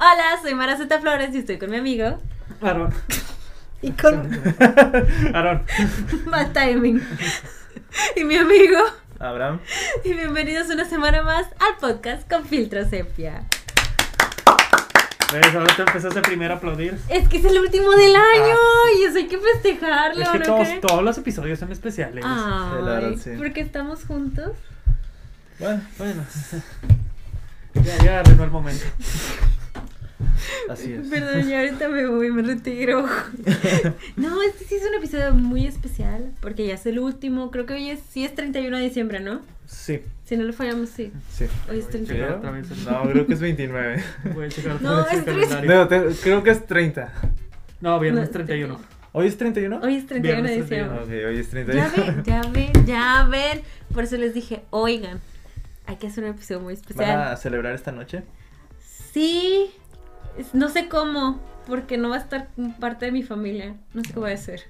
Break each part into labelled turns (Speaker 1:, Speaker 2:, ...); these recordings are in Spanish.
Speaker 1: Hola, soy Maraceta Flores y estoy con mi amigo.
Speaker 2: Aaron.
Speaker 1: Y con
Speaker 2: Aaron.
Speaker 1: mal timing. Y mi amigo.
Speaker 3: Abraham.
Speaker 1: Y bienvenidos una semana más al podcast con Filtro Sepia.
Speaker 2: ¿Ves? Ahora te empezaste primero a aplaudir.
Speaker 1: Es que es el último del año
Speaker 2: Ah.
Speaker 1: y eso hay que festejarlo,
Speaker 2: es que
Speaker 1: ¿no
Speaker 2: todos,
Speaker 1: creen?
Speaker 2: todos los episodios son especiales.
Speaker 1: Ay,
Speaker 3: Sí, la verdad, sí.
Speaker 1: ¿Por qué estamos juntos?
Speaker 3: Bueno, bueno.
Speaker 2: Ya, ya arruinó el momento.
Speaker 3: Así es.
Speaker 1: Perdón, yo ahorita me voy, me retiro. no, este sí es un episodio muy especial porque ya es el último. Creo que hoy es, sí es 31 de diciembre, ¿no?
Speaker 3: Sí,
Speaker 1: Si no lo fallamos, sí.
Speaker 3: sí.
Speaker 1: Hoy es 31.
Speaker 3: ¿Creo?
Speaker 2: otra vez el-
Speaker 3: No, creo que es 29.
Speaker 2: Voy a checar
Speaker 1: No,
Speaker 2: otra vez
Speaker 1: es
Speaker 2: el
Speaker 1: tres.
Speaker 2: calendario.
Speaker 3: No, te- creo que es 30.
Speaker 2: No, viernes
Speaker 1: No,
Speaker 2: 31.
Speaker 3: ¿Hoy es 31?
Speaker 1: Hoy es 31 de
Speaker 2: Viernes
Speaker 1: diciembre.
Speaker 2: 31.
Speaker 3: Ok, hoy es 31.
Speaker 1: Ya ven, ya ven, ya ven. Por eso les dije, oigan, hay que hacer un episodio muy
Speaker 3: ¿Van
Speaker 1: especial.
Speaker 3: a celebrar esta noche?
Speaker 1: Sí, es- no sé cómo, porque no va a estar parte de mi familia. No sé qué voy a hacer.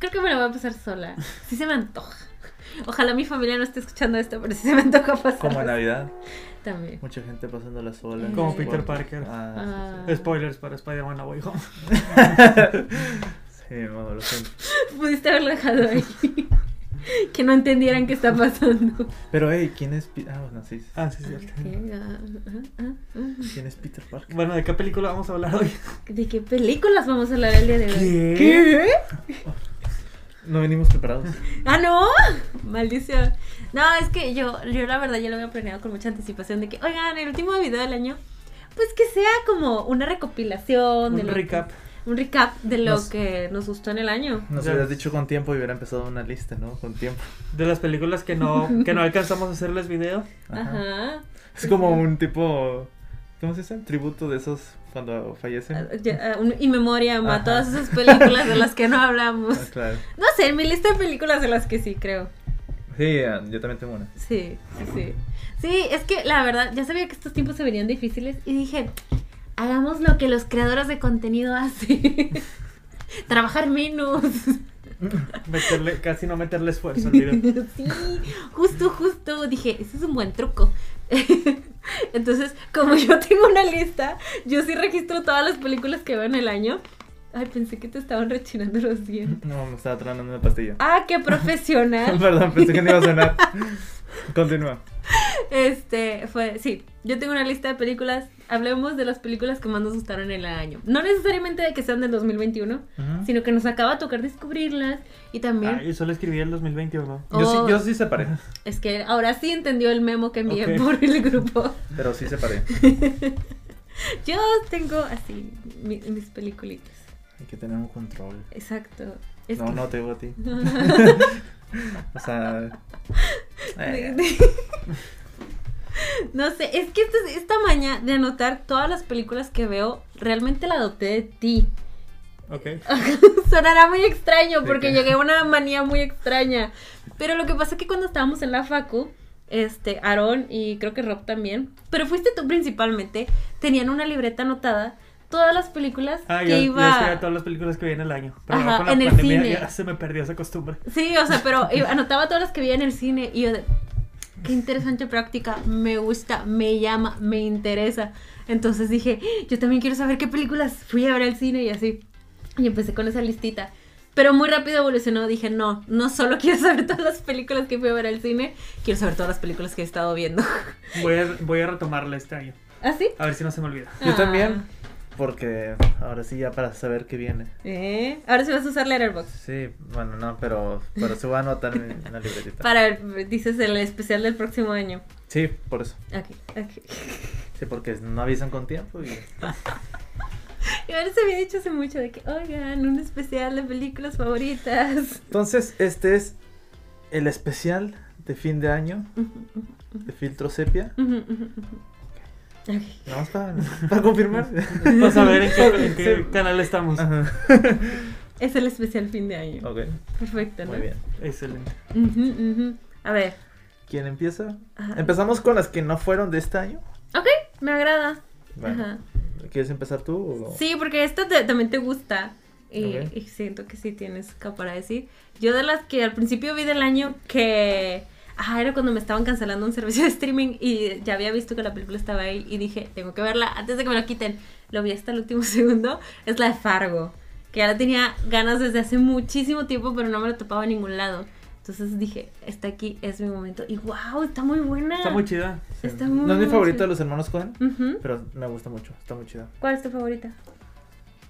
Speaker 1: Creo que me lo voy a pasar sola. Sí se me antoja. Ojalá mi familia no esté escuchando esto, pero sí se me antoja pasar.
Speaker 3: Como en Navidad.
Speaker 1: También.
Speaker 3: Mucha gente pasando la sola.
Speaker 1: Como Peter
Speaker 2: Parker.
Speaker 3: Ah,
Speaker 1: Ah.
Speaker 2: Spoilers para Spider-Man No Way Home.
Speaker 3: sí, sí. Sí, mamá, lo siento.
Speaker 1: Pudiste haberlo dejado ahí. que no entendieran qué está pasando.
Speaker 3: Pero, hey, ¿quién es Peter? Ah, bueno, sí. sí.
Speaker 2: Ah, sí, es cierto.
Speaker 1: Ok, ah, ah, ah, ah.
Speaker 3: ¿Quién es Peter Parker?
Speaker 2: Bueno, ¿de qué película vamos a hablar hoy?
Speaker 1: ¿De qué películas vamos a hablar el día de hoy?
Speaker 2: ¿Qué?
Speaker 3: No venimos preparados.
Speaker 1: ¡Ah, no! Maldición. No, es que yo, yo la verdad ya lo había planeado con mucha anticipación de que, oigan, el último video del año, pues que sea como una recopilación. de
Speaker 2: Un
Speaker 1: lo-
Speaker 2: recap.
Speaker 1: Un recap de lo
Speaker 3: Nos-
Speaker 1: que nos gustó en el año.
Speaker 3: Nos
Speaker 2: Ya.
Speaker 3: hubieras dicho con tiempo y hubiera empezado una lista, ¿no? Con tiempo.
Speaker 2: De las películas que no, que no alcanzamos a hacerles video.
Speaker 3: Ajá.
Speaker 1: Ajá.
Speaker 3: Es como un tipo. ¿Cómo se dice? tributo de esos cuando fallecen.
Speaker 1: Ah, ya, ah, un- y memoria, ma,
Speaker 3: Ajá.
Speaker 1: todas esas películas de las que no hablamos.
Speaker 3: Ah, claro.
Speaker 1: No sé, mi lista de películas de las que sí creo.
Speaker 3: Sí, ah, yo también tengo una.
Speaker 1: Sí, sí, sí. Sí, es que la verdad, ya sabía que estos tiempos se verían difíciles y dije, hagamos lo que los creadores de contenido hacen. Trabajar menos.
Speaker 2: Meterle, casi no meterle
Speaker 3: Pues
Speaker 2: esfuerzo al video.
Speaker 1: Sí, justo, justo. Dije, ese es un buen truco. Entonces, como yo tengo una lista, yo sí registro todas las películas que veo en el año. Ay, pensé que te estaban rechinando los dientes.
Speaker 3: No, me estaba tronando una pastilla.
Speaker 1: Ah, qué profesional.
Speaker 3: Perdón, pensé que no iba a sonar. Continúa.
Speaker 1: Este, fue, sí, yo tengo una lista de películas. Hablemos de las películas que más nos gustaron en el año. No necesariamente de que sean del 2021, sino que nos acaba de tocar descubrirlas. Y también,
Speaker 2: Ah, yo solo escribí el 2021.
Speaker 3: Yo, sí,
Speaker 1: Oh.
Speaker 3: yo sí separé,
Speaker 1: es que ahora sí entendió el memo que envié
Speaker 2: Ok.
Speaker 1: por el grupo.
Speaker 3: pero sí separé.
Speaker 1: Yo tengo así mi- mis peliculitas.
Speaker 3: Hay que tener un control.
Speaker 1: Exacto. Es
Speaker 3: No,
Speaker 1: que-
Speaker 3: no te digo a ti. O sea. eh,
Speaker 1: No sé, es que esta, esta mañana de anotar todas las películas que veo, realmente la adopté de ti.
Speaker 2: Ok.
Speaker 1: Sonará muy extraño
Speaker 3: ¿De
Speaker 1: porque
Speaker 3: qué?
Speaker 1: llegué a una manía muy extraña. Pero lo que pasa es que cuando estábamos en la facu, este, Aarón y creo que Rob también, pero fuiste tú principalmente, tenían una libreta anotada todas las películas
Speaker 2: Ah, yo,
Speaker 1: que
Speaker 2: yo escribí
Speaker 1: iba...
Speaker 2: todas las películas que vi en el año. Pero
Speaker 1: Ajá,
Speaker 2: ahora con la
Speaker 1: en el
Speaker 2: pandemia
Speaker 1: cine.
Speaker 2: ya se me perdió esa costumbre.
Speaker 1: Sí, o sea, pero eh, anotaba todas las que veía en el cine y yo de, qué interesante práctica, me gusta, me llama, me interesa. Entonces dije, yo también quiero saber qué películas fui a ver al cine y así. Y empecé con esa listita. Pero muy rápido evolucionó, dije, no, no solo quiero saber todas las películas que fui a ver al cine, quiero saber todas las películas que he estado viendo.
Speaker 2: Voy a, voy a retomarla este año.
Speaker 1: ¿Ah, sí?
Speaker 2: A ver si no se me olvida.
Speaker 3: Yo
Speaker 1: Ah.
Speaker 3: también, porque ahora sí ya para saber qué viene.
Speaker 1: ¿Eh? Ahora sí vas a usar Letterboxd.
Speaker 3: Sí, bueno, no, pero, pero se va a anotar en en la libretita.
Speaker 1: Para, dices, el especial del próximo año.
Speaker 3: Sí, por eso.
Speaker 1: Ok, ok.
Speaker 3: Sí, porque no avisan con tiempo y...
Speaker 1: Yo les había dicho hace mucho de que, oigan, un especial de películas favoritas.
Speaker 3: Entonces, este es el especial de fin de año de Filtro Sepia.
Speaker 1: Ok.
Speaker 3: Vamos para, para confirmar.
Speaker 2: Para saber en qué, en qué canal estamos.
Speaker 3: Ajá.
Speaker 1: Es el especial fin de año.
Speaker 3: Ok,
Speaker 1: Perfecto, ¿no?
Speaker 3: muy bien.
Speaker 2: Excelente.
Speaker 1: Ujú, ujú. A ver.
Speaker 3: ¿Quién empieza?
Speaker 1: Ajá.
Speaker 3: Empezamos con las que no fueron de este año.
Speaker 1: Ok, me agrada.
Speaker 3: Bueno,
Speaker 1: Ajá.
Speaker 3: ¿quieres empezar tú? O...
Speaker 1: Sí, porque esta te- también te gusta. Y,
Speaker 3: Ok.
Speaker 1: y siento que sí tienes acá para decir. Yo de las que al principio vi del año que Ah, era cuando me estaban cancelando un servicio de streaming y ya había visto que la película estaba ahí y dije, tengo que verla antes de que me lo quiten. Lo vi hasta el último segundo. Es la de Fargo, que ya la tenía ganas desde hace muchísimo tiempo, pero no me lo topaba en ningún lado. Entonces dije, está aquí, es mi momento. Y wow, está muy buena.
Speaker 2: Está muy chida.
Speaker 3: Sí.
Speaker 1: Está muy
Speaker 3: No es mi
Speaker 1: buena.
Speaker 3: favorita de los hermanos Cohen,
Speaker 1: Ujú.
Speaker 3: pero me gusta mucho. Está muy chida.
Speaker 1: ¿Cuál es tu favorita?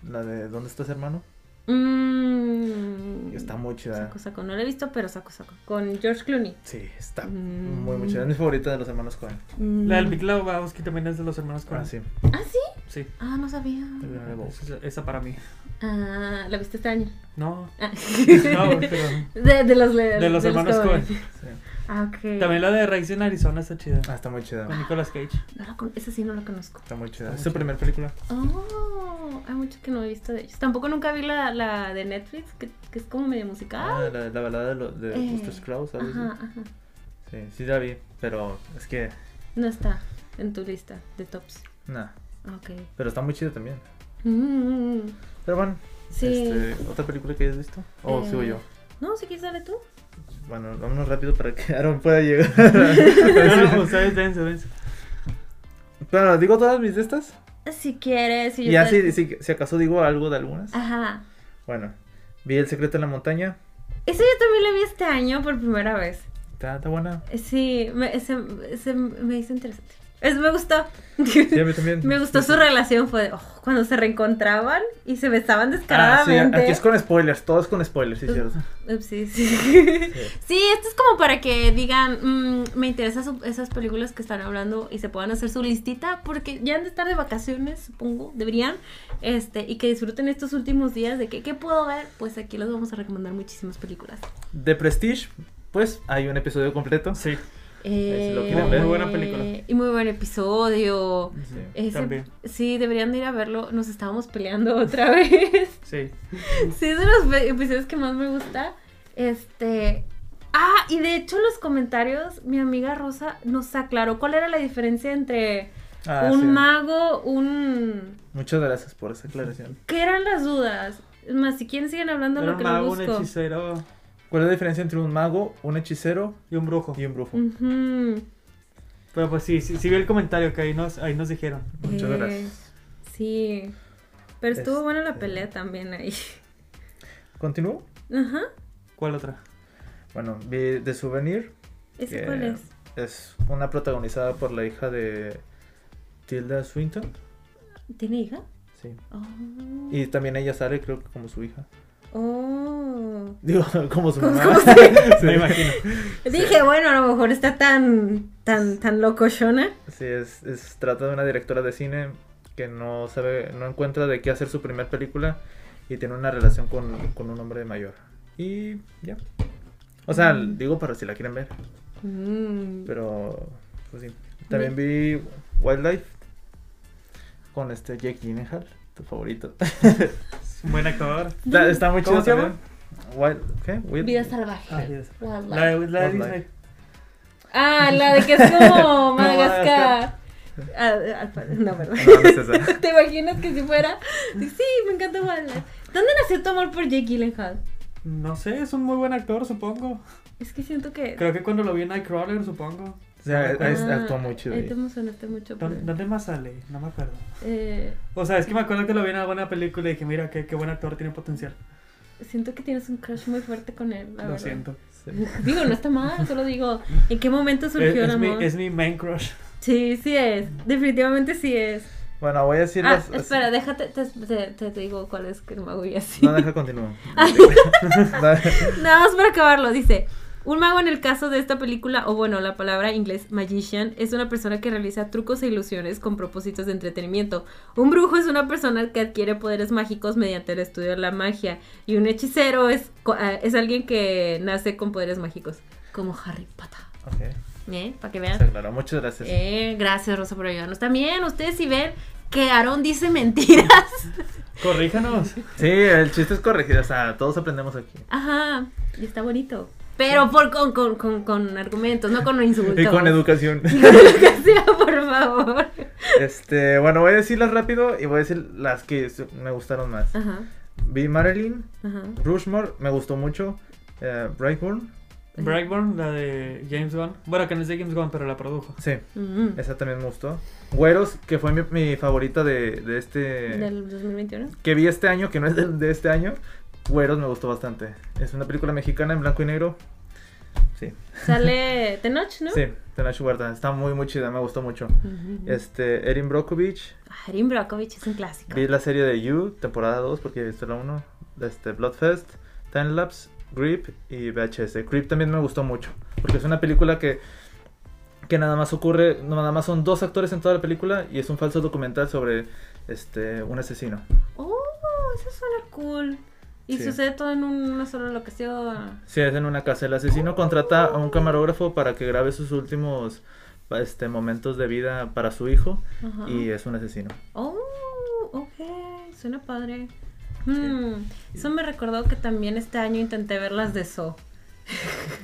Speaker 3: La de ¿Dónde estás, hermano?
Speaker 1: Mm,
Speaker 3: Está muy chida.
Speaker 1: Saco, saco. No la he visto, pero saco, saco. Con George Clooney.
Speaker 3: Sí, está
Speaker 1: Mm.
Speaker 3: muy, muy chida. Es mi favorita de los hermanos Cohen.
Speaker 1: Mm.
Speaker 2: La del Big Lebowski también es de los hermanos Coen.
Speaker 3: Ah, sí.
Speaker 1: Ah, sí.
Speaker 2: Sí.
Speaker 1: Ah, no sabía.
Speaker 3: El Gran Lebowski.
Speaker 2: Esa, esa para mí.
Speaker 1: Ah, la viste este año.
Speaker 2: No.
Speaker 1: Ah.
Speaker 2: No, pero-
Speaker 1: De, de los,
Speaker 2: De, los hermanos Coen.
Speaker 1: Coen.
Speaker 3: Sí.
Speaker 1: Ah, ok.
Speaker 2: También la de Raíz en Arizona está chida.
Speaker 3: Ah, está muy chida.
Speaker 2: Con Nicolas Cage.
Speaker 1: No la con- Esa sí no la conozco.
Speaker 3: Está muy chida.
Speaker 2: Está
Speaker 3: Es
Speaker 2: muy
Speaker 3: su
Speaker 2: chida.
Speaker 3: primera película.
Speaker 1: Oh, hay mucho que no he visto de ellos. Tampoco nunca vi la, la de Netflix, que, que es como medio musical.
Speaker 3: Ah, la, la balada de, lo- de
Speaker 1: Eh,
Speaker 3: Buster Scruggs, algo así.
Speaker 1: Ajá, ajá.
Speaker 3: Sí, sí la vi, pero es que,
Speaker 1: No está en tu lista de tops.
Speaker 3: nada.
Speaker 1: Ok.
Speaker 3: Pero está muy chida también.
Speaker 1: Mm,
Speaker 3: Pero bueno,
Speaker 1: sí.
Speaker 3: este, ¿otra película que hayas visto? O
Speaker 1: Eh.
Speaker 3: sigo yo.
Speaker 1: No, si quieres dale tú.
Speaker 3: Bueno, vámonos rápido para que Aaron pueda llegar.
Speaker 2: No, pues, no, ustedes dense, dense.
Speaker 3: Pero digo todas mis de estas.
Speaker 1: Si quieres. si yo
Speaker 3: Y
Speaker 1: te-
Speaker 3: así, si, si acaso digo algo de algunas.
Speaker 2: Ah.
Speaker 1: Ajá.
Speaker 3: Bueno, vi El secreto en la montaña.
Speaker 1: Esa yo también la vi este año por primera vez. Eh,
Speaker 3: Está, está buena.
Speaker 1: Sí, me, ese- ese me hizo interesante. Es, me gustó.
Speaker 3: Sí, a mí también.
Speaker 1: me gustó su relación. Fue de, oh, cuando se reencontraban y se besaban
Speaker 3: Ah, sí,
Speaker 1: descaradamente.
Speaker 3: aquí es con spoilers, todo es con spoilers, sí,
Speaker 1: Ujú.
Speaker 3: cierto.
Speaker 1: Ups, sí, sí. Sí, esto es como para que digan, mm, me interesan su- esas películas que están hablando y se puedan hacer su listita, porque ya han de estar de vacaciones, supongo, deberían, este, y que disfruten estos últimos días de que, ¿qué puedo ver? Pues aquí les vamos a recomendar muchísimas películas.
Speaker 3: De Prestige, pues hay un episodio completo.
Speaker 2: Sí.
Speaker 3: si lo
Speaker 1: Eh,
Speaker 3: quieren ver. Muy
Speaker 2: buena película.
Speaker 1: Y muy buen episodio.
Speaker 3: Sí.
Speaker 1: Ese-
Speaker 2: También.
Speaker 1: sí, deberían de ir a verlo. Nos estábamos peleando otra vez.
Speaker 2: Sí.
Speaker 1: Sí, es de los ve- episodios que más me gusta. Este. Ah, y de hecho, en los comentarios, mi amiga Rosa nos aclaró cuál era la diferencia entre
Speaker 3: Ah,
Speaker 1: un
Speaker 3: sí.
Speaker 1: mago, un.
Speaker 3: Muchas gracias por esa aclaración.
Speaker 1: ¿Qué eran las dudas? Es Más, si quieren, siguen hablando
Speaker 2: Era
Speaker 1: lo
Speaker 2: un
Speaker 1: que lo
Speaker 2: mago, un
Speaker 1: busco.
Speaker 2: hechicero
Speaker 3: ¿Cuál es la diferencia entre un mago, un hechicero
Speaker 2: y un brujo.
Speaker 3: y un brujo?
Speaker 1: Mm. Ujú.
Speaker 2: Pero pues sí, sí, sí vi el comentario que ahí nos, ahí nos dijeron.
Speaker 3: Muchas
Speaker 1: Eh,
Speaker 3: gracias.
Speaker 1: Sí. Pero estuvo buena la
Speaker 3: Este-
Speaker 1: pelea también ahí.
Speaker 3: ¿Continúo?
Speaker 1: Ajá.
Speaker 2: ¿Cuál otra?
Speaker 3: Bueno, vi de Souvenir.
Speaker 1: ¿Ese
Speaker 3: que
Speaker 1: cuál es?
Speaker 3: Es una protagonizada por la hija de Tilda Swinton.
Speaker 1: ¿Tiene hija?
Speaker 3: Sí.
Speaker 1: Oh.
Speaker 3: Y también ella sale, creo que como su hija.
Speaker 1: Oh.
Speaker 3: Digo, como su
Speaker 1: ¿Cómo-
Speaker 3: mamá.
Speaker 1: cómo
Speaker 3: Sí.
Speaker 2: Me imagino.
Speaker 1: Dije, bueno, a lo mejor está tan, tan, tan locochona.
Speaker 3: Sí, es, es- trata de una directora de cine que no sabe, no encuentra de qué hacer su primer película y tiene una relación con, con un hombre mayor. Y ya. O sea, digo para si la quieren ver,
Speaker 1: Mm.
Speaker 3: pero pues sí. También vi Wildlife con este Jake Gyllenhaal, tu favorito.
Speaker 2: Es un buen actor.
Speaker 3: está, está muy
Speaker 2: ¿Cómo
Speaker 3: chido
Speaker 2: se
Speaker 3: también. Wild, ¿qué? Wild-
Speaker 1: Vida salvaje.
Speaker 2: Ah, yes.
Speaker 1: Wildlife.
Speaker 2: La de, la de
Speaker 3: Wildlife.
Speaker 2: Disney.
Speaker 1: Ah, la de que es como Madagascar.
Speaker 3: Madagascar.
Speaker 1: Ah, ah, no,
Speaker 3: No,
Speaker 1: perdón.
Speaker 3: no es esa.
Speaker 1: ¿Te imaginas que si fuera? Sí, sí, me encanta Wildlife. ¿Dónde nació tu amor por Jake Gyllenhaal?
Speaker 2: No sé, es un muy buen actor, supongo.
Speaker 1: Es que siento que...
Speaker 2: Creo que cuando lo vi en Nightcrawler, supongo.
Speaker 3: O sea,
Speaker 2: No me
Speaker 3: es-
Speaker 2: acuerdo.
Speaker 3: actúa muy chido
Speaker 1: Ah, ahí
Speaker 3: ahí.
Speaker 1: te emocionaste mucho. por
Speaker 2: ¿Dónde,
Speaker 1: él.
Speaker 2: dónde más sale? No me acuerdo.
Speaker 1: Eh,
Speaker 2: O sea, es que me acuerdo que lo vi en alguna película y dije, mira, qué, qué buen actor, tiene potencial.
Speaker 1: siento que tienes un crush muy fuerte con él. la
Speaker 2: lo
Speaker 1: verdad.
Speaker 2: siento.
Speaker 3: Sí.
Speaker 1: Digo, no está mal, solo digo, ¿en qué momento
Speaker 2: Es,
Speaker 1: surgió el
Speaker 2: es mi,
Speaker 1: amor?
Speaker 2: es mi main crush.
Speaker 1: Sí, sí es. Definitivamente sí es.
Speaker 3: Bueno, voy a decir
Speaker 1: Ah,
Speaker 3: las-
Speaker 1: espera, déjate, te, te- te digo cuál es que no me hago y así.
Speaker 3: No, deja continuo.
Speaker 1: Ah. Nada más para acabarlo, dice. Un mago en el caso de esta película, o bueno, la palabra inglés magician, es una persona que realiza trucos e ilusiones con propósitos de entretenimiento. Un brujo es una persona que adquiere poderes mágicos mediante el estudio de la magia. Y un hechicero es, co- ah, es alguien que nace con poderes mágicos, como Harry Potter.
Speaker 3: Ok,
Speaker 1: ¿Eh? Para que
Speaker 3: se
Speaker 1: vean.
Speaker 3: aclaró. Muchas gracias.
Speaker 1: Eh, gracias, Rosa, por ayudarnos. También ustedes si ven que Aarón dice mentiras.
Speaker 2: Corríjanos.
Speaker 3: Sí, el chiste es corregir, o sea, todos aprendemos aquí.
Speaker 1: Ajá, y está bonito. Pero por, con, con, con, con argumentos, no con insultos.
Speaker 3: Y con educación.
Speaker 1: educación. por favor.
Speaker 3: Este, bueno, voy a decirlas rápido y voy a decir las que se- me gustaron más.
Speaker 1: Ajá,
Speaker 3: Vi Marilyn,
Speaker 1: ajá.
Speaker 3: Rushmore, me gustó mucho. eh, Brightburn,
Speaker 2: Brightburn, la de James Gunn. Bueno, que no es de James Gunn, pero la produjo.
Speaker 3: Sí,
Speaker 1: Ujú.
Speaker 3: esa también me gustó. Güeros, que fue mi, mi favorita de, de este...
Speaker 1: Del 2021.
Speaker 3: que vi este año, que no es de, de este año, Güeros me gustó bastante. Es una película mexicana en blanco y negro. Sí,
Speaker 1: Sale Tenoch, ¿no?
Speaker 3: sí, Tenoch Huerta. Está muy, muy chida, me gustó mucho.
Speaker 1: Ujú. Ah,
Speaker 3: Este, Erin Brockovich,
Speaker 1: Harim Brockovich es un clásico.
Speaker 3: vi la serie de You, temporada 2, porque he visto la 1. Este, Bloodfest, Time Lapse, Grip y VHS. Grip también me gustó mucho, porque es una película que que nada más ocurre, nada más son dos actores en toda la película y es un falso documental sobre este un asesino.
Speaker 1: Oh, eso suena cool. Y
Speaker 3: Sí.
Speaker 1: sucede todo en un- una sola locación.
Speaker 3: Sí, es en una casa. El asesino contrata a un camarógrafo para que grabe sus últimos este, momentos de vida para su hijo
Speaker 1: Ajá.
Speaker 3: y es un asesino.
Speaker 1: Oh, ok. Suena padre. Hmm, Eso me recordó que también este año intenté ver las de So.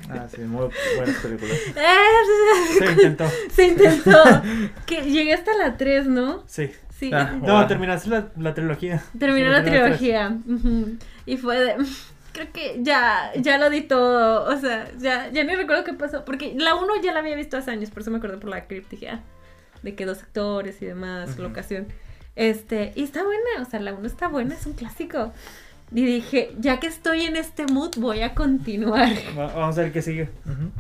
Speaker 3: Ah, sí, muy buenas películas.
Speaker 2: Se intentó.
Speaker 1: Ah, Se intentó. que llegué hasta la 3, ¿no?
Speaker 2: Sí.
Speaker 1: Sí.
Speaker 3: Ah,
Speaker 2: No,
Speaker 3: Wow.
Speaker 2: terminaste la, la trilogía.
Speaker 1: Terminó
Speaker 2: Sí,
Speaker 1: la
Speaker 2: terminaste
Speaker 1: trilogía. ujú, Y fue de. Creo que ya, ya lo di todo. O sea, ya, ya ni recuerdo qué pasó. Porque la 1 ya la había visto hace años, por eso me acordé por la cripta. Dije, ah, de que dos actores y demás,
Speaker 3: Ujú.
Speaker 1: locación. Este, y está buena, o sea, la 1 está buena, es un clásico. Y dije, ya que estoy en este mood, voy a continuar.
Speaker 2: Va- Vamos a ver qué sigue.
Speaker 3: Ujú.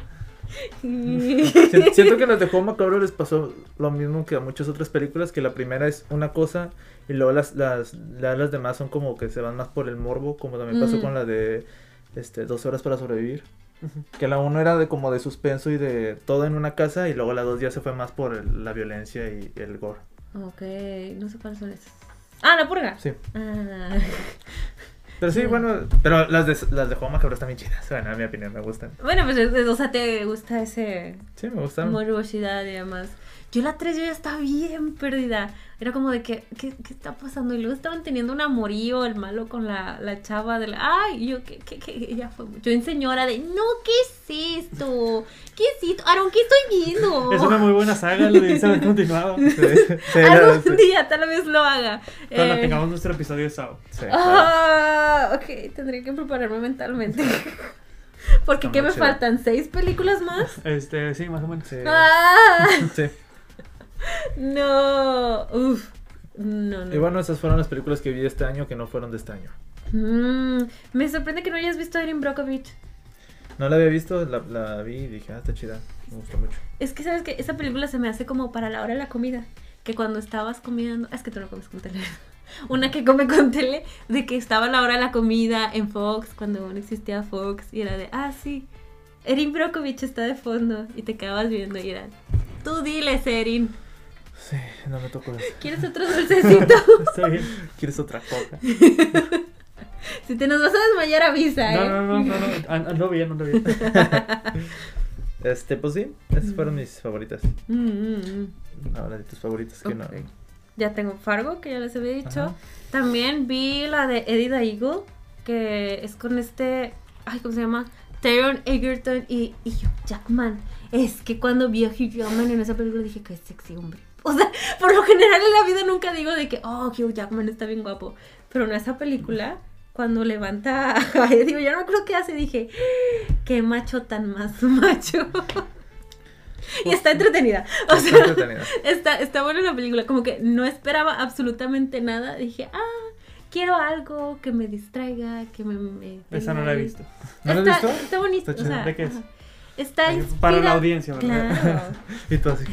Speaker 1: Y-
Speaker 3: Sien- Siento que en las de Juan Macabro les pasó lo mismo que a muchas otras películas, que la primera es una cosa y luego las, las, la- las demás son como que se van más por el morbo, como también pasó
Speaker 1: Ujú.
Speaker 3: con la de este, Dos horas para sobrevivir. Que la uno era de como de suspenso y de todo en una casa y luego la dos ya se fue más por el- la violencia y el gore.
Speaker 1: ok, no sé cuáles son esas. Ah, la purga.
Speaker 3: Sí.
Speaker 1: Ah,
Speaker 3: Pero sí,
Speaker 1: Sí.
Speaker 3: bueno, pero las de, las de Juan Macabro están bien chidas. Bueno, a mi opinión, me gustan.
Speaker 1: bueno, pues, o sea, te gusta ese
Speaker 3: Sí, me gustan.
Speaker 1: morbosidad y demás. Yo la 3 yo ya estaba bien perdida. Era como de que, ¿qué, qué está pasando? Y luego estaban teniendo un amorío, el malo con la, la chava de la... Ay, y yo, que, que, que, ya fue. mucho. Yo en señora de, no, ¿qué es esto? ¿Qué es esto? Aaron, ¿qué estoy viendo?
Speaker 2: Es una muy buena saga, lo dice continuado.
Speaker 3: Sí, sí, la-
Speaker 1: Algún
Speaker 3: sí,
Speaker 1: día tal vez lo haga.
Speaker 2: Cuando
Speaker 1: Eh,
Speaker 2: tengamos nuestro episodio de Sao.
Speaker 3: sí, claro.
Speaker 1: Ah, ok, tendré que prepararme mentalmente. Porque,
Speaker 3: Está
Speaker 1: ¿qué
Speaker 3: muy
Speaker 1: me
Speaker 3: chido.
Speaker 1: faltan? ¿Seis películas más?
Speaker 2: Este, sí, más o menos.
Speaker 3: Sí.
Speaker 1: ¡Ah!
Speaker 3: Sí.
Speaker 1: No. Uf. No, no.
Speaker 3: Y bueno, esas fueron las películas que vi este año que no fueron de este año.
Speaker 1: Mm, me sorprende que no hayas visto a Erin Brockovich.
Speaker 3: No la había visto, la, la vi y dije, ah, está chida. Me gustó mucho.
Speaker 1: Es que, ¿sabes que Esa película se me hace como para la hora de la comida. Que cuando estabas comiendo... Es que tú no comes con tele. Una que come con tele de que estaba la hora de la comida en Fox, cuando no existía Fox. Y era de, ah, sí, Erin Brockovich está de fondo. Y te quedabas viendo y era, tú diles, Erin.
Speaker 3: Sí, no me tocó eso.
Speaker 1: ¿Quieres otro dulcecito?
Speaker 2: Está bien.
Speaker 3: ¿Quieres otra coca?
Speaker 1: si te nos vas a desmayar, avisa, ¿eh?
Speaker 2: No, no, no, no, no. An- Ando bien, ando bien.
Speaker 3: Este, pues sí, esas fueron mis favoritas.
Speaker 1: Mm, mm, mm.
Speaker 3: Ahora de tus favoritas que
Speaker 1: Ok.
Speaker 3: no.
Speaker 1: Ya tengo Fargo, que ya les había dicho.
Speaker 3: Ajá.
Speaker 1: También vi la de Eddie the Eagle, que es con este. Ay, ¿cómo se llama? Taron Egerton y, y Hugh Jackman. Es que cuando vi a Hugh Jackman en esa película dije que es sexy hombre. O sea, por lo general en la vida nunca digo de que, oh, Hugh Jackman está bien guapo. Pero en esa película, cuando levanta a Eddie, yo no creo que hace, dije, qué macho tan más macho. y está entretenida. O
Speaker 3: Está
Speaker 1: sea,
Speaker 3: entretenida.
Speaker 1: Está, está buena la película, como que no esperaba absolutamente nada. Dije, ah, quiero algo que me distraiga, que me... me-
Speaker 2: Esa no la he visto.
Speaker 3: ¿No la has
Speaker 1: está,
Speaker 3: visto?
Speaker 1: está bonito.
Speaker 3: Está
Speaker 1: o
Speaker 3: chida.
Speaker 1: sea,
Speaker 2: ¿De qué es?
Speaker 1: ajá. Está
Speaker 2: Para la
Speaker 1: inspira-
Speaker 2: audiencia, ¿verdad?
Speaker 1: Claro.
Speaker 3: Y tú así.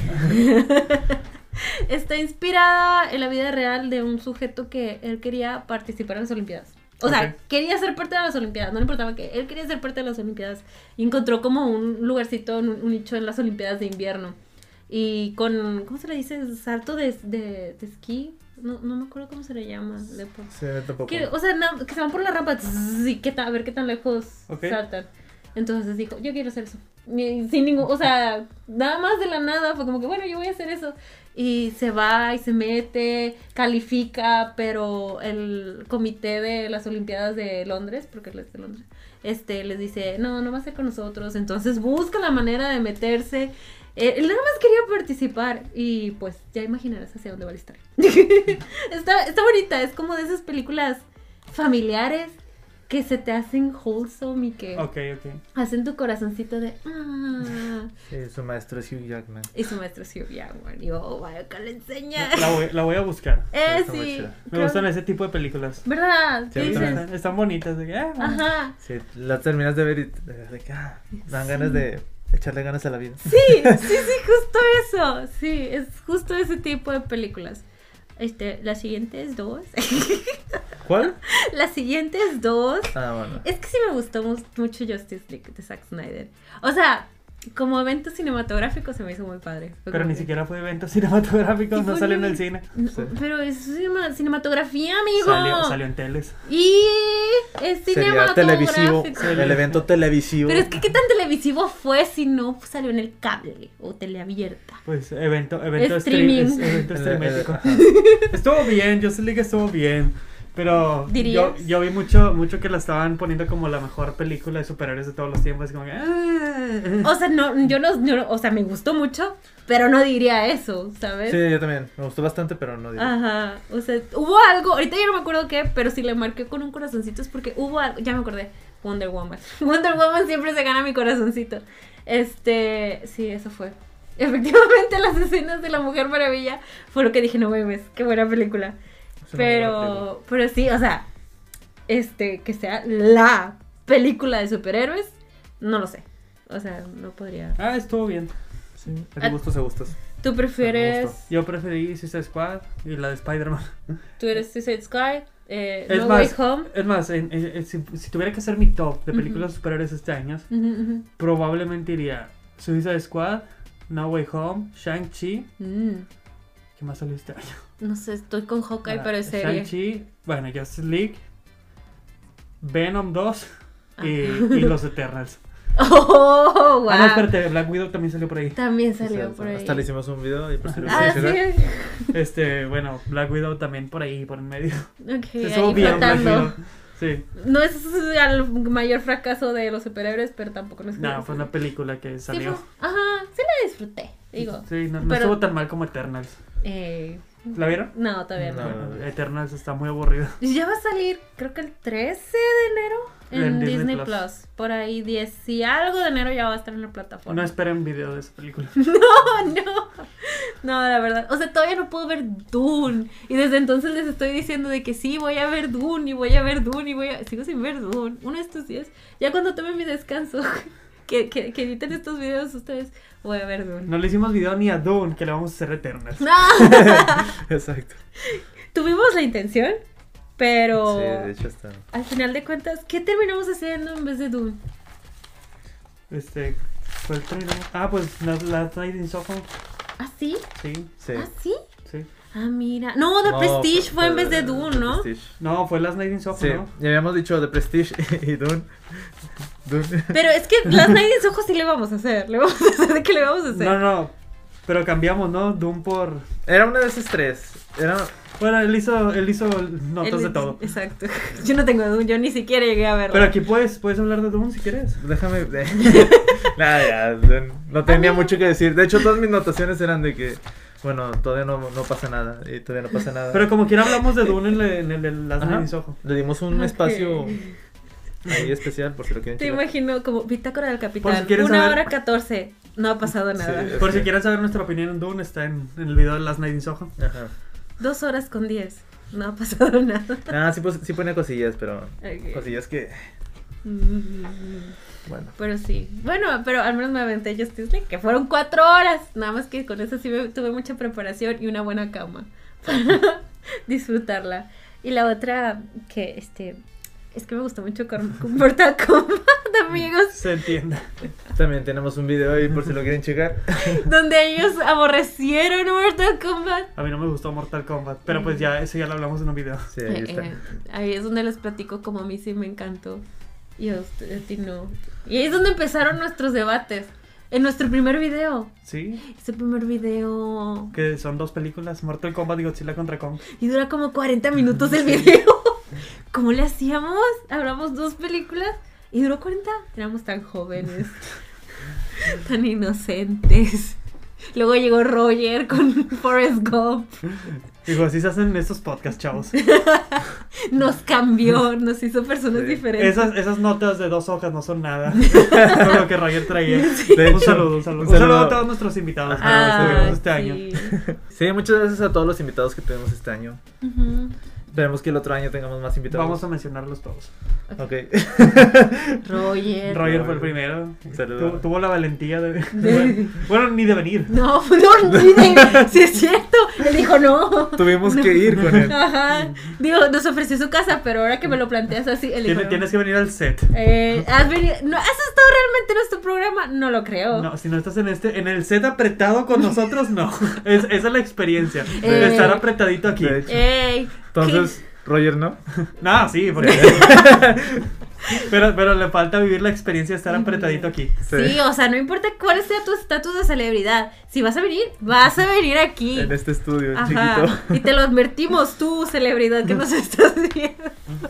Speaker 1: está inspirada en la vida real de un sujeto que él quería participar en las Olimpiadas. O sea,
Speaker 2: Ok.
Speaker 1: quería ser parte de las Olimpiadas, no le importaba que él quería ser parte de las Olimpiadas y encontró como un lugarcito, un, un nicho en las Olimpiadas de invierno. Y con, ¿cómo se le dice? Salto de, de, de esquí. No, no me acuerdo cómo se le llama. el deporte.
Speaker 3: Sí, tampoco.
Speaker 1: Que, o sea, na- que se van por la rampa tss, y qué ta- a ver qué tan lejos
Speaker 2: Ok.
Speaker 1: saltan. Entonces dijo, yo quiero hacer eso. Y sin ningún, o sea, nada más de la nada, fue como que, bueno, yo voy a hacer eso. Y se va y se mete, califica, pero el comité de las Olimpiadas de Londres, porque él es de Londres, este, les dice, no, no va a ser con nosotros. Entonces busca la manera de meterse. Eh, él nada más quería participar y pues ya imaginarás hacia dónde va la historia. está, está bonita, es como de esas películas familiares que se te hacen wholesome y que
Speaker 2: Ok, ok.
Speaker 1: hacen tu corazoncito de... "Ah".
Speaker 3: Sí, su maestro es Hugh Jackman.
Speaker 1: Y su maestro sí, ya, bueno, y yo, oh, vaya que le enseña.
Speaker 2: La voy, la voy a buscar.
Speaker 1: eh,
Speaker 3: está muy
Speaker 1: sí.
Speaker 3: chida.
Speaker 2: Me
Speaker 1: creo-
Speaker 2: gustan ese tipo de películas.
Speaker 1: ¿Verdad?
Speaker 3: Sí,
Speaker 1: ¿Qué
Speaker 3: a mí
Speaker 1: dices?
Speaker 3: también.
Speaker 2: Están, están bonitas. de que, ah,
Speaker 1: Ajá.
Speaker 3: Sí, la terminas de ver y de verdad que, ah, dan ganas de echarle ganas a la vida.
Speaker 1: Sí, sí, sí, justo eso. Sí, es justo ese tipo de películas. Este, las siguientes dos.
Speaker 3: ¿Cuál?
Speaker 1: las siguientes dos.
Speaker 3: Ah, bueno.
Speaker 1: Es que sí me gustó mu- mucho Justice League de Zack Snyder. O sea, como evento cinematográfico se me hizo muy padre. Fue
Speaker 2: Pero
Speaker 1: como
Speaker 2: ni
Speaker 1: que-
Speaker 2: siquiera fue evento cinematográfico,
Speaker 1: Sí,
Speaker 2: no
Speaker 1: fue
Speaker 2: salió en
Speaker 1: un-
Speaker 2: el cine.
Speaker 1: No,
Speaker 3: Sí.
Speaker 1: Pero es cinema- cinematografía, amigo.
Speaker 2: Salió, salió en teles.
Speaker 1: Y es
Speaker 3: Sería
Speaker 1: cinematográfico.
Speaker 3: televisivo,
Speaker 2: Sería-
Speaker 3: el evento televisivo.
Speaker 1: Pero es que qué tan televisivo fue si no salió en el cable o teleabierta.
Speaker 2: Pues evento, evento
Speaker 1: Streaming.
Speaker 2: stream- es- evento
Speaker 3: Eh,
Speaker 2: streamético.
Speaker 3: eh,
Speaker 2: Estuvo bien, Justice League estuvo bien. Pero yo,
Speaker 1: ¿Dirías?
Speaker 2: yo vi mucho, mucho que la estaban poniendo como la mejor película de superhéroes de todos los tiempos. y como que, ah.
Speaker 1: O sea, no, yo no, yo no- o sea, me gustó mucho, pero no diría eso, ¿sabes?
Speaker 3: Sí, yo también. Me gustó bastante, pero no digo.
Speaker 1: Ajá, o sea, hubo algo, ahorita yo no me acuerdo qué, pero si le marqué con un corazoncito es porque hubo algo, ya me acordé, Wonder Woman. Wonder Woman siempre se gana mi corazoncito. Este, sí, eso fue. Efectivamente, las escenas de la Mujer Maravilla fue lo que dije, no mames, qué buena película.
Speaker 3: Es una muy buena película.
Speaker 1: Pero, pero sí, o sea, este, que sea la película de superhéroes, no lo sé. O sea, no podría.
Speaker 2: Ah, estuvo bien.
Speaker 3: Sí,
Speaker 1: Ah.
Speaker 3: de gustos a gustos.
Speaker 1: ¿Tú prefieres,
Speaker 3: gustó.
Speaker 2: Yo preferí Suicide Squad y la de Spider-Man.
Speaker 1: tú eres Suicide Sky, eh,
Speaker 2: Es
Speaker 1: No
Speaker 2: más-
Speaker 1: Way Home?
Speaker 2: Es más, en- en- en- si, si tuviera que hacer mi top de películas de superhéroes este año,
Speaker 1: Ujú, ujú.
Speaker 2: probablemente iría Suicide Squad, No Way Home, Shang-Chi.
Speaker 1: Mm,
Speaker 2: ¿Qué más salió este año?
Speaker 1: no sé, estoy con Hawkeye,
Speaker 2: Ah,
Speaker 1: pero es serie.
Speaker 2: Shang-Chi, bueno, Justice League, Venom 2 y,
Speaker 1: Ah.
Speaker 2: y Los Eternals.
Speaker 1: ¡Oh, wow!
Speaker 2: Ah, no, espérate, Black Widow también salió por ahí.
Speaker 1: También
Speaker 3: Sí,
Speaker 1: salió
Speaker 3: sí,
Speaker 1: por ahí.
Speaker 3: Hasta le hicimos un video y por si lo
Speaker 1: Ah,
Speaker 3: quieres
Speaker 1: sí.
Speaker 3: checar.
Speaker 2: Este, bueno, Black Widow también por ahí, por en medio.
Speaker 1: Ok,
Speaker 2: Se
Speaker 1: ahí
Speaker 2: estuvo bien Black Widow.
Speaker 1: flotando.
Speaker 2: Sí.
Speaker 1: No es el mayor fracaso de los superhéroes, pero tampoco no es
Speaker 2: No, fue una película que
Speaker 1: Sí, fue-
Speaker 2: salió.
Speaker 1: Ajá, sí la disfruté, digo.
Speaker 2: Sí, no, no
Speaker 1: pero-
Speaker 2: estuvo tan mal como Eternals.
Speaker 1: Eh,
Speaker 2: ¿La vieron?
Speaker 1: no, todavía no.
Speaker 3: No.
Speaker 2: Bueno, Eternals está muy aburrido.
Speaker 1: Ya va a salir, creo que el 13 de enero en,
Speaker 2: En
Speaker 1: Disney,
Speaker 2: Disney
Speaker 1: Plus.
Speaker 2: Plus.
Speaker 1: Por ahí 10 y algo de enero ya va a estar en la plataforma.
Speaker 2: No esperen video de esa película.
Speaker 1: Oh, no. No, la verdad. O sea, todavía no puedo ver Dune. Y desde entonces les estoy diciendo de que sí, voy a ver Dune y voy a ver Dune y voy a... Sigo sin ver Dune. Uno de estos días. Ya cuando tome mi descanso, que, que, que editen estos videos ustedes, voy a ver Dune.
Speaker 2: No le hicimos video ni a Dune, que le vamos a hacer Eternals.
Speaker 1: No.
Speaker 3: Exacto.
Speaker 1: Tuvimos la intención, pero...
Speaker 3: Sí, de hecho está.
Speaker 1: Al final de cuentas, ¿qué terminamos haciendo en vez de Dune?
Speaker 2: Este, ¿cuál terminamos? Ah, pues la, la Night in Soho.
Speaker 1: ¿Ah, sí?
Speaker 2: Sí,
Speaker 3: Sí.
Speaker 1: ¿Ah, sí?
Speaker 2: sí.
Speaker 1: Ah, mira. No, The
Speaker 3: No,
Speaker 1: Prestige fue, en vez de
Speaker 3: eh,
Speaker 1: Dune,
Speaker 3: The
Speaker 1: ¿no?
Speaker 3: Prestige.
Speaker 2: No, fue Last Night in Soho,
Speaker 3: Sí,
Speaker 2: ¿no?
Speaker 3: ya habíamos dicho The Prestige y Dune. Dune.
Speaker 1: Pero es que las Night in Soho sí le vamos a hacer. Le vamos a hacer. ¿De qué le vamos a hacer?
Speaker 2: No, no. Pero cambiamos, ¿no? Doom por.
Speaker 3: Era una de esas tres. Era...
Speaker 2: Bueno, él hizo, él hizo notas
Speaker 1: Él-
Speaker 2: de todo.
Speaker 1: Exacto. Yo no tengo Dune, yo ni siquiera llegué a verlo.
Speaker 2: Pero aquí puedes, puedes hablar de Doom si quieres.
Speaker 3: Déjame. Nada, ya, Dune. No tenía mucho que decir. De hecho, todas mis notaciones eran de que. Bueno, todavía no, no pasa nada. Y todavía no pasa nada.
Speaker 2: Pero como quiera hablamos de Dune en el, en el- en Last
Speaker 3: Ajá.
Speaker 2: Night in Soho.
Speaker 3: Le dimos un
Speaker 1: Ok.
Speaker 3: espacio ahí especial por si lo quieren
Speaker 1: Te
Speaker 3: checar.
Speaker 1: imagino como Bitácora del
Speaker 2: Por
Speaker 1: Capitán.
Speaker 2: si quieres
Speaker 1: Una
Speaker 2: saber-
Speaker 1: hora catorce. No ha pasado nada.
Speaker 3: Sí.
Speaker 2: Por si
Speaker 3: Ok.
Speaker 2: quieren saber nuestra opinión en Doom, está en, en el video de Last Night in Soho.
Speaker 3: Ajá.
Speaker 1: Dos horas con diez. No ha pasado nada.
Speaker 3: Ah, sí, pues, sí ponía cosillas, pero.
Speaker 1: Ok.
Speaker 2: Pues
Speaker 3: Cosillas que.
Speaker 1: Mm,
Speaker 3: Bueno.
Speaker 1: Pero sí. Bueno, pero al menos me aventé Justice League, que fueron cuatro horas. Nada más que con eso sí me- tuve mucha preparación y una buena cama para disfrutarla. Y la otra que, este, es que me gustó mucho con Mortal Kombat, amigos.
Speaker 2: Se entiende.
Speaker 3: También tenemos un video ahí por si lo quieren checar.
Speaker 1: donde ellos aborrecieron Mortal Kombat.
Speaker 2: A mí no me gustó Mortal Kombat, pero pues ya, eso ya lo hablamos en un video.
Speaker 3: Sí, ahí está.
Speaker 1: Eh, eh, ahí es donde les platico como a mí sí me encantó y a, usted- a ti no. Y ahí es donde empezaron nuestros debates. En nuestro primer video.
Speaker 2: Sí,
Speaker 1: Ese primer video.
Speaker 2: que son dos películas, Mortal Kombat y Godzilla contra Kong.
Speaker 1: Y dura como 40 minutos el video. ¿Cómo le hacíamos? Hablamos dos películas y duró 40. Éramos tan jóvenes. tan inocentes. Luego llegó Roger con Forrest Gump.
Speaker 2: Digo, así se hacen estos podcasts, chavos.
Speaker 1: Nos cambió, nos hizo personas
Speaker 3: Sí.
Speaker 1: diferentes.
Speaker 2: Esas, esas notas de dos hojas no son nada. Con lo que Roger traía.
Speaker 3: De
Speaker 2: un
Speaker 3: hecho,
Speaker 2: saludo, un saludo. Un saludo a todos nuestros invitados que
Speaker 1: Ah,
Speaker 2: tuvimos este
Speaker 1: sí.
Speaker 2: año.
Speaker 3: Sí, muchas gracias a todos los invitados que tuvimos este año.
Speaker 1: Ujú.
Speaker 3: Esperemos que el otro año tengamos más invitados.
Speaker 2: Vamos a mencionarlos todos.
Speaker 3: Ok.
Speaker 1: Roger.
Speaker 2: Eh, Roger fue el primero.
Speaker 3: Saludo.
Speaker 2: Tu- tuvo la valentía de. Bueno, bueno, ni de venir.
Speaker 1: No, no, ni de- sí es cierto. Él dijo no.
Speaker 3: Tuvimos que ir con él.
Speaker 1: Ajá. Digo, nos ofreció su casa, pero ahora que me lo planteas así, él dijo.
Speaker 2: Tienes,
Speaker 1: no.
Speaker 2: tienes que venir al set.
Speaker 1: Eh, ¿has, venido- ¿No, ¿Has estado realmente en nuestro programa? No lo creo.
Speaker 2: No, si no estás en este, en el set apretado con nosotros, no. Es- esa es la experiencia.
Speaker 1: Eh.
Speaker 2: Estar apretadito aquí.
Speaker 3: De hecho.
Speaker 1: Ey,
Speaker 3: Entonces, Roger, ¿no?
Speaker 2: No, sí, porque. pero, pero le falta vivir la experiencia de estar apretadito aquí.
Speaker 1: ¿qué- Sí, o sea, no importa cuál sea tu estatus de celebridad. Si vas a venir, vas a venir aquí.
Speaker 3: En este estudio
Speaker 1: Ajá.
Speaker 3: chiquito.
Speaker 1: Y te lo advertimos tú, celebridad, que nos estás viendo.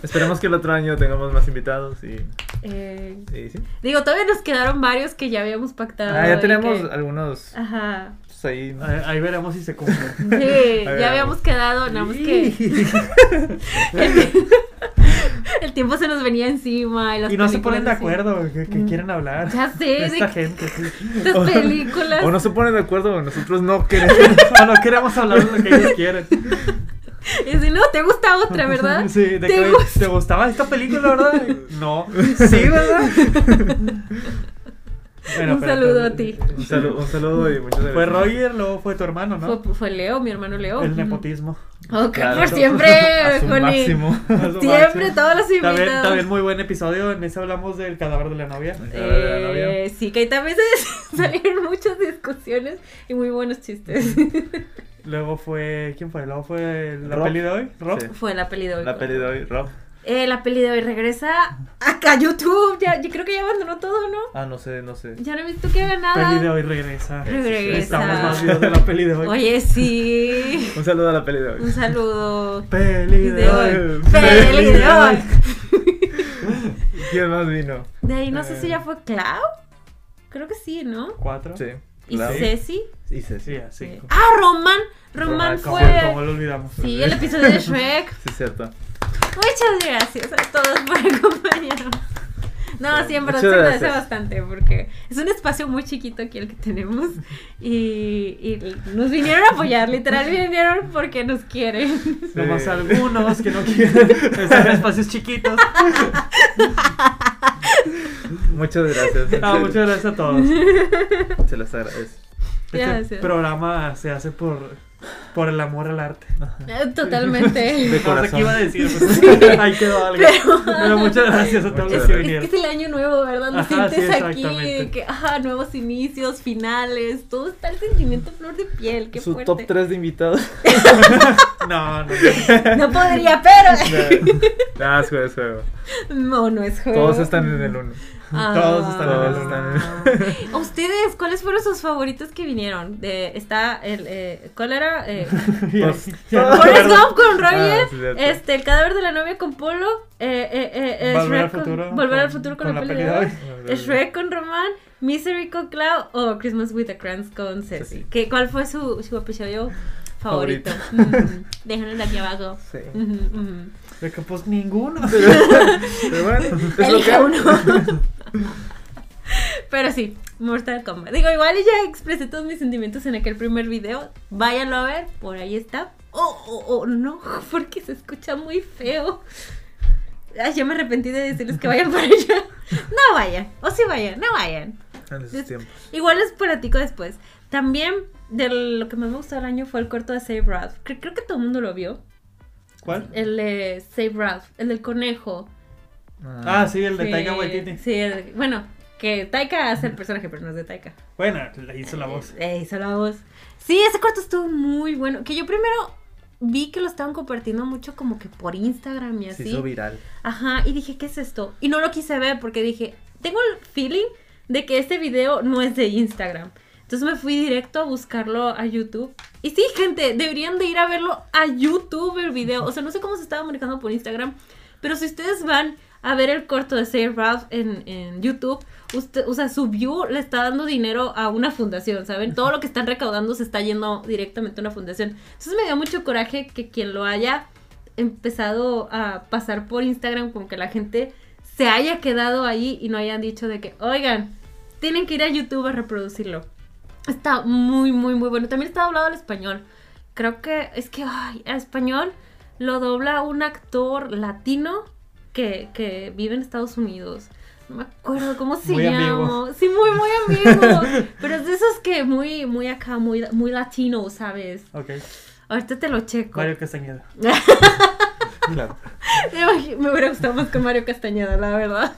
Speaker 3: Esperemos que el otro año tengamos más invitados y,
Speaker 1: Eh,
Speaker 3: y sí.
Speaker 1: digo, todavía nos quedaron varios que ya habíamos pactado.
Speaker 3: Ah, ya
Speaker 1: y
Speaker 3: tenemos
Speaker 1: que-
Speaker 3: algunos
Speaker 1: Ah. Ajá.
Speaker 3: pues, ahí.
Speaker 2: Ahí, ahí veremos si se cumple.
Speaker 1: Sí,
Speaker 3: ver,
Speaker 1: ya habíamos
Speaker 3: vamos.
Speaker 1: quedado, nada más que el tiempo se nos venía encima. Y, las
Speaker 2: Y no se
Speaker 1: películas
Speaker 2: ponen de
Speaker 1: así.
Speaker 2: acuerdo que, que quieren hablar.
Speaker 1: Ya sé,
Speaker 2: de
Speaker 1: de
Speaker 2: esta
Speaker 1: que-
Speaker 2: gente. sí.
Speaker 1: Estas películas.
Speaker 3: O no se ponen de acuerdo, o nosotros no queremos.
Speaker 2: O no queremos hablar de lo que ellos quieren.
Speaker 1: Y si no, te gusta otra, ¿verdad?
Speaker 2: Sí, de
Speaker 1: ¿Te
Speaker 2: que, oye,
Speaker 1: gusta?
Speaker 2: ¿te gustaba esta película, verdad? No. Sí, ¿verdad? Bueno,
Speaker 1: Un
Speaker 2: pero- eh,
Speaker 1: saludo a ti.
Speaker 3: Un saludo, un saludo y muchas gracias.
Speaker 2: Fue Roger, luego fue tu hermano, ¿no?
Speaker 1: Fue, fue Leo, mi hermano Leo.
Speaker 2: El nepotismo.
Speaker 1: Ok,
Speaker 3: Claro.
Speaker 1: por siempre,
Speaker 3: A su
Speaker 1: Joni.
Speaker 3: máximo.
Speaker 2: Eso,
Speaker 1: Siempre,
Speaker 2: macho.
Speaker 1: todos los
Speaker 2: También,
Speaker 1: invitados.
Speaker 2: también muy buen episodio. En ese hablamos del cadáver de la novia.
Speaker 1: Eh, sí, que ahí también se salieron muchas discusiones y muy buenos chistes.
Speaker 2: Luego fue. ¿Quién fue? Luego fue la
Speaker 3: Rob.
Speaker 2: peli de hoy. Rob.
Speaker 3: Sí.
Speaker 1: Fue la peli de hoy.
Speaker 3: La peli de hoy, Rob.
Speaker 1: Eh, la peli de hoy regresa acá a YouTube. Ya, yo creo que ya abandonó todo, ¿no?
Speaker 3: Ah, no sé, no sé.
Speaker 1: Ya no he visto que haga nada.
Speaker 2: Peli de hoy regresa.
Speaker 1: Ah. Regresa.
Speaker 2: Estamos más vivos de la peli de hoy.
Speaker 1: Oye, sí.
Speaker 3: Un saludo a la peli de
Speaker 1: Un
Speaker 3: hoy.
Speaker 1: saludo.
Speaker 2: Peli de,
Speaker 1: De
Speaker 2: hoy.
Speaker 1: hoy. Peli de hoy.
Speaker 3: ¿Quién más vino?
Speaker 1: De ahí no sé si
Speaker 3: Eh.
Speaker 1: ya fue Clau. Creo que sí, ¿no?
Speaker 2: Cuatro.
Speaker 3: Sí.
Speaker 1: Y
Speaker 3: Clau.
Speaker 1: Ceci.
Speaker 3: Y
Speaker 2: Sí,
Speaker 3: Ceci. Sí,
Speaker 2: así.
Speaker 1: Eh, Ah, Román. Román
Speaker 3: Román,
Speaker 2: ¿Cómo, cómo
Speaker 1: fue.
Speaker 2: lo olvidamos?
Speaker 1: Sí, el episodio de Shrek.
Speaker 3: es cierto.
Speaker 1: Muchas gracias a todos por acompañarnos. No,
Speaker 3: Sí,
Speaker 1: sí, en verdad
Speaker 3: muchas
Speaker 1: se agradece
Speaker 3: gracias.
Speaker 1: bastante porque es un espacio muy chiquito aquí el que tenemos y, y nos vinieron a apoyar, literal vinieron porque nos quieren.
Speaker 3: Sí.
Speaker 2: Nomás algunos que no quieren estar en espacios chiquitos.
Speaker 3: Muchas gracias. en
Speaker 2: Ah,
Speaker 3: serio.
Speaker 2: muchas gracias a todos.
Speaker 3: Se las agradezco.
Speaker 2: Este
Speaker 1: Gracias.
Speaker 2: programa se hace por, por el amor al arte.
Speaker 1: Eh, Totalmente.
Speaker 3: De
Speaker 2: No sé
Speaker 3: corazón.
Speaker 2: qué iba a decir. pues, ahí quedó algo.
Speaker 1: Pero-
Speaker 2: Pero, muchas gracias a todos
Speaker 1: Es,
Speaker 2: los
Speaker 3: Muchas
Speaker 2: que
Speaker 1: es que
Speaker 2: vinieron.
Speaker 1: es el año nuevo, ¿verdad? Lo
Speaker 2: Ajá, sí,
Speaker 1: sientes aquí, de
Speaker 2: exactamente.
Speaker 1: que, ah, nuevos inicios, finales, todo está el sentimiento a flor de piel, qué
Speaker 3: Su
Speaker 1: fuerte.
Speaker 3: top 3 de invitados.
Speaker 2: No, no, no.
Speaker 1: No podría, pero...
Speaker 3: Nah, es juego, es juego.
Speaker 1: No, no es juego.
Speaker 3: Todos están en el 1.
Speaker 1: Ah.
Speaker 2: Todos están en el
Speaker 1: ¿A ustedes cuáles fueron sus favoritos que vinieron? De, está el... eh, ¿Cuál era? Eh,
Speaker 2: Ya-
Speaker 3: Pues-
Speaker 2: ya no me
Speaker 1: Forrest
Speaker 2: acuerdo.
Speaker 1: Gump con Roger,
Speaker 3: Ah, sí, cierto.
Speaker 1: este, El cadáver de la novia con Polo, eh, eh, eh, eh,
Speaker 2: Volver
Speaker 1: Shrek
Speaker 2: al futuro
Speaker 1: con, Volver al
Speaker 2: con-
Speaker 1: futuro con,
Speaker 2: con
Speaker 1: la,
Speaker 2: la
Speaker 1: peli
Speaker 2: peli de
Speaker 1: de hoy, Shrek con Román, Misery con Clau o Christmas with a Crance con Ceci.
Speaker 3: Ceci.
Speaker 1: ¿Qué, ¿Cuál fue su, su episodio favorito?
Speaker 3: Favorito.
Speaker 1: Mm, déjenlo aquí abajo.
Speaker 3: Sí.
Speaker 1: Ujú, ujú.
Speaker 2: De que, pues ninguno.
Speaker 3: Pero bueno, es lo que-
Speaker 1: Elige uno. Pero sí, Mortal Kombat. Digo, igual ya expresé todos mis sentimientos en aquel primer video. Váyanlo a ver, por ahí está. Oh, oh, oh, no, porque se escucha muy feo. Ay, ya me arrepentí de decirles que vayan para allá. No vayan, o sí vayan, no vayan.
Speaker 3: En esos tiempos.
Speaker 1: Igual les platico después. También de lo que más me gustó del año fue el corto de Save Ralph. Cre- creo que todo el mundo lo vio.
Speaker 2: ¿Cuál?
Speaker 1: El de Save Ralph, el del conejo.
Speaker 2: Ah, sí, el de
Speaker 1: Sí,
Speaker 2: Taika Waititi.
Speaker 1: Sí, el- bueno, que Taika hace el personaje, pero no es de Taika.
Speaker 2: Bueno, le hizo la voz.
Speaker 1: Eh, hizo la voz. Sí, ese corto estuvo muy bueno. Que yo primero vi que lo estaban compartiendo mucho como que por Instagram y
Speaker 3: Se
Speaker 1: así.
Speaker 3: hizo viral.
Speaker 1: Ajá, y dije, ¿qué es esto? Y no lo quise ver porque dije, tengo el feeling de que este video no es de Instagram. Entonces me fui directo a buscarlo a YouTube. Y sí, gente, deberían de ir a verlo a YouTube el video. O sea, no sé cómo se estaba manejando por Instagram. Pero si ustedes van a ver el corto de Save Ralph en, en YouTube, usted, o sea, su view le está dando dinero a una fundación, ¿saben? Todo lo que están recaudando se está yendo directamente a una fundación. Entonces me dio mucho coraje que quien lo haya empezado a pasar por Instagram, como que la gente se haya quedado ahí y no hayan dicho de que, oigan, tienen que ir a YouTube a reproducirlo. Está muy, muy, muy bueno. También está doblado al español. Creo que es que, ay, al español lo dobla un actor latino que, que vive en Estados Unidos. No me acuerdo cómo se
Speaker 2: Muy
Speaker 1: llama.
Speaker 2: amigo.
Speaker 1: Sí, muy, muy amigo. Pero es de esos que muy, muy acá, muy, muy latino, ¿sabes?
Speaker 2: Ok.
Speaker 1: Ahorita te lo checo.
Speaker 2: Mario Castañeda.
Speaker 3: Claro.
Speaker 1: Me imagi- Me hubiera gustado más con Mario Castañeda, la verdad.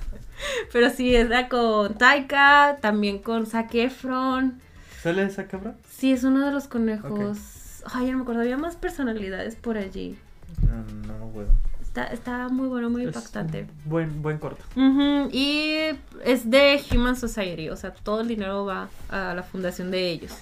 Speaker 1: Pero sí, está con Taika, también con Zac Efron.
Speaker 2: ¿Sale esa cabra?
Speaker 1: Sí, es uno de los conejos. Ay, ya no me acuerdo, había más personalidades por allí.
Speaker 3: No, no, no, güey.
Speaker 1: Está, está muy bueno, muy
Speaker 2: Es
Speaker 1: impactante.
Speaker 2: un Buen, buen corto.
Speaker 1: Ujú, Y es de Human Society, o sea, todo el dinero va a la fundación de ellos.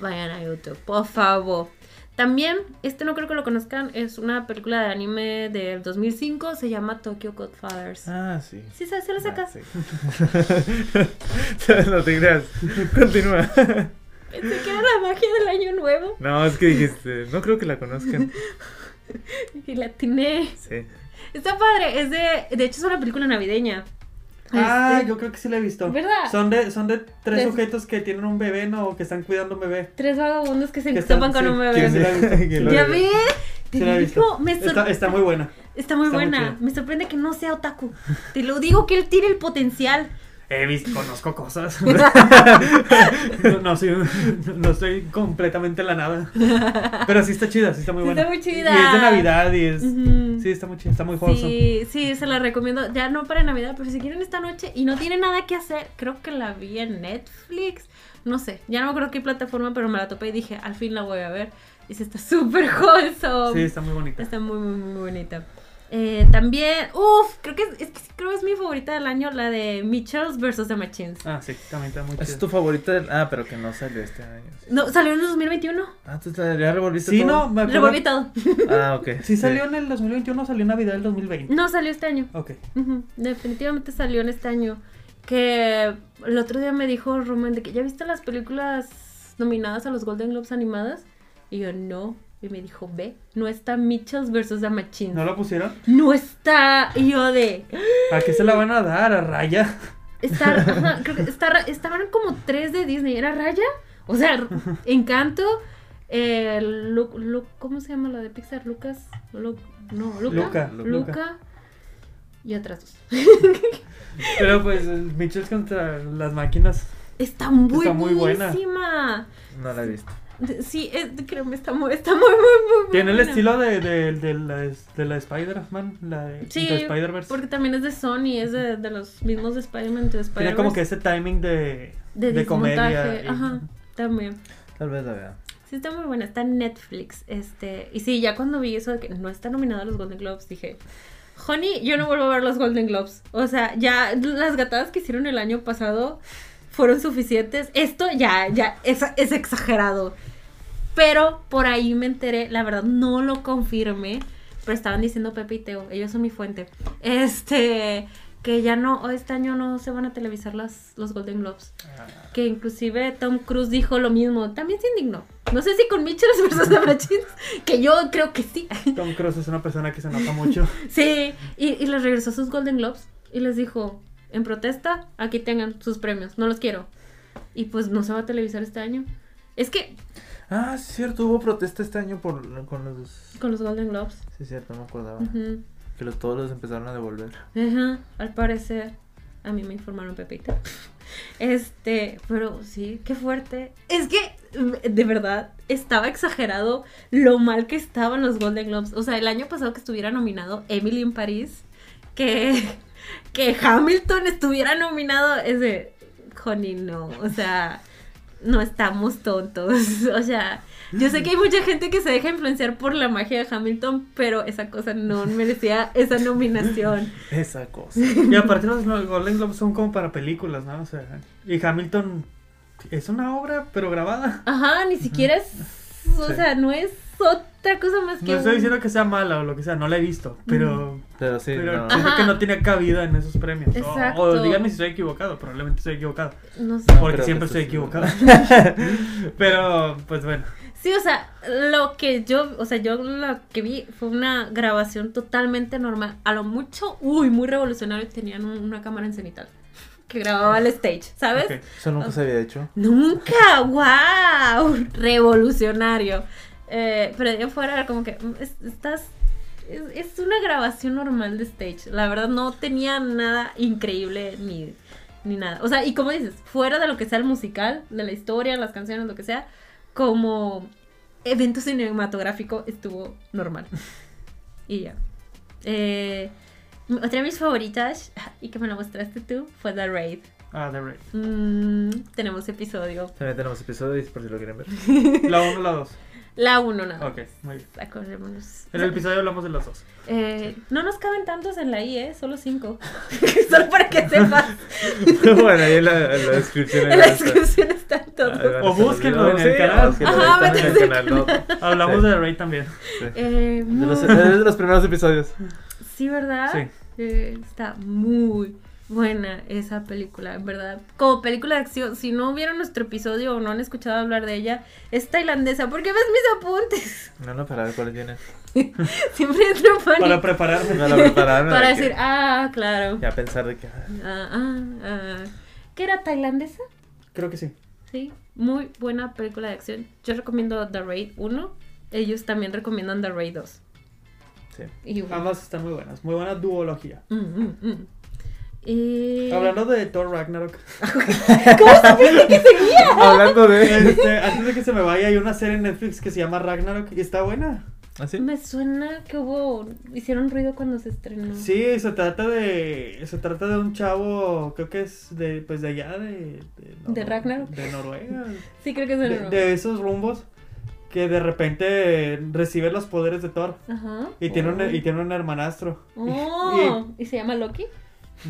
Speaker 1: Vayan a YouTube, por favor. También, este no creo que lo conozcan, es una película de anime del 2005, se llama Tokyo Godfathers.
Speaker 3: Ah, sí.
Speaker 1: Sí, se, se lo sacas.
Speaker 3: Ah, sí. no te creas. Continúa.
Speaker 1: Pensé que era la magia del año nuevo
Speaker 3: No, es que dijiste, no creo que la conozcan.
Speaker 1: y la atiné.
Speaker 3: Sí.
Speaker 1: Está padre, es de. De hecho, es una película navideña.
Speaker 2: Ah,
Speaker 1: Este,
Speaker 2: yo creo que sí la he visto.
Speaker 1: ¿Verdad?
Speaker 2: Son de, son de tres
Speaker 1: Tres.
Speaker 2: sujetos que tienen un bebé, ¿no? O que están cuidando un bebé.
Speaker 1: Tres vagabundos que se
Speaker 2: Que están-
Speaker 1: entopan con
Speaker 2: sí,
Speaker 1: un
Speaker 2: que sí
Speaker 1: bebé.
Speaker 2: la he visto.
Speaker 3: Que lo-
Speaker 1: ¿Ya ves? Te
Speaker 2: Sí la he
Speaker 1: digo,
Speaker 2: visto.
Speaker 1: me sor-
Speaker 2: Está, está muy buena.
Speaker 1: está muy
Speaker 2: está muy
Speaker 1: buena.
Speaker 2: chida.
Speaker 1: me sorprende que no sea otaku. Te lo digo que él tiene el potencial.
Speaker 2: He visto, conozco cosas. no, no, soy, no estoy completamente en la nada. Pero sí está chida, sí está muy
Speaker 1: Sí
Speaker 2: buena.
Speaker 1: está muy chida.
Speaker 2: Y es de Navidad y es.
Speaker 1: Ujú.
Speaker 2: Sí, está muy chida, está muy wholesome.
Speaker 1: Sí, sí, se la recomiendo. Ya no para Navidad, pero si quieren esta noche y no tienen nada que hacer, creo que la vi en Netflix. No sé, ya no me acuerdo qué plataforma, pero me la topé y dije, al fin la voy a ver. Y se está súper wholesome.
Speaker 2: Sí, está muy bonita.
Speaker 1: Está muy, muy, muy bonita. Eh, también, uff, creo que es, es que sí, creo que es mi favorita del año, la de Mitchells vs. The Machines.
Speaker 2: Ah, sí, también está muy
Speaker 3: ¿Es
Speaker 2: chida.
Speaker 3: tu favorita? del- Ah, pero que no salió este año.
Speaker 1: No, salió en el 2021.
Speaker 3: Ah, ¿tú te- ya revolviste
Speaker 2: Sí,
Speaker 3: todo?
Speaker 2: no, me
Speaker 1: Lo
Speaker 2: acuerdo.
Speaker 1: volví todo.
Speaker 3: Ah, ok.
Speaker 2: Sí salió en el 2021, salió en Navidad del 2020.
Speaker 1: No, salió este año.
Speaker 2: Ok.
Speaker 1: Ujú, Definitivamente salió en este año. Que el otro día me dijo Roman de que ya viste las películas nominadas a los Golden Globes animadas. Y yo no. Y me dijo, ve, no está Mitchells vs. The Machines.
Speaker 2: ¿No
Speaker 1: No,
Speaker 2: la pusieron?
Speaker 1: está. Y yo de.
Speaker 2: ¿A qué se la van a dar? ¿A Raya?
Speaker 1: Está, ajá, creo que está- estaban como tres de Disney. ¿Era Raya? O sea, Encanto. eh, Lu- Lu- ¿Cómo se llama la de Pixar? Lucas. Lu- no, Luca.
Speaker 2: Luca,
Speaker 1: Luca.
Speaker 2: Luca.
Speaker 1: Y otras dos.
Speaker 2: Pero pues, el Mitchell contra las máquinas.
Speaker 1: Está muy,
Speaker 2: Está muy buena.
Speaker 1: buenísima.
Speaker 3: No la he visto.
Speaker 1: De- Sí, es, créeme, está muy, está muy, muy, muy, muy
Speaker 2: Tiene el
Speaker 1: buena.
Speaker 2: estilo de, de, de la, de la Spider-Man, la de
Speaker 1: Sí,
Speaker 2: de Spider-Verse.
Speaker 1: Porque también es de Sony, es de, de los mismos de Spider-Man, de
Speaker 2: Tiene
Speaker 1: Spider-Verse.
Speaker 2: como que ese timing de,
Speaker 1: de,
Speaker 2: de comedia.
Speaker 1: desmontaje,
Speaker 2: y-
Speaker 1: Ajá, también.
Speaker 3: Tal vez la vea.
Speaker 1: Sí, está muy buena, está en Netflix. Este, y sí, ya cuando vi eso de que no está nominado a los Golden Globes, dije, Honey, yo no vuelvo a ver los Golden Globes. O sea, ya las gatadas que hicieron el año pasado fueron suficientes. Esto ya, ya es, es exagerado. Pero por ahí me enteré, la verdad no lo confirmé, pero estaban diciendo Pepe y Teo, ellos son mi fuente. Este, que ya no, este año no se van a televisar las, los Golden Globes. Que inclusive Tom Cruise dijo lo mismo, también se indignó. No sé si con Mitchell versus The Machines, que yo creo que sí.
Speaker 2: Tom Cruise es una persona que se nota mucho.
Speaker 1: Sí, y, y les regresó sus Golden Globes y les dijo, en protesta, aquí tengan sus premios, no los quiero. Y pues no se va a televisar este año. Es que
Speaker 3: Ah, sí, cierto, hubo protesta este año por, con los...
Speaker 1: con los Golden Globes.
Speaker 3: Sí, cierto, no me acordaba.
Speaker 1: ujú,
Speaker 3: Que los, todos los empezaron a devolver.
Speaker 1: ajá, al parecer, a mí me informaron Pepita. Este, pero sí, qué fuerte. Es que, mm, de verdad, estaba exagerado lo mal que estaban los Golden Globes. O sea, el año pasado que estuviera nominado Emily en París, que, que Hamilton estuviera nominado, es de, honey, no, o sea, no estamos tontos. O sea, yo sé que hay mucha gente que se deja influenciar por la magia de Hamilton, pero esa cosa no merecía esa nominación.
Speaker 3: Esa cosa.
Speaker 2: y aparte los Golden Globes son como para películas, ¿no? O sea, y Hamilton es una obra, pero grabada.
Speaker 1: Ajá, ni siquiera es, o
Speaker 2: Sí.
Speaker 1: sea, no es otra cosa más que.
Speaker 2: No estoy
Speaker 1: un-
Speaker 2: diciendo que sea mala o lo que sea, no la he visto, pero,
Speaker 3: Pero sí,
Speaker 2: pero
Speaker 3: Este, no.
Speaker 2: siento
Speaker 1: Ajá.
Speaker 2: que no tiene cabida en esos premios. O- O,
Speaker 1: Exacto.
Speaker 2: díganme si estoy equivocado, probablemente estoy equivocado,
Speaker 1: No sé.
Speaker 2: porque
Speaker 3: creo
Speaker 2: siempre
Speaker 3: que
Speaker 2: estoy
Speaker 3: esto
Speaker 2: equivocado. pero, pues bueno,
Speaker 1: Sí, o sea, lo que yo, o sea, yo lo que vi fue una grabación totalmente normal. A lo mucho, uy, muy revolucionario, tenían un- una cámara en cenital que grababa el stage, ¿sabes?
Speaker 2: ok.
Speaker 3: Eso
Speaker 1: Ah.
Speaker 3: nunca se había hecho.
Speaker 1: Nunca, wow, revolucionario. Eh, pero de afuera era como que mm, es- estás... Es, es una grabación normal de stage. La verdad no tenía nada increíble ni, ni nada. O sea, y como dices, fuera de lo que sea el musical, de la historia, las canciones, lo que sea, como evento cinematográfico estuvo normal. Y ya. Eh, otra de mis favoritas, y que me la mostraste tú, fue The Raid.
Speaker 2: Ah, The Raid.
Speaker 1: Mm, tenemos episodio.
Speaker 3: También tenemos episodios por si lo quieren ver.
Speaker 2: La 1 la 2.
Speaker 1: La 1 nada.
Speaker 2: Ok, muy bien.
Speaker 1: Acordémonos.
Speaker 2: En el episodio hablamos de las dos.
Speaker 1: Eh, no nos caben tantos en la I, ¿eh? Solo 5. Solo para que sepas.
Speaker 3: bueno, ahí en la, en la descripción. ahí
Speaker 1: en la
Speaker 3: va a estar.
Speaker 1: descripción están todos.
Speaker 3: Ahí van a
Speaker 2: O
Speaker 3: estar los
Speaker 2: búsquenlo en
Speaker 3: videos.
Speaker 2: el
Speaker 3: Sí,
Speaker 2: canal.
Speaker 3: búsquenlo,
Speaker 1: Ajá,
Speaker 3: están en
Speaker 1: métanse
Speaker 3: el
Speaker 1: al
Speaker 3: canal. ¿no?
Speaker 2: Hablamos
Speaker 3: Sí.
Speaker 2: de The Raid también.
Speaker 1: Eh,
Speaker 3: De los-
Speaker 1: muy-
Speaker 3: es de los primeros episodios.
Speaker 1: Sí, ¿verdad?
Speaker 2: Sí.
Speaker 1: Eh, está muy buena esa película, en verdad. Como película de acción, si no vieron nuestro episodio o no han escuchado hablar de ella, es tailandesa. ¿Por qué ves mis apuntes?
Speaker 3: No, no, para ver cuáles vienen.
Speaker 1: Siempre entro en
Speaker 2: Para
Speaker 1: pánico.
Speaker 2: prepararme.
Speaker 3: No, la prepararon.
Speaker 1: Para
Speaker 3: de que-
Speaker 1: decir, ah, claro.
Speaker 3: Ya pensar de que.
Speaker 1: Ah, ah, ah. ¿Qué era tailandesa?
Speaker 2: Creo que sí.
Speaker 1: Sí, muy buena película de acción. Yo recomiendo The Raid 1. Ellos también recomiendan The Raid 2.
Speaker 3: Sí.
Speaker 1: Y,
Speaker 2: Ambas están muy buenas. Muy buena duología.
Speaker 1: Mm, mm, mm. Y-
Speaker 2: Hablando de Thor Ragnarok,
Speaker 1: ¿Cómo supiste que seguía?
Speaker 3: Hablando de.
Speaker 2: este, antes de que se me vaya, hay una serie en Netflix que se llama Ragnarok y está buena.
Speaker 3: ¿Así?
Speaker 1: Me suena que hubo. Hicieron ruido cuando se estrenó.
Speaker 2: Sí, se trata de se trata de un chavo, creo que es de pues de allá de de,
Speaker 1: ¿De Ragnarok?
Speaker 2: de Noruega,
Speaker 1: Sí, creo que
Speaker 2: de,
Speaker 1: suena.
Speaker 2: de esos rumbos que de repente recibe los poderes de Thor
Speaker 1: Ajá.
Speaker 2: y tiene un
Speaker 3: Oh.
Speaker 2: y tiene un hermanastro. Y-
Speaker 1: Oh, ¿Y se llama Loki?
Speaker 2: y-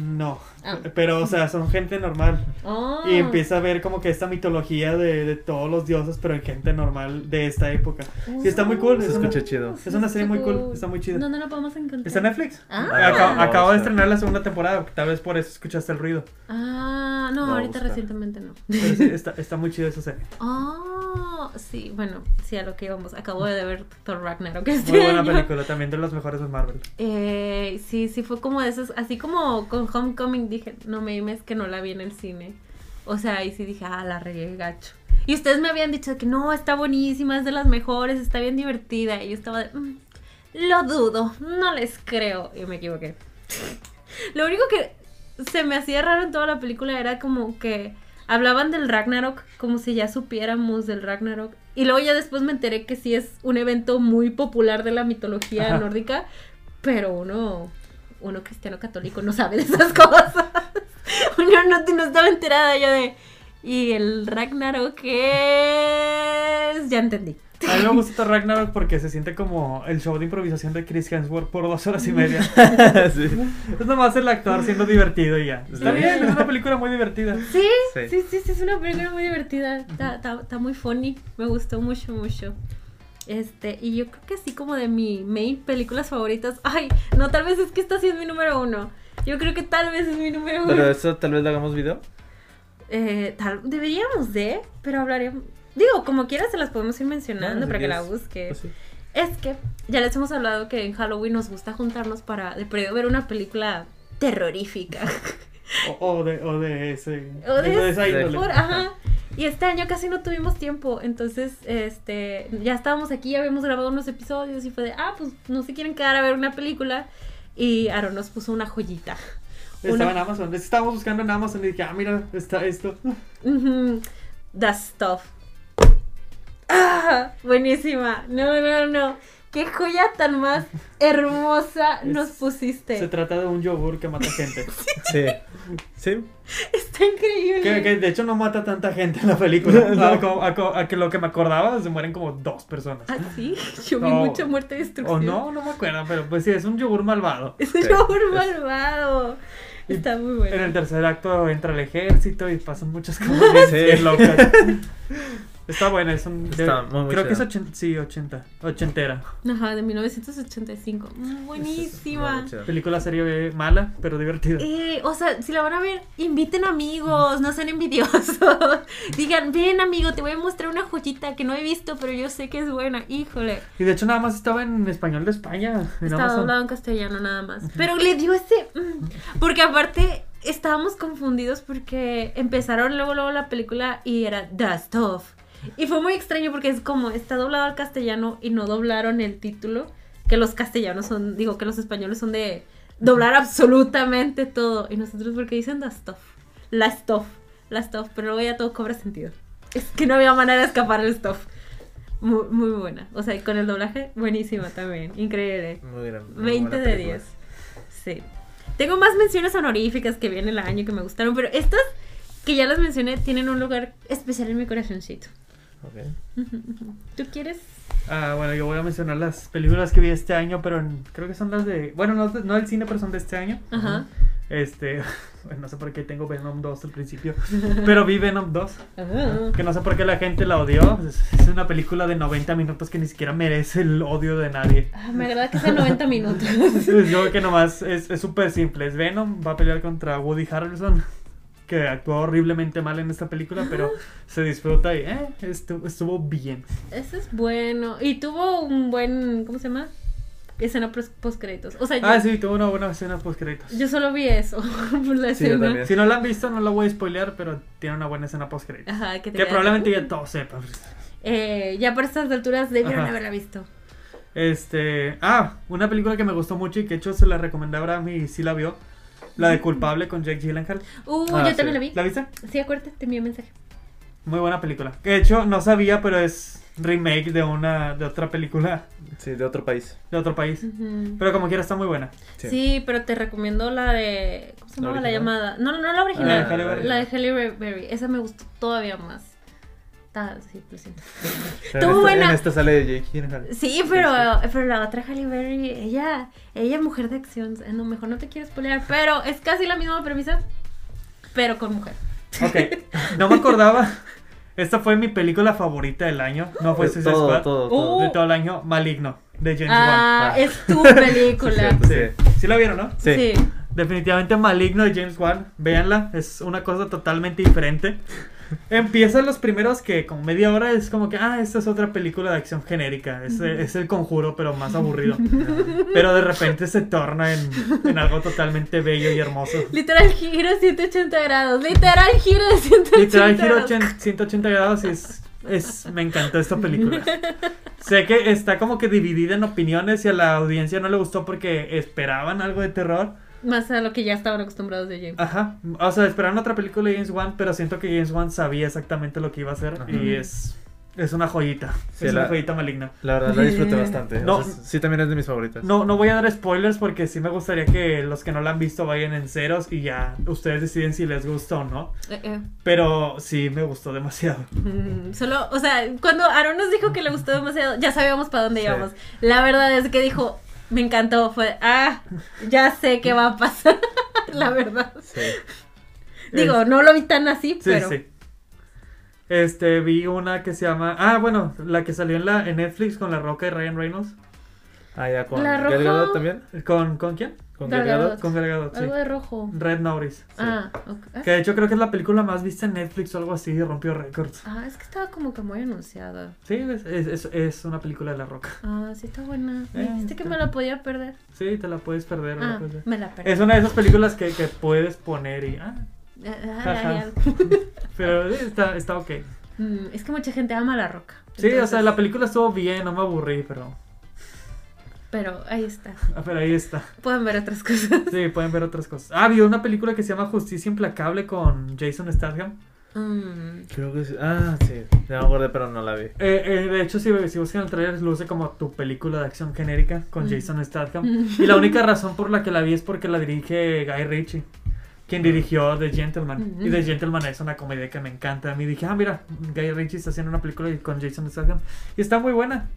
Speaker 2: no,
Speaker 1: Ah.
Speaker 2: pero o sea, son gente normal.
Speaker 1: Oh.
Speaker 2: Y empieza a ver como que esta mitología de, de todos los dioses, pero en gente normal de esta época. Y está
Speaker 1: Oh.
Speaker 2: muy cool.
Speaker 3: Se
Speaker 2: Es una,
Speaker 3: escucha chido.
Speaker 2: es una serie muy cool, está muy chida.
Speaker 1: ¿Dónde la podemos encontrar?
Speaker 2: ¿Está en Netflix?
Speaker 1: Ah.
Speaker 2: Acabo,
Speaker 3: Ah.
Speaker 2: acabo de estrenar la segunda temporada, tal vez por eso escuchaste el ruido.
Speaker 1: Ah, no,
Speaker 3: La voy a
Speaker 1: ahorita
Speaker 3: buscar.
Speaker 1: recientemente no.
Speaker 2: Pero sí, está, está muy chida esa serie.
Speaker 1: Oh, sí, bueno, sí, a lo que íbamos. Acabo de ver Thor Ragnarok este
Speaker 2: Muy buena
Speaker 1: año.
Speaker 2: película, también de las mejores de Marvel.
Speaker 1: Eh, sí, sí, fue como de esos. Así como con Homecoming dije, no me dimes que no la vi en el cine. O sea, ahí sí dije, ah, la regué gacho. Y ustedes me habían dicho que no, está buenísima, es de las mejores, está bien divertida. Y yo estaba de, "Mm, lo dudo, no les creo. Y me equivoqué. Lo único que se me hacía raro en toda la película era como que hablaban del Ragnarok como si ya supiéramos del Ragnarok. Y luego ya después me enteré que sí es un evento muy popular de la mitología
Speaker 2: Ajá.
Speaker 1: nórdica, pero uno, uno cristiano católico no sabe de esas cosas. uno no, no estaba enterada yo de... Y el Ragnarok es... Ya entendí.
Speaker 2: A mí me gusta Ragnarok porque se siente como el show de improvisación de Chris Hemsworth por dos horas y media.
Speaker 3: sí.
Speaker 2: Es nomás el actor siendo divertido y ya. Está
Speaker 3: Sí.
Speaker 2: bien, es una película muy divertida.
Speaker 1: Sí,
Speaker 3: Sí.
Speaker 1: sí, sí, sí, es una película muy divertida. Está, está- está muy funny. Me gustó mucho, mucho. Este, y yo creo que así como de mi main películas favoritas. Ay, no, tal vez es que esta sí es mi número uno. Yo creo que tal vez es mi número uno.
Speaker 3: Pero eso tal vez le hagamos video.
Speaker 1: Eh, tal- deberíamos de, pero hablaremos. Digo, como quieras, se las podemos ir mencionando
Speaker 3: Ah, si
Speaker 1: para que la
Speaker 3: quieres.
Speaker 1: busques.
Speaker 3: Pues sí.
Speaker 1: Es que ya les hemos hablado que en Halloween nos gusta juntarnos para de periodo ver una película terrorífica.
Speaker 2: O, o de, o de ese.
Speaker 1: O de
Speaker 2: esa
Speaker 3: ese.
Speaker 2: índole.
Speaker 1: Por- ajá. Y este año casi no tuvimos tiempo, entonces este ya estábamos aquí, ya habíamos grabado unos episodios y fue de, ah, pues no se quieren quedar a ver una película. Y Aaron nos puso una joyita.
Speaker 2: Estaba en
Speaker 1: Una-
Speaker 2: Amazon. Estábamos buscando en Amazon y dije, ah, mira, está esto.
Speaker 1: Ujú. That stuff. ¡Ah! Buenísima. No, no, no. Qué joya tan más hermosa nos
Speaker 2: Es-
Speaker 1: pusiste.
Speaker 2: Se trata de un yogur que mata gente.
Speaker 3: Sí. Sí.
Speaker 1: Está increíble.
Speaker 2: que, que de hecho no mata tanta gente en la película. A, co- a co- a que lo que me acordaba se mueren como dos personas.
Speaker 1: Ah, sí. Yo vi
Speaker 2: No.
Speaker 1: mucha muerte y destrucción.
Speaker 2: O no, no me acuerdo, pero pues sí, es un yogur malvado.
Speaker 1: Es un
Speaker 3: Sí,
Speaker 1: yogur
Speaker 3: es-
Speaker 1: malvado.
Speaker 2: Y
Speaker 1: Está muy
Speaker 2: En el
Speaker 1: bueno.
Speaker 2: tercer acto entra el ejército y pasan muchas cosas bien,
Speaker 3: Sí.
Speaker 2: bien locas. Está buena, es un- de-
Speaker 3: Está muy, muy
Speaker 2: creo que es
Speaker 3: chida.
Speaker 2: 80, sí, 80, ochentera.
Speaker 1: Ajá, de 1985. Mm, Buenísima.
Speaker 3: Está muy chida.
Speaker 2: Película serie eh, mala, pero divertida.
Speaker 1: Eh, o sea, si la van a ver, inviten amigos, no sean envidiosos. Digan, ven amigo, te voy a mostrar una joyita que no he visto, pero yo sé que es buena. Híjole,
Speaker 2: Y de hecho nada más estaba en español de España, en
Speaker 1: estaba
Speaker 2: Amazon.
Speaker 1: doblado en castellano nada más. Pero le dio ese... mm, porque aparte estábamos confundidos porque empezaron luego, luego la película y era The Stuff. Y fue muy extraño porque es como, está doblado al castellano y no doblaron el título, que los castellanos son, digo, que los españoles son de doblar absolutamente todo. Y nosotros porque dicen The Stuff, la Stuff, la Stuff, pero luego ya todo cobra sentido. Es que no había manera de escapar el Stuff. Muy, muy buena. O sea, y con el doblaje, buenísima también. Increíble.
Speaker 3: Muy gran- muy
Speaker 1: 20
Speaker 3: buena
Speaker 1: de
Speaker 3: película.
Speaker 1: 10. Sí. Tengo más menciones honoríficas que vienen el año que me gustaron, pero estas que ya las mencioné tienen un lugar especial en mi corazoncito.
Speaker 3: Ok.
Speaker 1: ¿Tú quieres?
Speaker 2: Ah, bueno, yo voy a mencionar las películas que vi este año, pero en- creo que son las de... Bueno, no, no del cine, pero son de este año.
Speaker 1: Ajá.
Speaker 2: Este, bueno, no sé por qué tengo Venom 2 al principio, pero vi Venom 2,
Speaker 1: Ajá.
Speaker 2: que no sé por qué la gente la odió. Es, es una película de 90 minutos que ni siquiera merece el odio de nadie.
Speaker 1: Ah, me agrada que sean 90 minutos.
Speaker 2: Yo creo que nomás es es súper simple. Es Venom, va a pelear contra Woody Harrelson, que actuó horriblemente mal en esta película, pero se disfruta y eh, estu- estuvo bien.
Speaker 1: Eso es bueno. Y tuvo un buen, ¿cómo se llama? Escena pros- postcréditos. O sea, yo,
Speaker 2: Ah, sí, tuvo una buena escena post créditos.
Speaker 1: yo solo vi eso. por la
Speaker 3: Sí, yo
Speaker 1: escena.
Speaker 3: también.
Speaker 2: Si no la han visto, no la voy a spoilear, pero tiene una buena escena post créditos.
Speaker 1: Ajá, Ah, que te
Speaker 2: Que
Speaker 1: quedas-
Speaker 2: probablemente ya todos sepan.
Speaker 1: Eh, ya por estas alturas debieron
Speaker 2: Ajá.
Speaker 1: haberla visto.
Speaker 2: Este. Ah, una película que me gustó mucho y que de hecho se la recomendé a Abraham y sí la vio. La de Culpable con Jake Gyllenhaal.
Speaker 1: Uh,
Speaker 3: Ah,
Speaker 1: yo también
Speaker 3: sí.
Speaker 1: la vi.
Speaker 2: ¿La viste?
Speaker 1: Sí, acuérdate, te envié mensaje.
Speaker 2: Muy buena película. Que de hecho no sabía, pero es remake de una de otra película
Speaker 3: Sí, de otro país.
Speaker 2: de otro país.
Speaker 1: Ujú.
Speaker 2: Pero como quiera está muy buena.
Speaker 1: Sí. pero te recomiendo la de. ¿Cómo se
Speaker 3: ¿La
Speaker 1: llamaba la
Speaker 3: original?
Speaker 1: llamada? No, no, no la
Speaker 2: Ah,
Speaker 1: original.
Speaker 2: de Halle Berry.
Speaker 1: la de Halle Berry. Esa me gustó todavía más. Está, sí, lo siento.
Speaker 3: En
Speaker 1: Tú,
Speaker 3: esta-
Speaker 1: buena.
Speaker 3: En esta sale de Jake Gyllenhaal.
Speaker 1: Sí, pero, pero la otra Halle Berry, ella, ella mujer de acción. A lo mejor no te quieres pelear, pero es casi la misma premisa, pero con mujer.
Speaker 2: Ok. No me acordaba. Esta fue mi película favorita del año. No fue
Speaker 3: Todo,
Speaker 2: Suicide
Speaker 3: Eh, Pues, todo,
Speaker 2: Squad.
Speaker 3: todo.
Speaker 1: Uh,
Speaker 2: De todo el año, Maligno, de James
Speaker 1: ah,
Speaker 3: Wan. Ah.
Speaker 1: es tu película.
Speaker 2: Wan.
Speaker 3: Sí.
Speaker 2: Sí. sí la vieron, ¿no?
Speaker 3: Sí.
Speaker 1: sí.
Speaker 2: Definitivamente Maligno de James Wan. Véanla, es una cosa totalmente diferente. Empiezan los primeros que con media hora es como que, ah, esta es otra película de acción genérica. Es, es el conjuro, pero más aburrido. Pero de repente se torna en, en algo totalmente bello y hermoso.
Speaker 1: Literal giro de 180 grados. Literal giro de 180
Speaker 2: Literal, giro
Speaker 1: grados.
Speaker 2: 80 180 grados y es, es- Me encantó esta película. Sé que está como que dividida en opiniones y a la audiencia no le gustó porque esperaban algo de terror.
Speaker 1: Más a lo que ya estaban acostumbrados de James.
Speaker 2: Ajá, o sea, esperaron otra película de James Wan, pero siento que James Wan sabía exactamente lo que iba a hacer
Speaker 3: Ajá.
Speaker 2: y es, es una joyita,
Speaker 3: Sí,
Speaker 2: es una
Speaker 3: la-
Speaker 2: joyita maligna.
Speaker 3: La verdad, la disfruté bastante.
Speaker 2: No.
Speaker 3: O sea, sí, también es de mis favoritas.
Speaker 2: No, no voy a dar spoilers porque sí me gustaría que los que no la han visto vayan en ceros y ya ustedes deciden si les gusta o no,
Speaker 1: Eh, eh.
Speaker 2: pero sí me gustó demasiado.
Speaker 1: Mm, Solo, o sea, cuando Aaron nos dijo que le gustó demasiado, ya sabíamos para dónde
Speaker 3: Sí.
Speaker 1: íbamos. La verdad es que dijo, me encantó, fue, ah, ya sé qué va a pasar, la verdad.
Speaker 3: Sí.
Speaker 1: Digo, no lo vi tan así,
Speaker 2: Sí,
Speaker 1: pero...
Speaker 2: sí. Este, vi una que se llama, ah, bueno, la que salió en la en Netflix con La Roca y Ryan Reynolds.
Speaker 3: Ah, ya, con
Speaker 1: La roja-
Speaker 3: Gal Gadot también.
Speaker 2: ¿Con, con quién?
Speaker 3: Con
Speaker 1: Gal
Speaker 3: Gal
Speaker 1: Gadot.
Speaker 3: Gadot.
Speaker 2: Con Gal Gadot, sí.
Speaker 1: Algo de rojo.
Speaker 2: Red Norris.
Speaker 1: Ah, ok. Ah,
Speaker 2: Que de hecho creo que es la película más vista en Netflix o algo así, rompió récords.
Speaker 1: Ah, es que estaba como que muy anunciada.
Speaker 2: Sí, es, es- es- es una película de la roca.
Speaker 1: Ah, sí está buena. Me
Speaker 2: Eh,
Speaker 1: dijiste que
Speaker 2: está-
Speaker 1: me la podía perder.
Speaker 2: Sí, te la puedes perder. no la
Speaker 1: Ah,
Speaker 2: puedes ver.
Speaker 1: me la perdí.
Speaker 2: Es una de esas películas que, que puedes poner y... Ah,
Speaker 1: Ah, ah,
Speaker 2: Ajá.
Speaker 1: ya.
Speaker 2: pero eh, está, está ok.
Speaker 1: Mm, es que mucha gente ama la roca.
Speaker 2: Sí, o sea,
Speaker 1: Entonces,
Speaker 2: la película estuvo bien, no me aburrí, pero... ah,
Speaker 1: Pero ahí está.
Speaker 2: Pero ahí está.
Speaker 1: Pueden ver otras cosas.
Speaker 2: Sí, pueden ver otras cosas. Ah, vi una película que se llama Justicia Implacable con Jason Statham.
Speaker 1: Mm.
Speaker 3: Creo que sí. Ah, sí. Ya me acordé, pero no la vi.
Speaker 2: Eh, eh, de hecho, si, si buscan el trailer, luce como tu película de acción genérica con
Speaker 1: Mm.
Speaker 2: Jason Statham.
Speaker 1: Mm.
Speaker 2: Y la única razón por la que la vi es porque la dirige Guy Ritchie, quien dirigió The Gentleman.
Speaker 1: Mm.
Speaker 2: Y The Gentleman es una comedia que me encanta. A mí dije, ah, mira, Guy Ritchie está haciendo una película con Jason Statham. Y está muy buena.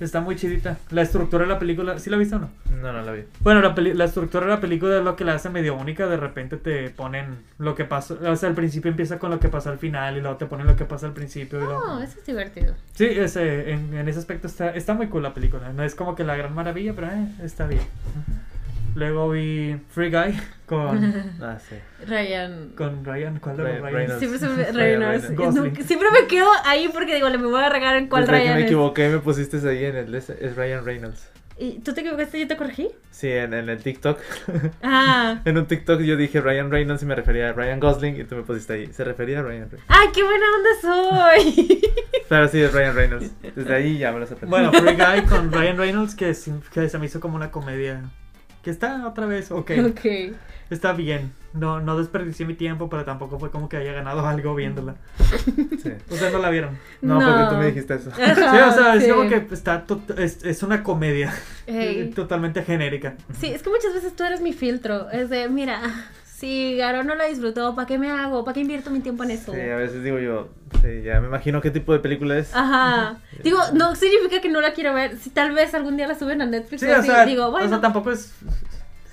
Speaker 2: Está muy chidita. La estructura de la película, ¿sí la viste o no?
Speaker 3: No, no la vi.
Speaker 2: Bueno, la, peli- la estructura de la película es lo que la hace medio única. De repente te ponen lo que pasa. O sea, al principio empieza con lo que pasa al final y luego te ponen lo que pasa al principio. Y luego...
Speaker 1: No, eso Ah, es divertido.
Speaker 2: Sí, ese, en, en ese aspecto está, está muy cool la película. No es como que la gran maravilla, pero eh, está bien. Luego vi Free Guy con,
Speaker 3: Ah, sí.
Speaker 1: Ryan.
Speaker 2: con Ryan. ¿Cuál de los
Speaker 3: Ryan-
Speaker 2: Ryan?
Speaker 3: Reynolds.
Speaker 1: Siempre, se me-
Speaker 3: Ryan
Speaker 1: Ryan
Speaker 3: Reynolds.
Speaker 1: Reynolds.
Speaker 2: Gosling.
Speaker 1: Nunca- siempre me quedo ahí porque digo, le me voy a regar en cuál
Speaker 3: Desde que
Speaker 1: Ryan
Speaker 3: me
Speaker 1: es.
Speaker 3: equivoqué, me pusiste ahí en el. Es es Ryan Reynolds.
Speaker 1: ¿Y ¿Tú te equivocaste y yo te corregí?
Speaker 3: Sí, en, en el TikTok.
Speaker 1: Ah.
Speaker 3: en un TikTok yo dije Ryan Reynolds y me refería a Ryan Gosling y tú me pusiste ahí. Se refería a Ryan Reynolds.
Speaker 1: ¡Ay, qué buena onda soy!
Speaker 3: Claro, sí, es Ryan Reynolds. Desde ahí ya me lo aprendí.
Speaker 2: Bueno, Free Guy con Ryan Reynolds que, sí- que se me hizo como una comedia. Que está otra vez, ok.
Speaker 1: ok.
Speaker 2: Está bien. No, no desperdicié mi tiempo, pero tampoco fue como que haya ganado algo viéndola.
Speaker 3: Sí.
Speaker 2: Ustedes no la vieron.
Speaker 3: No, porque tú
Speaker 1: No.
Speaker 3: me dijiste eso.
Speaker 1: Ajá,
Speaker 2: Sí, o sea, es
Speaker 1: sí.
Speaker 2: como que está tot- es, es una comedia
Speaker 1: Ey.
Speaker 2: totalmente genérica.
Speaker 1: Sí, es que muchas veces tú eres mi filtro. Es de, mira, si Garo no la disfrutó, ¿para qué me hago? ¿Para qué invierto mi tiempo en eso?
Speaker 3: Sí, a veces digo yo, sí, ya me imagino qué tipo de película
Speaker 1: Ah,
Speaker 3: es.
Speaker 1: Ajá. Digo, no significa que no la quiero ver. Si tal vez algún día la suben a Netflix,
Speaker 2: Sí,
Speaker 1: o
Speaker 2: o
Speaker 1: así,
Speaker 2: sea,
Speaker 1: digo,
Speaker 2: o
Speaker 1: bueno.
Speaker 2: sea, tampoco es...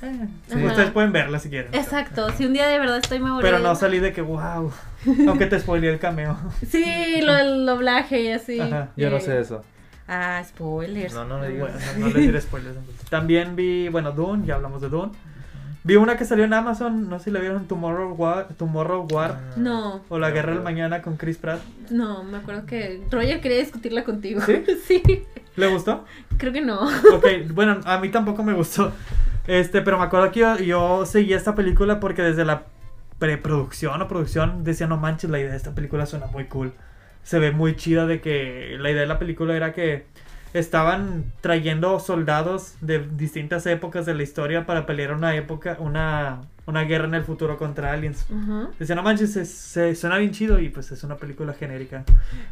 Speaker 2: eh,
Speaker 1: Sí.
Speaker 2: Ustedes
Speaker 1: Ajá.
Speaker 2: pueden verla si quieren.
Speaker 1: Exacto, si un día de verdad estoy muy aburrida.
Speaker 2: Pero no salí de que, wow, aunque te spoileé el cameo.
Speaker 1: Sí, lo del doblaje y así.
Speaker 2: Ajá,
Speaker 3: Yo no
Speaker 1: Eh,
Speaker 3: sé eso.
Speaker 1: Ah, spoilers.
Speaker 3: No, no me
Speaker 2: Bueno,
Speaker 3: digas.
Speaker 2: no, no les diré spoilers. entonces. También vi, bueno, Dune, ya hablamos de Dune. Vi una que salió en Amazon, no sé si la vieron, Tomorrow War, Tomorrow War
Speaker 1: No,
Speaker 2: o La
Speaker 3: No,
Speaker 2: Guerra del
Speaker 3: no.
Speaker 2: Mañana con Chris Pratt.
Speaker 1: no, me acuerdo que Roger quería discutirla contigo.
Speaker 2: ¿Sí?
Speaker 1: sí,
Speaker 2: ¿Le gustó?
Speaker 1: creo que no.
Speaker 2: Ok, bueno, a mí tampoco me gustó. Este, pero me acuerdo que yo, yo seguía esta película porque desde la preproducción o producción decía, no manches, la idea de esta película suena muy cool. Se ve muy chida de que la idea de la película era que estaban trayendo soldados de distintas épocas de la historia para pelear una época, una, una guerra en el futuro contra aliens.
Speaker 1: Ajá.
Speaker 2: Decía, no manches, se, se- suena bien chido y pues es una película genérica.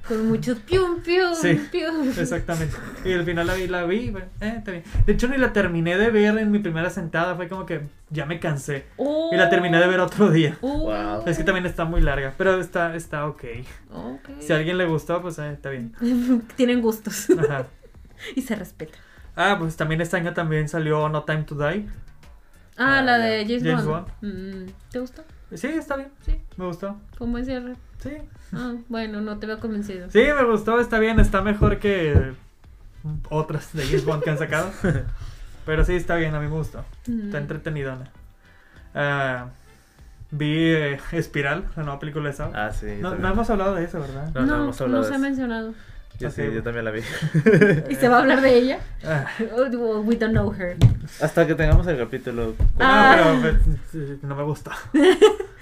Speaker 1: Con muchos pium, pium,
Speaker 2: Sí,
Speaker 1: pium.
Speaker 2: Exactamente. Y al final la vi, la vi, bueno, eh, está bien. De hecho, ni la terminé de ver en mi primera sentada. Fue como que ya me cansé.
Speaker 1: Oh.
Speaker 2: Y la terminé de ver otro día.
Speaker 1: Oh.
Speaker 3: Wow.
Speaker 2: Es que también está muy larga, pero está, está ok.
Speaker 1: Ok.
Speaker 2: Si a alguien le gustó, pues eh, está bien.
Speaker 1: Tienen gustos
Speaker 2: Ajá.
Speaker 1: y se respeta.
Speaker 2: Ah, pues también este año también salió No Time to Die.
Speaker 1: Ah,
Speaker 3: Ah,
Speaker 1: la
Speaker 3: ya.
Speaker 1: de James,
Speaker 2: James
Speaker 1: Bond. Mm, ¿Te gustó?
Speaker 2: Sí, está bien.
Speaker 1: Sí.
Speaker 2: Me gustó.
Speaker 1: Fue un buen cierre.
Speaker 2: Sí.
Speaker 1: Ah, bueno, no te veo convencido.
Speaker 2: Sí, me gustó, está bien. Está mejor que otras de James Bond que han sacado. Pero sí, está bien, a mí me gustó.
Speaker 1: Mm.
Speaker 2: Está entretenidona. Ah, vi eh, Espiral, la nueva película de Saw.
Speaker 3: Ah, sí. yo
Speaker 2: no,
Speaker 3: también.
Speaker 2: no hemos hablado de eso, ¿verdad?
Speaker 3: No,
Speaker 1: No,
Speaker 3: no
Speaker 1: no,
Speaker 3: hemos hablado de
Speaker 1: se ha
Speaker 3: eso. Eh.
Speaker 1: mencionado.
Speaker 3: Yo sí,
Speaker 2: Ok.
Speaker 3: yo también la vi.
Speaker 1: ¿Y se va a hablar de ella?
Speaker 2: Ah,
Speaker 1: Oh, We don't know her.
Speaker 3: Hasta que tengamos el capítulo.
Speaker 1: Ah.
Speaker 2: No, pero eh, no me gusta.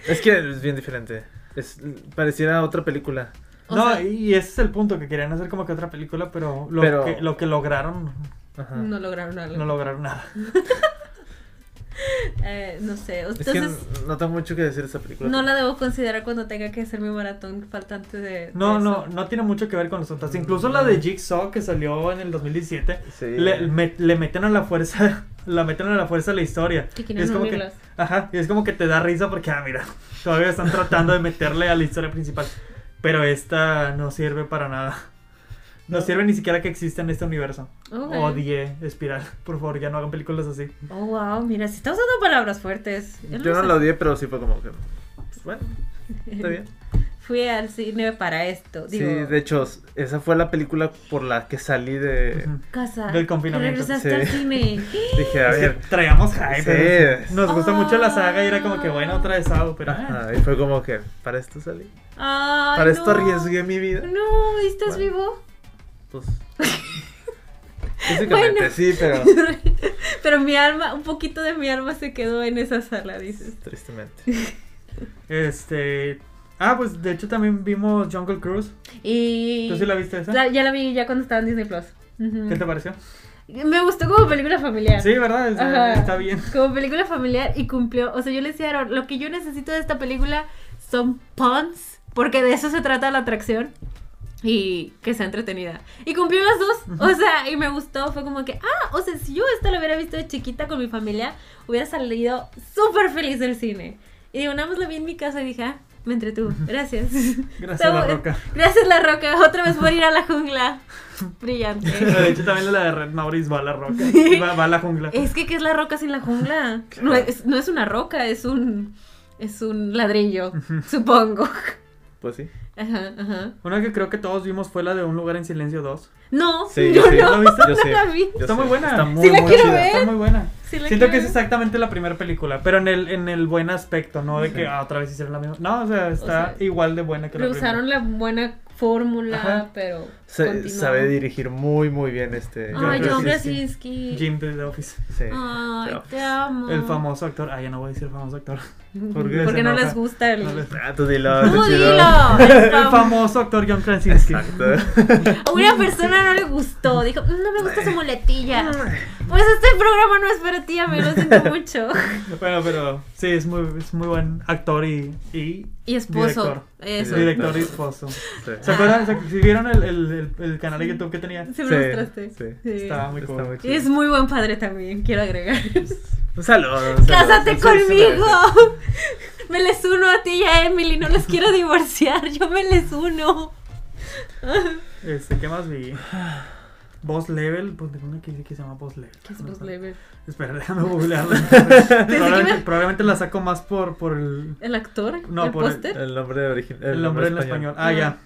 Speaker 3: Es que es bien diferente. Es, pareciera otra película.
Speaker 1: O
Speaker 2: no,
Speaker 1: sea-
Speaker 2: y ese es el punto, que querían hacer como que otra película, pero lo,
Speaker 3: Pero-
Speaker 2: Que, lo que lograron,
Speaker 3: Ajá.
Speaker 1: No lograron algo.
Speaker 2: no lograron nada.
Speaker 1: Eh, no sé.
Speaker 3: es
Speaker 1: Entonces,
Speaker 3: que no tengo mucho que decir de esa película.
Speaker 1: no la debo considerar cuando tenga que hacer mi maratón faltante de.
Speaker 2: No,
Speaker 1: de
Speaker 2: no,
Speaker 1: eso.
Speaker 2: no tiene mucho que ver con los
Speaker 3: Mm,
Speaker 2: otros. Incluso la de Jigsaw que salió en el 2017,
Speaker 3: Sí.
Speaker 2: le, me- le meten a la fuerza, la meten a la fuerza a la historia.
Speaker 1: Que
Speaker 2: Y
Speaker 1: quieren
Speaker 2: es como que,
Speaker 1: unirlas.
Speaker 2: Ajá, y es como que te da risa porque, ah, mira, todavía están tratando de meterle a la historia principal. Pero esta no sirve para nada. No sirve ni siquiera que exista en este universo.
Speaker 1: Ok.
Speaker 2: Odie Espiral. Por favor, ya no hagan películas así.
Speaker 1: Oh, wow. Mira, si está usando palabras fuertes.
Speaker 3: Yo no
Speaker 1: sé.
Speaker 3: la odié, pero sí fue como que. pues, Bueno, está bien.
Speaker 1: Fui al cine para esto. Digo,
Speaker 3: Sí, de hecho, esa fue la película por la que salí de.
Speaker 2: Ujú.
Speaker 1: casa.
Speaker 2: Del confinamiento,
Speaker 1: Regresaste
Speaker 3: sí.
Speaker 1: al cine.
Speaker 3: Dije, a
Speaker 2: Es que
Speaker 3: ver.
Speaker 2: traíamos hype.
Speaker 3: Sí.
Speaker 2: pero sí, Nos gusta mucho la saga y era como que,
Speaker 1: Ah.
Speaker 2: bueno, otra de Sao, pero. ah.
Speaker 3: Ajá, y fue como que, para esto salí.
Speaker 1: Ay,
Speaker 3: Para esto
Speaker 1: no.
Speaker 3: arriesgué mi vida.
Speaker 1: No, ¿y ¿estás
Speaker 3: Bueno.
Speaker 1: vivo?
Speaker 3: Pues. Físicamente
Speaker 1: Bueno.
Speaker 3: sí, pero.
Speaker 1: Pero mi alma, un poquito de mi alma se quedó en esa sala, dices.
Speaker 3: Tristemente.
Speaker 2: Este. Ah, pues de hecho también vimos Jungle Cruise.
Speaker 1: Y.
Speaker 2: ¿Tú sí la viste esa?
Speaker 1: La- ya la vi ya cuando estaba en Disney Plus. Ujú.
Speaker 2: ¿Qué te pareció?
Speaker 1: Me gustó como película familiar.
Speaker 2: Sí, ¿verdad? Es-
Speaker 1: Ajá.
Speaker 2: Está bien.
Speaker 1: Como película familiar y cumplió. O sea, yo le decía a Aaron, lo que yo necesito de esta película son puns, porque de eso se trata la atracción. Y que sea entretenida. Y cumplió las dos. O sea, y me gustó. Fue como que, ah, o sea, si yo esta la hubiera visto de chiquita con mi familia, hubiera salido súper feliz del cine. Y digo, nada más la vi en mi casa y dije, ah, me entretuvo. Gracias.
Speaker 2: Gracias, La
Speaker 1: Está bu-
Speaker 2: Roca.
Speaker 1: Gracias, La Roca. Otra vez por ir a la jungla. brillante.
Speaker 2: De hecho, también la de Red Maurice va a la roca. Va, va a la jungla.
Speaker 1: Es que, ¿qué es la roca sin la jungla? No es, no es una roca, es un, es un ladrillo, supongo.
Speaker 3: Pues sí.
Speaker 1: Ajá, ajá.
Speaker 2: Una que creo que todos vimos fue la de Un Lugar en Silencio 2.
Speaker 1: No,
Speaker 3: Sí,
Speaker 1: yo
Speaker 3: sí,
Speaker 1: no,
Speaker 2: ¿la viste?
Speaker 1: no
Speaker 3: Yo sí.
Speaker 1: la vi.
Speaker 3: yo
Speaker 2: Está muy
Speaker 3: sé,
Speaker 2: buena.
Speaker 3: Está
Speaker 2: Sí
Speaker 3: muy,
Speaker 1: la
Speaker 3: muy
Speaker 1: quiero
Speaker 3: chida.
Speaker 1: ver.
Speaker 2: Está muy buena.
Speaker 1: Sí la
Speaker 2: Siento que
Speaker 1: quiero
Speaker 2: es
Speaker 1: ver.
Speaker 2: exactamente la primera película, pero en el, en el buen aspecto, no de que
Speaker 3: Sí.
Speaker 2: ah, otra vez hicieron la misma. No, o sea,
Speaker 1: sea,
Speaker 2: está igual de buena que la primera.
Speaker 1: Rehusaron la buena fórmula,
Speaker 2: Ajá.
Speaker 1: pero.
Speaker 3: Se-
Speaker 1: continuaron.
Speaker 3: sabe dirigir muy, muy bien este.
Speaker 1: Ay, Ah.
Speaker 2: John
Speaker 1: John
Speaker 3: Krasinski.
Speaker 1: Krasinski.
Speaker 2: Jim de The Office.
Speaker 3: Sí.
Speaker 1: Ay,
Speaker 3: Pero-
Speaker 1: te amo.
Speaker 2: El famoso actor. Ah, ya no voy a decir famoso actor.
Speaker 1: Porque,
Speaker 2: se
Speaker 1: no
Speaker 2: enoja.
Speaker 1: les gusta el.
Speaker 2: No les-
Speaker 3: Ah, tú dilo.
Speaker 1: ¡Tú
Speaker 3: tú dilo.
Speaker 1: dilo! El
Speaker 2: El
Speaker 1: fam-
Speaker 2: famoso actor John Krasinski.
Speaker 3: Exacto.
Speaker 1: A una persona no le gustó. Dijo, no me gusta su muletilla. Pues este programa no es para ti, amigo. Lo siento mucho.
Speaker 2: Bueno, pero sí, es muy, es muy buen actor y, y
Speaker 1: Y esposo.
Speaker 2: Director.
Speaker 1: Eso.
Speaker 3: Direct-
Speaker 2: director y esposo.
Speaker 3: Sí.
Speaker 2: ¿Se acuerdan? ¿Se, si vieron el, el, el- el canal de YouTube que tenía?
Speaker 1: Sí, me lo
Speaker 3: Sí,
Speaker 1: mostraste.
Speaker 3: sí.
Speaker 1: Sí.
Speaker 2: Estaba muy
Speaker 3: Está
Speaker 2: cool.
Speaker 3: muy
Speaker 1: Y
Speaker 3: chido.
Speaker 1: es muy buen padre también, quiero agregar.
Speaker 3: Un saludo. un saludo.
Speaker 1: ¡Cásate
Speaker 3: Sí, sí, sí,
Speaker 1: conmigo!
Speaker 3: sí.
Speaker 1: Me les uno a ti y a Emily, no los quiero divorciar, yo me les uno.
Speaker 2: Este, ¿qué más vi? Boss Level, pues tengo una que dice que se llama Boss Level.
Speaker 1: ¿Qué es
Speaker 2: No
Speaker 1: Boss
Speaker 2: sé.
Speaker 1: Level?
Speaker 2: Espera, déjame googlearla.
Speaker 1: que
Speaker 2: probablemente,
Speaker 1: me-
Speaker 2: probablemente la saco más por, por el,
Speaker 1: ¿El actor?
Speaker 2: No,
Speaker 1: ¿El
Speaker 2: por el- eh,
Speaker 1: póster?
Speaker 3: El nombre original.
Speaker 2: el nombre en español. Ah,
Speaker 1: Ah.
Speaker 2: ya.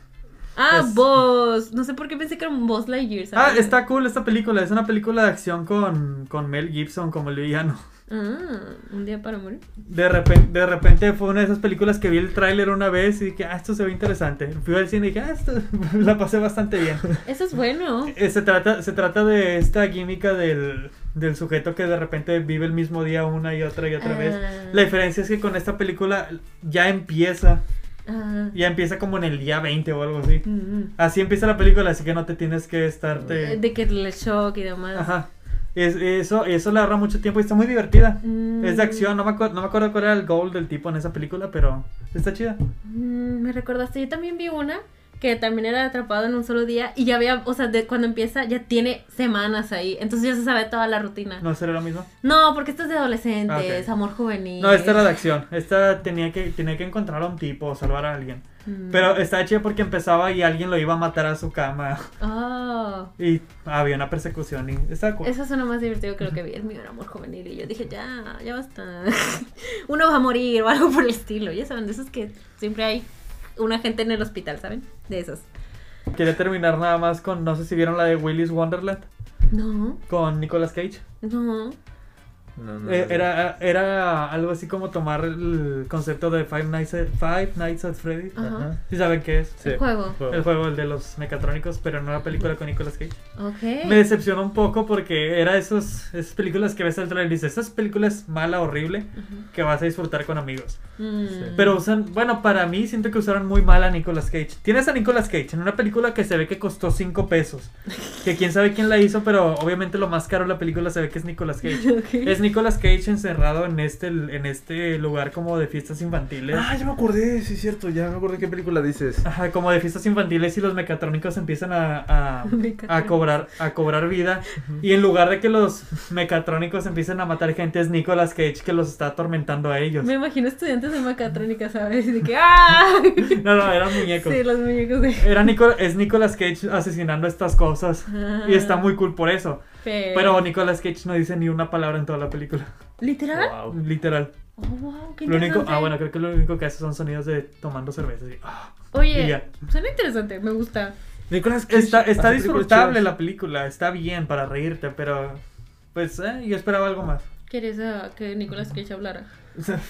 Speaker 1: Ah,
Speaker 2: es-
Speaker 1: Boss. No sé por qué pensé que era un Boss Lightyear.
Speaker 2: Ah,
Speaker 1: ¿sabes?
Speaker 2: está cool esta película. Es una película de acción con, con Mel Gibson como el villano.
Speaker 1: Ah, un día para morir.
Speaker 2: De repente, de repente fue una de esas películas que vi el tráiler una vez y dije, ah, esto se ve interesante. Fui al cine y dije, ah, esto la pasé bastante bien.
Speaker 1: Eso es bueno.
Speaker 2: Eh, se, trata, se trata de esta química del, del sujeto que de repente vive el mismo día una y otra y otra
Speaker 1: Ah.
Speaker 2: vez. La diferencia es que con esta película ya empieza,
Speaker 1: Ah.
Speaker 2: ya empieza como en el día 20 o algo así.
Speaker 1: Mm,
Speaker 2: Así empieza la película, así que no te tienes que estarte...
Speaker 1: Eh, De que el shock y demás.
Speaker 2: Ajá. Es- eso, eso le ahorra mucho tiempo y está muy divertida.
Speaker 1: Mm.
Speaker 2: Es de acción, no me, acuer- no me acuerdo cuál era el goal del tipo en esa película, pero está chida.
Speaker 1: Mm, Me recordaste, yo también vi una que también era atrapado en un solo día y ya había, o sea, de cuando empieza ya tiene semanas ahí, entonces ya se sabe toda la rutina. No,
Speaker 2: ¿No será lo mismo?
Speaker 1: porque esto es de adolescentes,
Speaker 2: Ah, ok.
Speaker 1: amor juvenil.
Speaker 2: No, esta era de acción. Esta tenía que, tenía que encontrar a un tipo o salvar a alguien.
Speaker 1: Mm.
Speaker 2: Pero estaba chido porque empezaba y alguien lo iba a matar a su cama.
Speaker 1: Oh,
Speaker 2: Y había una persecución y estaba cool.
Speaker 1: eso suena más divertido que lo que vi, el mío era amor juvenil y yo dije, ya, ya basta. Uno va a morir o algo por el estilo, ya saben, de esos que siempre hay una gente en el hospital, ¿saben? De esos.
Speaker 2: Quería terminar nada más con, no sé si vieron la de Willy's Wonderland
Speaker 1: No,
Speaker 2: con Nicolas Cage.
Speaker 1: no.
Speaker 3: No, no,
Speaker 2: Eh,
Speaker 3: no.
Speaker 2: Era, era algo así como tomar el concepto de Five Nights at, Five Nights at Freddy's.
Speaker 1: Ah. Ajá.
Speaker 3: Ajá.
Speaker 2: ¿Sí saben qué es?
Speaker 3: Sí.
Speaker 1: El juego.
Speaker 2: El juego, el de los mecatrónicos, pero no la película con Nicolas Cage.
Speaker 1: Ok.
Speaker 2: Me decepcionó un poco porque era esos, esas películas que ves al trailer y dices, esas películas mala, horrible,
Speaker 1: Ujú.
Speaker 2: que vas a disfrutar con amigos.
Speaker 1: Mm.
Speaker 2: Pero usan, bueno, para mí siento que usaron muy mal a Nicolas Cage. Tienes a Nicolas Cage en una película que se ve que costó 5 pesos. Que quién sabe quién la hizo, pero obviamente lo más caro de la película se ve que es Nicolas Cage.
Speaker 1: Ok.
Speaker 2: Es Nicolas Cage encerrado en este, en este lugar como de fiestas infantiles.
Speaker 3: Ah, ya me acordé, sí, es cierto. Ya me acordé qué película dices.
Speaker 2: Ajá, como de fiestas infantiles y los mecatrónicos empiezan a, a, a cobrar a cobrar vida y en lugar de que los mecatrónicos empiecen a matar gente es Nicolas Cage que los está atormentando a ellos.
Speaker 1: Me imagino estudiantes de mecatrónica, ¿sabes? De que ¡ah!
Speaker 2: No, no, eran muñecos.
Speaker 1: Sí, los muñecos de...
Speaker 2: Era Nicolas, es Nicolas Cage asesinando estas cosas y está muy cool por eso.
Speaker 1: Ah,
Speaker 3: Eh.
Speaker 1: Pero...
Speaker 2: Pero Nicolas Cage no dice ni una palabra en toda la película,
Speaker 1: ¿Literal?
Speaker 3: Wow.
Speaker 2: literal.
Speaker 1: Oh, wow, qué
Speaker 2: Lo único,
Speaker 1: interesante.
Speaker 2: ah bueno, creo que lo único que hace son sonidos de tomando cerveza. así, ah. y
Speaker 1: Oye,
Speaker 2: ya.
Speaker 1: suena interesante, me gusta.
Speaker 3: Nicolas Cage
Speaker 2: Está, está
Speaker 3: hace películas
Speaker 2: disfrutable
Speaker 3: chidas.
Speaker 2: la película, está bien para reírte, pero pues eh, yo esperaba algo más.
Speaker 1: ¿Quieres ah, que Nicolas Cage hablara?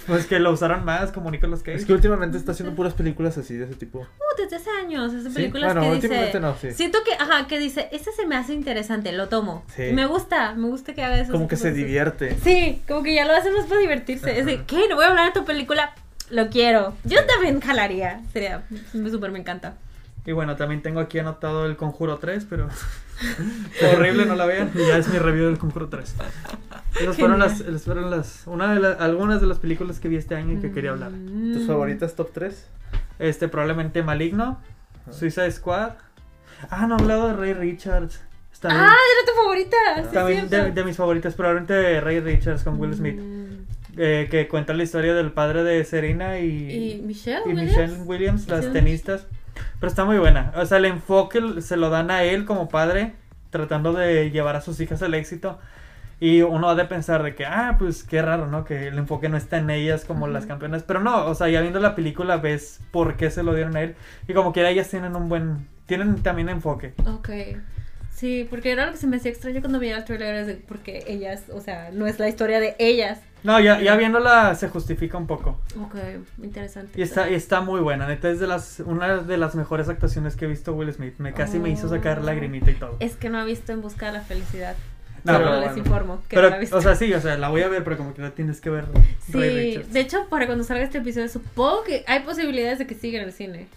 Speaker 2: Pues que lo usaran más como Nicolas Cage.
Speaker 3: Es que últimamente está haciendo puras películas así de ese tipo.
Speaker 1: Uh, desde hace años, esas
Speaker 3: Sí,
Speaker 1: películas
Speaker 3: bueno,
Speaker 1: que dice...
Speaker 3: últimamente no, sí.
Speaker 1: Siento que, ajá, que dice, este se me hace interesante, lo tomo.
Speaker 3: Sí.
Speaker 1: Me gusta, me gusta que haga eso.
Speaker 3: Como que se divierte.
Speaker 1: Sí, como que ya lo hacen más para divertirse. Es de,
Speaker 3: Ajá.
Speaker 1: ¿qué? No voy a hablar de tu película. Lo quiero. Yo también jalaría. Sería, me- súper me encanta.
Speaker 2: Y bueno, también tengo aquí anotado el Conjuro 3, pero horrible, no la vean. Y ya es mi review del Conjuro 3. Esas fueron las, esas fueron las, una de la- algunas de las películas que vi este año y que quería hablar.
Speaker 1: Mm.
Speaker 3: ¿Tus favoritas top 3?
Speaker 2: Este, probablemente Maligno, Suicide Squad. Ah, no he hablado de Ray Richards. Está bien.
Speaker 1: Ah, era tu favorita. sí,
Speaker 2: También de,
Speaker 1: cierto.
Speaker 2: de mis favoritas, probablemente de Ray Richards con Will Smith,
Speaker 1: Mm.
Speaker 2: eh, que cuenta la historia del padre de Serena
Speaker 1: ¿Y Michelle?
Speaker 2: y
Speaker 1: Ah, Williams?
Speaker 2: Michelle Williams, las
Speaker 1: Sí.
Speaker 2: tenistas. Pero está muy buena. O sea, el enfoque l- se lo dan a él como padre, tratando de llevar a sus hijas al éxito. Y uno ha de pensar de que, ah, pues qué raro, ¿no? Que el enfoque no está en ellas como las campeonas. Pero no, o sea, ya viendo la película ves por qué se lo dieron a él. Y como quiera, ellas tienen un buen. Tienen también enfoque.
Speaker 1: Ok. Sí, porque era lo que se me hacía extraño cuando veía el trailer, es de- porque ellas, o sea, no es la historia de ellas.
Speaker 2: No, ya, ya viéndola se justifica un poco.
Speaker 1: Ok, interesante.
Speaker 2: Y está, y está muy buena, neta, es de las, una de las mejores actuaciones que he visto Will Smith. Me casi me hizo sacar
Speaker 1: Oh.
Speaker 2: lagrimita y todo.
Speaker 1: Es que no ha visto En Busca de la Felicidad.
Speaker 2: No,
Speaker 1: pero
Speaker 2: pero
Speaker 1: les
Speaker 2: bueno.
Speaker 1: informo que no
Speaker 2: Pero,
Speaker 1: la ha visto.
Speaker 2: o sea, sí, o sea, la voy a ver, pero como que la tienes que ver. Ray
Speaker 1: sí,
Speaker 2: Richards.
Speaker 1: de hecho, para cuando salga este episodio, supongo que hay posibilidades de que siga en el cine.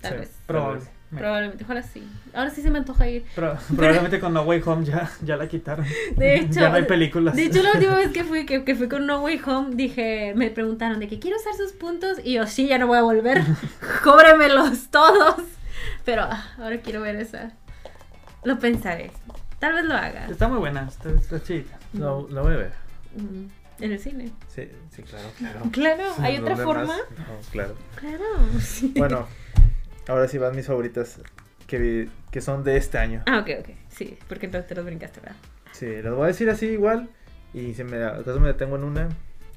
Speaker 1: Tal
Speaker 3: Sí.
Speaker 1: vez.
Speaker 2: Probable.
Speaker 1: Probablemente, ahora sí. Ahora sí se me antoja ir.
Speaker 2: Pro- probablemente con No Way Home ya, ya la quitaron.
Speaker 1: De hecho,
Speaker 2: ya no hay películas.
Speaker 1: De hecho, la última vez que fui, que, que fui con No Way Home, dije, me preguntaron de que quiero usar sus puntos y yo, sí, ya no voy a volver. Cóbremelos todos. Pero ah, ahora quiero ver esa. Lo pensaré. Tal vez lo haga.
Speaker 2: Está muy buena, está, está chida.
Speaker 3: No, la voy a ver.
Speaker 1: Mm, En el cine.
Speaker 3: Sí, sí, claro, claro.
Speaker 1: Claro, hay otra
Speaker 3: ¿Dónde
Speaker 1: forma.
Speaker 3: más? No, claro.
Speaker 1: Claro, sí.
Speaker 3: Bueno, ahora sí van mis favoritas que, vi- que son de este año.
Speaker 1: Ah, ok, ok. Sí, porque entonces te los brincaste, ¿verdad?
Speaker 3: Sí, las voy a decir así igual. Y si me, acaso me detengo en una,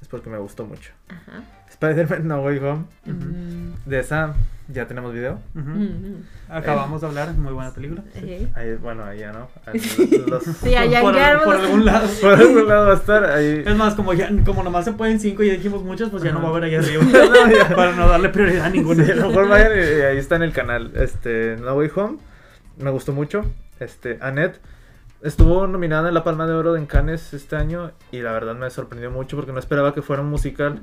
Speaker 3: es porque me gustó mucho.
Speaker 1: Ajá.
Speaker 3: Spider-Man No Way Home.
Speaker 2: Ujú.
Speaker 1: Mm,
Speaker 3: De esa ya tenemos video.
Speaker 2: Ujú.
Speaker 1: mm, mm.
Speaker 2: Acabamos de hablar, muy buena película.
Speaker 1: Ok.
Speaker 3: Ahí, bueno, ahí ya no. Ahí los-
Speaker 1: Sí, allá
Speaker 2: por,
Speaker 1: en
Speaker 2: por
Speaker 1: Garbo-
Speaker 2: algún lado.
Speaker 3: por algún lado va a estar. Ahí.
Speaker 2: Es más, como ya, como nomás se pueden cinco y ya dijimos muchas, pues ya no va a haber ahí arriba.
Speaker 3: No, ya.
Speaker 2: Para no darle prioridad a ninguna.
Speaker 3: Sí, a lo mejor vayan y, y ahí está en el canal. Este, No Way Home. Me gustó mucho. Este, Annette estuvo nominada en la Palma de Oro en Cannes este año. Y la verdad me sorprendió mucho porque no esperaba que fuera un musical.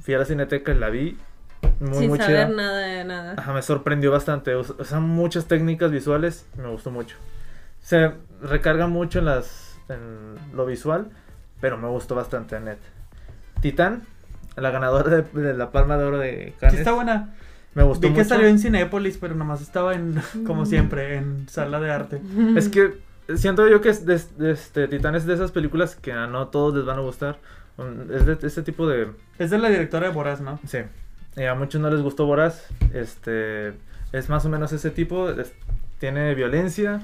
Speaker 3: Fui a la cineteca y la vi. Muy,
Speaker 1: Sin
Speaker 3: muy
Speaker 1: saber
Speaker 3: chida.
Speaker 1: nada de nada.
Speaker 3: Ajá, me sorprendió bastante. O o sea, muchas técnicas visuales. Me gustó mucho. Se recarga mucho en las en lo visual, pero me gustó bastante Annette. Titán, la ganadora de, de la Palma de Oro de Cannes.
Speaker 2: Sí, está buena.
Speaker 3: Me gustó
Speaker 2: Vi que
Speaker 3: mucho.
Speaker 2: salió en Cinépolis, pero nomás estaba en,
Speaker 1: Mm.
Speaker 2: como siempre, en sala de arte.
Speaker 3: Es que siento yo que es de- de este, Titán es de esas películas que a no todos les van a gustar. Mm, Es de este tipo de...
Speaker 2: Es de la directora de Boraz, ¿no?
Speaker 3: Sí. Eh, a muchos no les gustó Boraz. Este, es más o menos ese tipo. es- tiene violencia.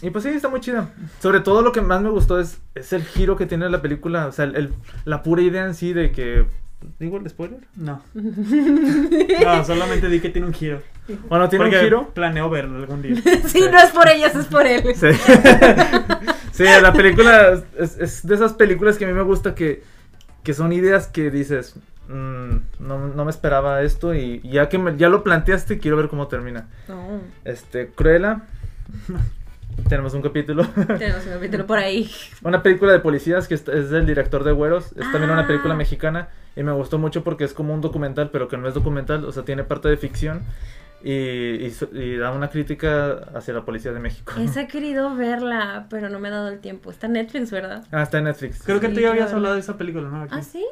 Speaker 3: Y pues sí, está muy chida. Sobre todo lo que más me gustó es, es el giro que tiene la película. O sea, el- el- la pura idea en sí de que... ¿Digo el spoiler?
Speaker 2: No. No, solamente di que tiene un giro.
Speaker 3: Bueno, tiene
Speaker 2: Porque
Speaker 3: un giro.
Speaker 2: planeo verlo algún día.
Speaker 1: sí, no es por ellas, es por él.
Speaker 3: Sí. Sí, la película es, es de esas películas que a mí me gusta que, que son ideas que dices, "Mm, no, no me esperaba esto y ya que me- ya lo planteaste quiero ver cómo termina.
Speaker 1: No,
Speaker 3: Este, Cruella, tenemos un capítulo.
Speaker 1: tenemos un capítulo por ahí.
Speaker 3: una película de policías que es, es del director de Güeros, es también
Speaker 1: Ah.
Speaker 3: una película mexicana y me gustó mucho porque es como un documental pero que no es documental, o sea, tiene parte de ficción. Y, y so- y da una crítica hacia la policía de México.
Speaker 1: Esa he querido verla, pero no me ha dado el tiempo. Está en Netflix, ¿verdad?
Speaker 3: Ah, está en Netflix.
Speaker 2: Creo que
Speaker 1: Sí,
Speaker 2: tú ya habías
Speaker 1: claro.
Speaker 2: hablado de esa película, ¿no? Aquí.
Speaker 1: ¿Ah, sí?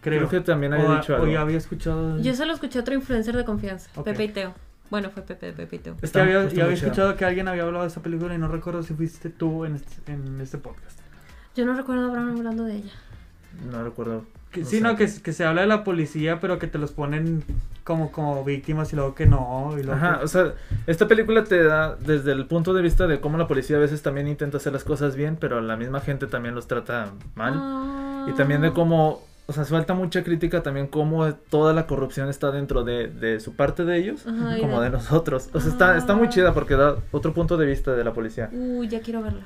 Speaker 3: Creo que también había
Speaker 2: o,
Speaker 3: dicho
Speaker 2: o
Speaker 3: algo.
Speaker 2: ya había escuchado.
Speaker 1: Yo solo escuché a otro influencer de confianza,
Speaker 2: Ok.
Speaker 1: Pepe y Teo. Bueno, fue Pepe, Pepe y Teo.
Speaker 2: Es que
Speaker 3: Está-
Speaker 2: había,
Speaker 3: está
Speaker 2: ya había
Speaker 3: muy chida.
Speaker 2: escuchado que alguien había hablado de esa película y no recuerdo si fuiste tú en este, en este podcast.
Speaker 1: Yo no recuerdo a Abraham hablando de ella.
Speaker 3: No recuerdo.
Speaker 2: Que,
Speaker 3: No
Speaker 2: sí,
Speaker 3: sé.
Speaker 2: no, que, que se habla de la policía, pero que te los ponen como, como víctimas y luego que no. Y luego
Speaker 3: Ajá,
Speaker 2: que-
Speaker 3: o sea, esta película te da desde el punto de vista de cómo la policía a veces también intenta hacer las cosas bien, pero la misma gente también los trata mal.
Speaker 1: Ah.
Speaker 3: Y también de cómo, o sea, falta mucha crítica también cómo toda la corrupción está dentro de, de su parte de ellos,
Speaker 1: Ajá, y Ah.
Speaker 3: como
Speaker 1: de-
Speaker 3: de nosotros. O sea, está, está muy chida porque da otro punto de vista de la policía.
Speaker 1: Uy, ya quiero verla.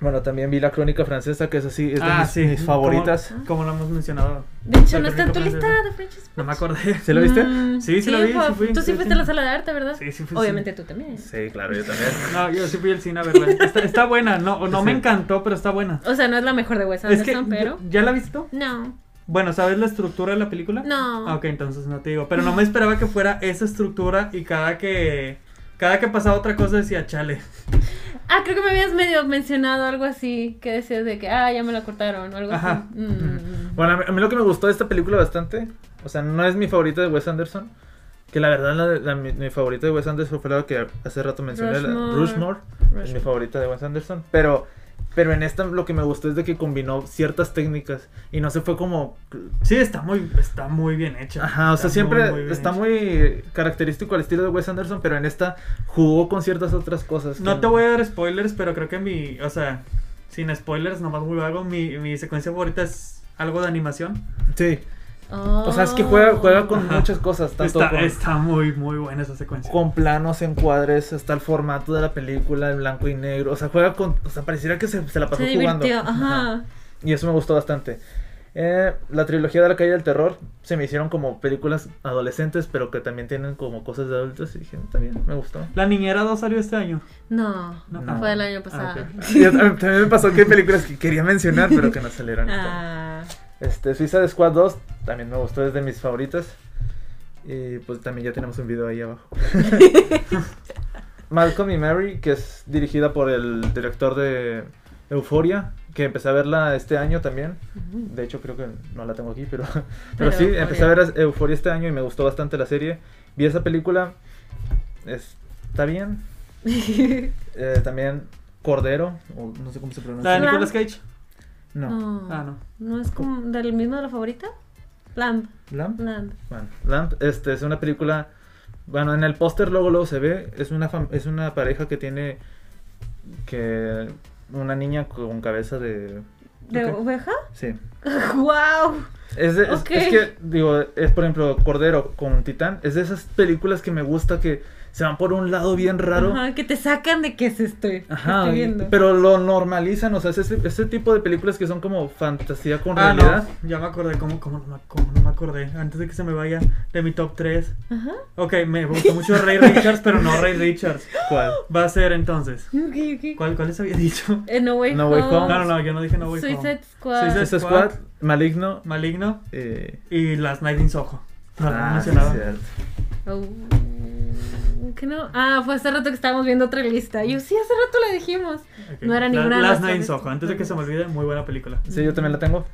Speaker 3: Bueno, también vi la crónica francesa, que es así, es de
Speaker 2: Ah,
Speaker 3: mis,
Speaker 2: sí,
Speaker 3: mis favoritas.
Speaker 2: Como, como lo hemos mencionado.
Speaker 1: De hecho,
Speaker 2: La
Speaker 1: no está en tu
Speaker 2: crónica
Speaker 1: lista
Speaker 2: francesa.
Speaker 1: de French Dispatch.
Speaker 2: No me acordé.
Speaker 3: ¿Se la viste?
Speaker 1: Mm,
Speaker 2: Sí, sí la vi,
Speaker 1: fue-
Speaker 2: sí fui,
Speaker 1: Tú sí
Speaker 2: sí,
Speaker 1: fuiste
Speaker 2: sí.
Speaker 1: a la sala de arte, ¿verdad?
Speaker 2: Sí, sí fui,
Speaker 1: Obviamente tú también.
Speaker 3: Sí, claro, yo también.
Speaker 2: No, yo sí fui al cine a verla. Está, está buena, no, no me
Speaker 3: Sí.
Speaker 2: encantó, pero está buena.
Speaker 1: O sea, no es la mejor de Wes
Speaker 2: Es que,
Speaker 1: Anderson, pero...
Speaker 2: ¿ya la has visto?
Speaker 1: No,
Speaker 2: Bueno, ¿sabes la estructura de la película?
Speaker 1: No.
Speaker 2: Ah, Ok, entonces no te digo. Pero no me esperaba que fuera esa estructura y cada que. Cada que pasaba otra cosa decía, chale.
Speaker 1: Ah, creo que me habías medio mencionado algo así, que decías de que, ah, ya me la cortaron o algo
Speaker 2: Ajá.
Speaker 1: así. Mm.
Speaker 3: Bueno, a mí, a mí lo que me gustó de esta película bastante, o sea, no es mi favorita de Wes Anderson, que la verdad la, de- la- mi, mi favorita de Wes Anderson fue la que hace rato mencioné, la-
Speaker 1: Rushmore.
Speaker 3: Rushmore, es mi favorita de Wes Anderson, pero Pero en esta lo que me gustó es de que combinó ciertas técnicas y no se fue como...
Speaker 2: Sí, está muy, está muy bien hecha.
Speaker 3: Ajá, o sea,
Speaker 2: Está
Speaker 3: siempre
Speaker 2: muy, muy bien
Speaker 3: está
Speaker 2: hecha.
Speaker 3: muy característico al estilo de Wes Anderson, pero en esta jugó con ciertas otras cosas.
Speaker 2: No te voy a dar spoilers, pero creo que mi. O sea, sin spoilers, nomás muy vago. Mi, mi secuencia favorita es algo de animación.
Speaker 3: Sí,
Speaker 1: Oh.
Speaker 3: o sea, es que juega, juega con
Speaker 2: Ajá.
Speaker 3: muchas cosas, tanto
Speaker 2: Ah. Está,
Speaker 3: con,
Speaker 2: está muy, muy buena esa secuencia.
Speaker 3: con planos, encuadres, está el formato de la película, en blanco y negro. O sea, juega con... O sea, pareciera que se, se la pasó
Speaker 1: Se
Speaker 3: jugando.
Speaker 1: divirtió,
Speaker 3: Ajá.
Speaker 1: ajá.
Speaker 3: Y eso me gustó bastante. Eh, la trilogía de la calle del terror se me hicieron como películas adolescentes, pero que también tienen como cosas de adultos. Y dije, está bien, me gustó.
Speaker 2: La niñera 2 salió este año.
Speaker 1: No,
Speaker 2: No,
Speaker 3: no.
Speaker 1: fue el año
Speaker 2: Ah,
Speaker 1: pasado.
Speaker 2: ok.
Speaker 3: Y a- a- también me pasó que hay películas que quería mencionar, pero que no salieron.
Speaker 1: Ah,
Speaker 3: Este, Suiza de Squad 2 también me gustó, es de mis favoritas. Y pues también ya tenemos un video ahí abajo. Malcolm y Mary, que es dirigida por el director de Euforia, que empecé a verla este año también.
Speaker 1: ujú.
Speaker 3: De hecho, creo que no la tengo aquí, pero, pero,
Speaker 1: Pero
Speaker 3: sí,
Speaker 1: Euphoria.
Speaker 3: empecé a ver Euforia este año y me gustó bastante la serie. Vi esa película, es- está bien. Eh, también Cordero, o no sé cómo se
Speaker 2: La de
Speaker 3: pronuncia.
Speaker 1: Dani-
Speaker 2: Nicolas Cage.
Speaker 3: No,
Speaker 1: no.
Speaker 2: Ah, no.
Speaker 1: ¿No es como del mismo de la favorita? Lamb,
Speaker 3: Lamp.
Speaker 1: Lamb.
Speaker 3: Bueno, Lamp, este, es una película. Bueno, en el póster luego luego se ve, es una, fam- es una pareja que tiene que una niña con cabeza de...
Speaker 1: ¿De
Speaker 3: Ok.
Speaker 1: oveja?
Speaker 3: Sí.
Speaker 1: ¡Wow!
Speaker 3: Es, de- es-
Speaker 1: Ok.
Speaker 3: es que, digo, es por ejemplo Cordero con Titán, es de esas películas que me gusta que se van por un lado bien raro.
Speaker 1: Ajá, que te sacan de qué es esto. que
Speaker 3: Ajá,
Speaker 1: estoy
Speaker 3: y-
Speaker 1: viendo.
Speaker 3: pero lo normalizan, o sea, es ese, ese tipo de películas que son como fantasía con
Speaker 2: Ah,
Speaker 3: realidad.
Speaker 2: no. Ya me acordé. ¿Cómo, cómo, no me- cómo no me acordé? Antes de que se me vaya de mi top 3.
Speaker 1: Ajá.
Speaker 2: Ok, me gustó mucho Ray Richards, pero no Ray Richards.
Speaker 3: ¿Cuál?
Speaker 2: Va a ser entonces.
Speaker 1: Ok, ok.
Speaker 2: ¿Cuál, cuál les había dicho?
Speaker 1: Eh, no Way
Speaker 3: No Way
Speaker 1: Home.
Speaker 3: Home.
Speaker 2: No, no, no, yo no dije No Way Home.
Speaker 1: Suicide Squad.
Speaker 2: Suicide
Speaker 3: Suicide
Speaker 2: Squad.
Speaker 3: Squad, Maligno
Speaker 2: Maligno
Speaker 3: eh,
Speaker 2: y Las Night in Soho. No, no
Speaker 3: ah,
Speaker 2: mencionaba.
Speaker 3: sí, cierto.
Speaker 1: Oh, ¿Qué no? Ah, fue hace rato que estábamos viendo otra lista. Yo sí, hace rato la dijimos.
Speaker 2: Ok.
Speaker 1: No era
Speaker 2: La-
Speaker 1: ninguna de
Speaker 2: Last
Speaker 1: las
Speaker 2: Night in
Speaker 1: tres.
Speaker 2: Soho. Antes de que se me olvide, muy buena película.
Speaker 3: Sí, yo también la tengo.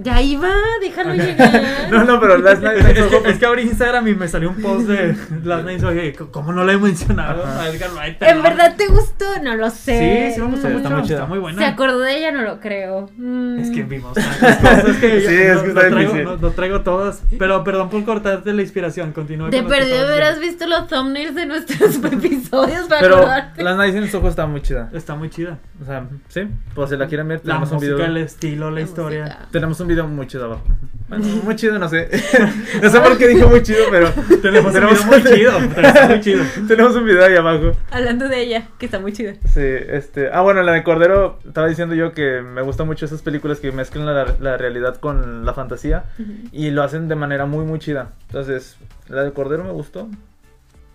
Speaker 1: Ya iba, déjalo
Speaker 2: Ok.
Speaker 1: llegar.
Speaker 3: No, no, pero Last Night
Speaker 2: Es,
Speaker 3: in
Speaker 2: es
Speaker 3: Soho-
Speaker 2: que, es que abrí Instagram y me salió un post de Last Night in Soho. y ¿Cómo no la he mencionado?
Speaker 3: Ajá.
Speaker 2: A Edgar Wright,
Speaker 1: ¿En
Speaker 2: perdón.
Speaker 1: verdad te gustó? No lo sé. Mm,
Speaker 2: Sí, sí me gustó
Speaker 3: Sí,
Speaker 2: mucho.
Speaker 3: está muy chida.
Speaker 2: Eh, Está muy buena.
Speaker 1: Se acordó de ella, no lo creo. Mm.
Speaker 2: Es que vimos tantas cosas que yo
Speaker 3: Sí, es
Speaker 2: no,
Speaker 3: que
Speaker 2: no
Speaker 3: está
Speaker 2: traigo,
Speaker 3: difícil.
Speaker 2: no- no traigo todas. Pero perdón por cortarte la inspiración. Continúa
Speaker 1: De
Speaker 2: con lo que
Speaker 1: perdido
Speaker 2: estabas
Speaker 1: hubieras
Speaker 2: viendo.
Speaker 1: visto los thumbnails de nuestros episodios para
Speaker 3: Pero
Speaker 1: acordarte.
Speaker 3: Last Night in Soho está muy chida.
Speaker 2: Está muy chida.
Speaker 3: O sea, sí, pues si la quieren ver,
Speaker 2: La
Speaker 3: tenemos un
Speaker 2: música,
Speaker 3: video.
Speaker 2: el estilo, la,
Speaker 1: La
Speaker 2: historia.
Speaker 1: música.
Speaker 3: Tenemos un video muy chido abajo. Bueno, muy chido, no sé. no sé por qué dijo muy chido, pero
Speaker 2: Tenemos un video muy chido, pero está muy chido.
Speaker 3: tenemos un video ahí abajo.
Speaker 1: Hablando de ella, que está muy chida.
Speaker 3: Sí, este. Ah, bueno, la de Cordero, estaba diciendo yo que me gustan mucho esas películas que mezclan la, la realidad con la fantasía y lo hacen de manera muy, muy chida. Entonces, la de Cordero me gustó.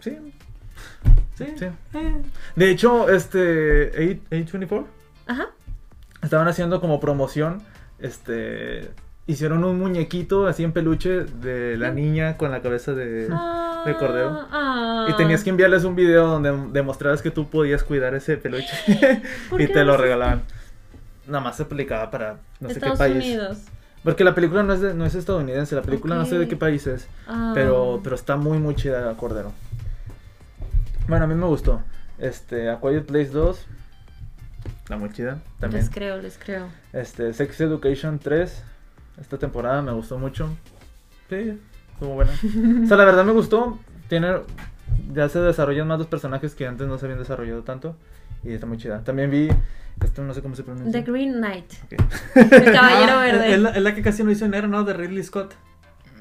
Speaker 3: Sí,
Speaker 2: Sí.
Speaker 3: sí.
Speaker 2: Eh.
Speaker 3: De hecho, este. A- A24
Speaker 1: Ajá.
Speaker 3: estaban haciendo como promoción, este, hicieron un muñequito así en peluche de la niña con la cabeza de... de Cordero.
Speaker 1: Ah,
Speaker 3: Y tenías que enviarles un video donde demostrabas que tú podías cuidar ese peluche
Speaker 1: ¿Por
Speaker 3: y
Speaker 1: qué
Speaker 3: te
Speaker 1: no
Speaker 3: lo
Speaker 1: haces
Speaker 3: regalaban. Nada más se aplicaba para no sé
Speaker 1: Estados
Speaker 3: qué país.
Speaker 1: Unidos.
Speaker 3: Porque la película no es, de- no es estadounidense, la película no sé de
Speaker 1: Ok.
Speaker 3: qué país es.
Speaker 1: Ah.
Speaker 3: Pero, pero está muy, muy chida Cordero. Bueno, a mí me gustó. Este, A Quiet Place 2. La muy chida también.
Speaker 1: Les creo, les creo.
Speaker 3: Este, Sex Education 3. Esta temporada me gustó mucho. Sí, estuvo buena. o sea, la verdad me gustó. Tiene. Ya se desarrollan más los personajes que antes no se habían desarrollado tanto. Y está muy chida. También vi. Esto no sé cómo se pronuncia.
Speaker 1: The Green Knight.
Speaker 3: Ok.
Speaker 1: El Caballero
Speaker 2: Ah,
Speaker 1: Verde.
Speaker 2: Es la, es la que casi no hizo enero, ¿no? De Ridley Scott.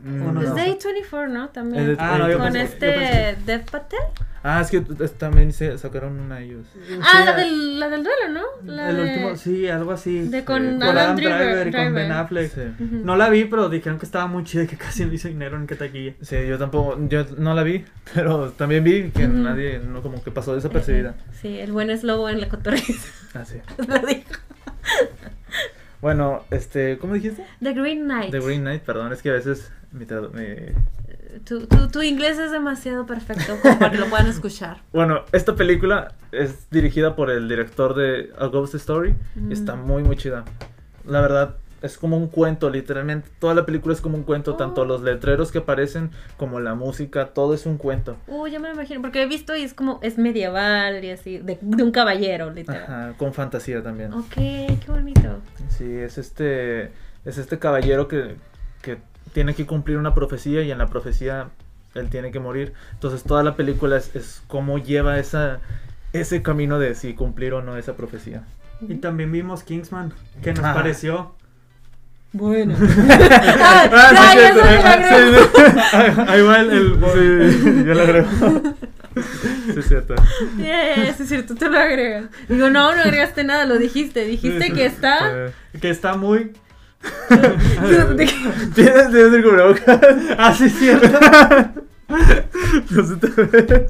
Speaker 3: Mm,
Speaker 2: ¿O Oh, no?
Speaker 1: Es
Speaker 3: no.
Speaker 1: de A24, ¿no?
Speaker 3: Es
Speaker 1: También.
Speaker 3: de-
Speaker 2: Ah, no, yo
Speaker 1: Con
Speaker 2: pensé- yo
Speaker 1: este Dev Patel.
Speaker 3: Ah, es que t- es- también se sacaron una de ellos.
Speaker 1: Ah,
Speaker 2: Sí,
Speaker 1: la del, la del duelo, ¿no? La
Speaker 2: el
Speaker 1: de-
Speaker 2: último, sí, algo así.
Speaker 1: de con
Speaker 2: Con
Speaker 1: Adam
Speaker 2: Adam Driver,
Speaker 1: Driver.
Speaker 2: y con
Speaker 1: Driver.
Speaker 2: Ben Affleck.
Speaker 3: Sí.
Speaker 1: Ujú.
Speaker 2: No la vi, pero dijeron que estaba muy chida y que casi no hizo dinero en qué taquilla.
Speaker 3: Sí, yo tampoco, yo no la vi, pero también vi que
Speaker 1: Ujú.
Speaker 3: nadie, no, como que pasó desapercibida.
Speaker 1: Sí, el buen es lobo en la cotorriza.
Speaker 3: Ah, sí.
Speaker 1: Lo dijo.
Speaker 3: Bueno, este, ¿cómo dijiste?
Speaker 1: The Green Knight.
Speaker 3: The Green Knight, perdón, es que a veces mi trad- mi-
Speaker 1: Tu, tu- tu inglés es demasiado perfecto como para que lo puedan escuchar.
Speaker 3: Bueno, esta película es dirigida por el director de A Ghost Story
Speaker 1: Mm.
Speaker 3: y está muy, muy chida. La verdad, es como un cuento, literalmente. Toda la película es como un cuento,
Speaker 1: Oh.
Speaker 3: tanto los letreros que aparecen como la música, todo es un cuento.
Speaker 1: Uh, ya me lo imagino, porque he visto y es como, es medieval y así, de, de un caballero, literal.
Speaker 3: Ajá, con fantasía también.
Speaker 1: Ok, qué bonito.
Speaker 3: Sí, es este, es este caballero que, que tiene que cumplir una profecía y en la profecía él tiene que morir. Entonces toda la película es, es cómo lleva esa, ese camino de si cumplir o no esa profecía.
Speaker 2: Y también vimos Kingsman, que nos
Speaker 3: Ajá.
Speaker 2: pareció.
Speaker 1: Bueno.
Speaker 2: Ah,
Speaker 1: ah,
Speaker 2: sí,
Speaker 1: ya, ya
Speaker 2: cierto,
Speaker 1: se
Speaker 2: eh,
Speaker 1: me agregó.
Speaker 2: sí, sí. Ahí va el. el-
Speaker 3: Ah, Sí, yo lo agrego. Sí, es cierto.
Speaker 1: Ya, ya, ya, sí es cierto, tú lo agregas. Digo, no, no agregaste nada, lo dijiste. Dijiste
Speaker 2: Sí, sí,
Speaker 1: que está.
Speaker 2: que está muy.
Speaker 3: Sí. ¿Tienes, tienes el cubrebocas?
Speaker 2: Ah, sí, cierto.
Speaker 3: No se te ve.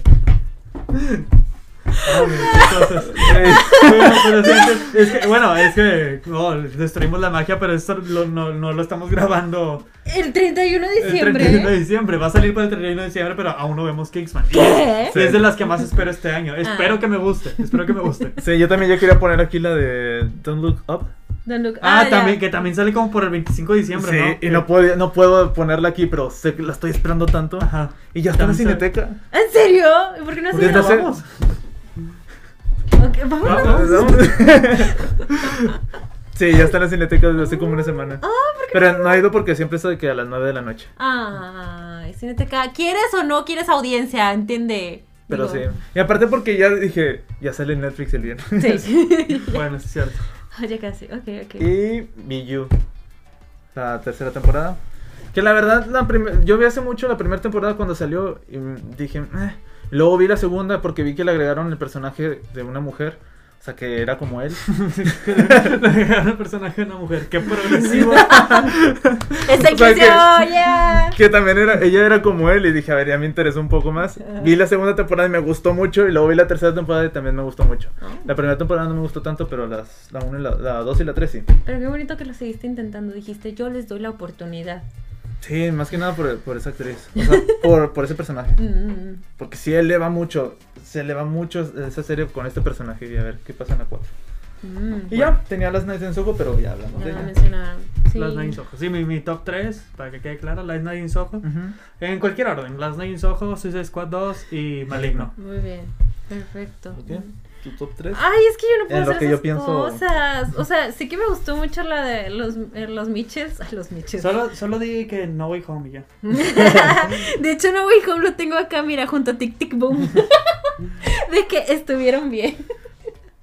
Speaker 2: Ah, mira, qué cosas. Eh, bueno, pero sí, es que- es que, bueno, es que no, destruimos la magia, pero esto lo- no, no lo estamos grabando
Speaker 1: El 31 de
Speaker 2: el
Speaker 1: diciembre.
Speaker 2: 31 de diciembre. Va a salir para el 31 de diciembre, pero aún no vemos Kingsman. Y
Speaker 1: ¿Qué?
Speaker 2: es- Es de las que más espero este año. Espero
Speaker 1: Ah.
Speaker 2: que me guste. Espero que me guste.
Speaker 3: Sí, yo también ya quería poner aquí la de Don't Look Up.
Speaker 1: Don Luke-
Speaker 2: Ah,
Speaker 1: ya.
Speaker 2: también, que también sale como por el 25 de diciembre,
Speaker 3: sí,
Speaker 2: ¿no?
Speaker 3: y no, podía- no puedo ponerla aquí, pero sé que la estoy esperando tanto.
Speaker 2: Ajá.
Speaker 3: Y ya está en la
Speaker 2: También sale-
Speaker 3: cineteca.
Speaker 1: ¿En serio? ¿Y ¿Por qué no has
Speaker 3: Porque
Speaker 1: ido?
Speaker 3: no sé-
Speaker 2: grabamos?
Speaker 1: Ok, vámonos.
Speaker 2: Ah,
Speaker 3: sí, ya está en la cineteca desde hace como una semana.
Speaker 1: Ah, ¿por qué
Speaker 3: Pero no ha ido porque siempre está de que a las 9 de la noche.
Speaker 1: Ay, Cineteca, ¿quieres o no quieres audiencia? Entiende.
Speaker 3: Pero sí.
Speaker 1: Digo,
Speaker 3: Y aparte porque ya dije, ya sale en Netflix el viernes.
Speaker 1: Sí.
Speaker 2: Bueno, sí es cierto.
Speaker 1: Oye, casi. Ok, ok.
Speaker 3: Y Biyu, la tercera temporada. Que la verdad, la prim- yo vi hace mucho la primera temporada cuando salió y mm, dije, "Eh". Luego vi la segunda porque vi que le agregaron el personaje de una mujer. O sea, que era como él.
Speaker 2: Le agregaron el personaje de una mujer. Qué progresivo.
Speaker 1: ¡Es el
Speaker 3: O sea
Speaker 1: que
Speaker 3: que-
Speaker 1: se oye!
Speaker 3: Que también era, ella era como él y dije, a ver, ya me interesó un poco más. Vi la segunda temporada y me gustó mucho y luego vi la tercera temporada y también me gustó mucho.
Speaker 1: Oh,
Speaker 3: La primera temporada no me gustó tanto, pero las, la 1 y la, 2 y la 3 sí.
Speaker 1: Pero qué bonito que lo seguiste intentando. Dijiste, yo les doy la oportunidad.
Speaker 3: Sí, más que nada por, por esa actriz, o sea, por, por ese personaje.
Speaker 1: Mm.
Speaker 3: Porque sí eleva mucho, se eleva mucho esa serie con este personaje y a ver qué pasa en la 4.
Speaker 1: Mm.
Speaker 3: Y ya, tenía las Nights en Soho, pero ya hablamos
Speaker 1: Ya
Speaker 3: de
Speaker 1: lo
Speaker 3: ella.
Speaker 1: mencionaron. Sí.
Speaker 2: Las Nine Soho. Sí, mi, mi top 3, para que quede claro, Las Nine Soho.
Speaker 1: Mm.
Speaker 3: Ujú.
Speaker 2: En cualquier orden, Las Nine Soho, Suicide Squad 2 y Maligno.
Speaker 1: Muy bien. Perfecto.
Speaker 3: Ok, ¿Tu top 3?
Speaker 1: Ay, es que yo no puedo
Speaker 3: En lo
Speaker 1: hacer
Speaker 3: que yo
Speaker 1: esas
Speaker 3: pienso-
Speaker 1: cosas. O sea, sí que me gustó mucho la de los, eh, los Mitchells. Ay, los Mitchells.
Speaker 2: Solo, solo di que No Way Home y ya.
Speaker 1: de hecho, no, Way Home lo tengo acá, mira, junto a Tic Tic Boom. de que estuvieron bien.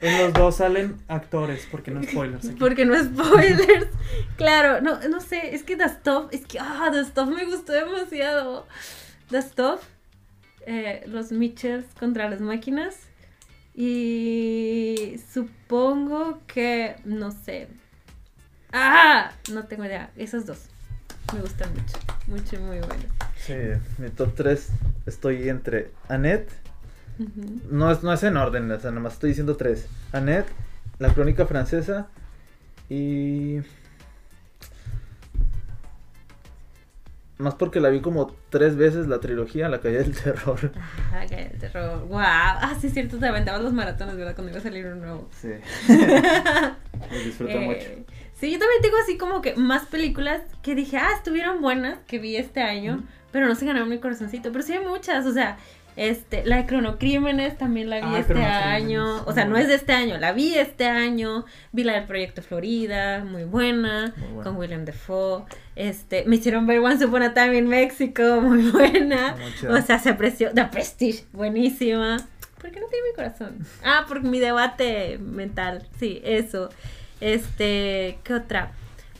Speaker 2: En los dos salen actores, porque no spoilers Pues aquí.
Speaker 1: Porque no spoilers. Claro, no, no sé, es que The Stuff, es que, ah, The Stuff me gustó demasiado. The Stuff, eh, los Mitchells contra las máquinas. Y supongo que, no sé. Ah, no tengo idea. Esos dos me gustan mucho. Mucho, muy buenos.
Speaker 3: Sí, mi top 3 estoy entre Annette,
Speaker 1: Ujú.
Speaker 3: no es, no es en orden, o sea, nomás estoy diciendo 3. Annette, La Crónica Francesa y... Más porque la vi como tres veces la trilogía La Calle del Terror.
Speaker 1: Ah, que el terror. Wow. Ah, sí, es cierto, te aventabas los maratones, ¿verdad? Cuando iba a salir un nuevo.
Speaker 3: Sí. Los disfruto
Speaker 1: Eh,
Speaker 3: mucho.
Speaker 1: Sí, yo también tengo así como que más películas que dije, ah, estuvieron buenas, que vi este año, pero no se ganaron mi corazoncito. Pero sí hay muchas, o sea, este, la de Cronocrímenes también la vi
Speaker 2: Ah,
Speaker 1: este
Speaker 2: Cronocrímenes,
Speaker 1: año. O
Speaker 2: muy
Speaker 1: sea, no
Speaker 2: buena.
Speaker 1: es de este año, la vi este año. Vi la del Proyecto Florida, muy buena,
Speaker 3: Muy buena.
Speaker 1: con William Defoe. Este, me hicieron ver Once Upon a Time in México, muy buena.
Speaker 3: Muy chida.
Speaker 1: ah, O sea, se apreció. The Prestige, buenísima. ¿Por qué no tiene mi corazón? Ah, por mi debate mental. Sí, eso. Este, ¿qué otra?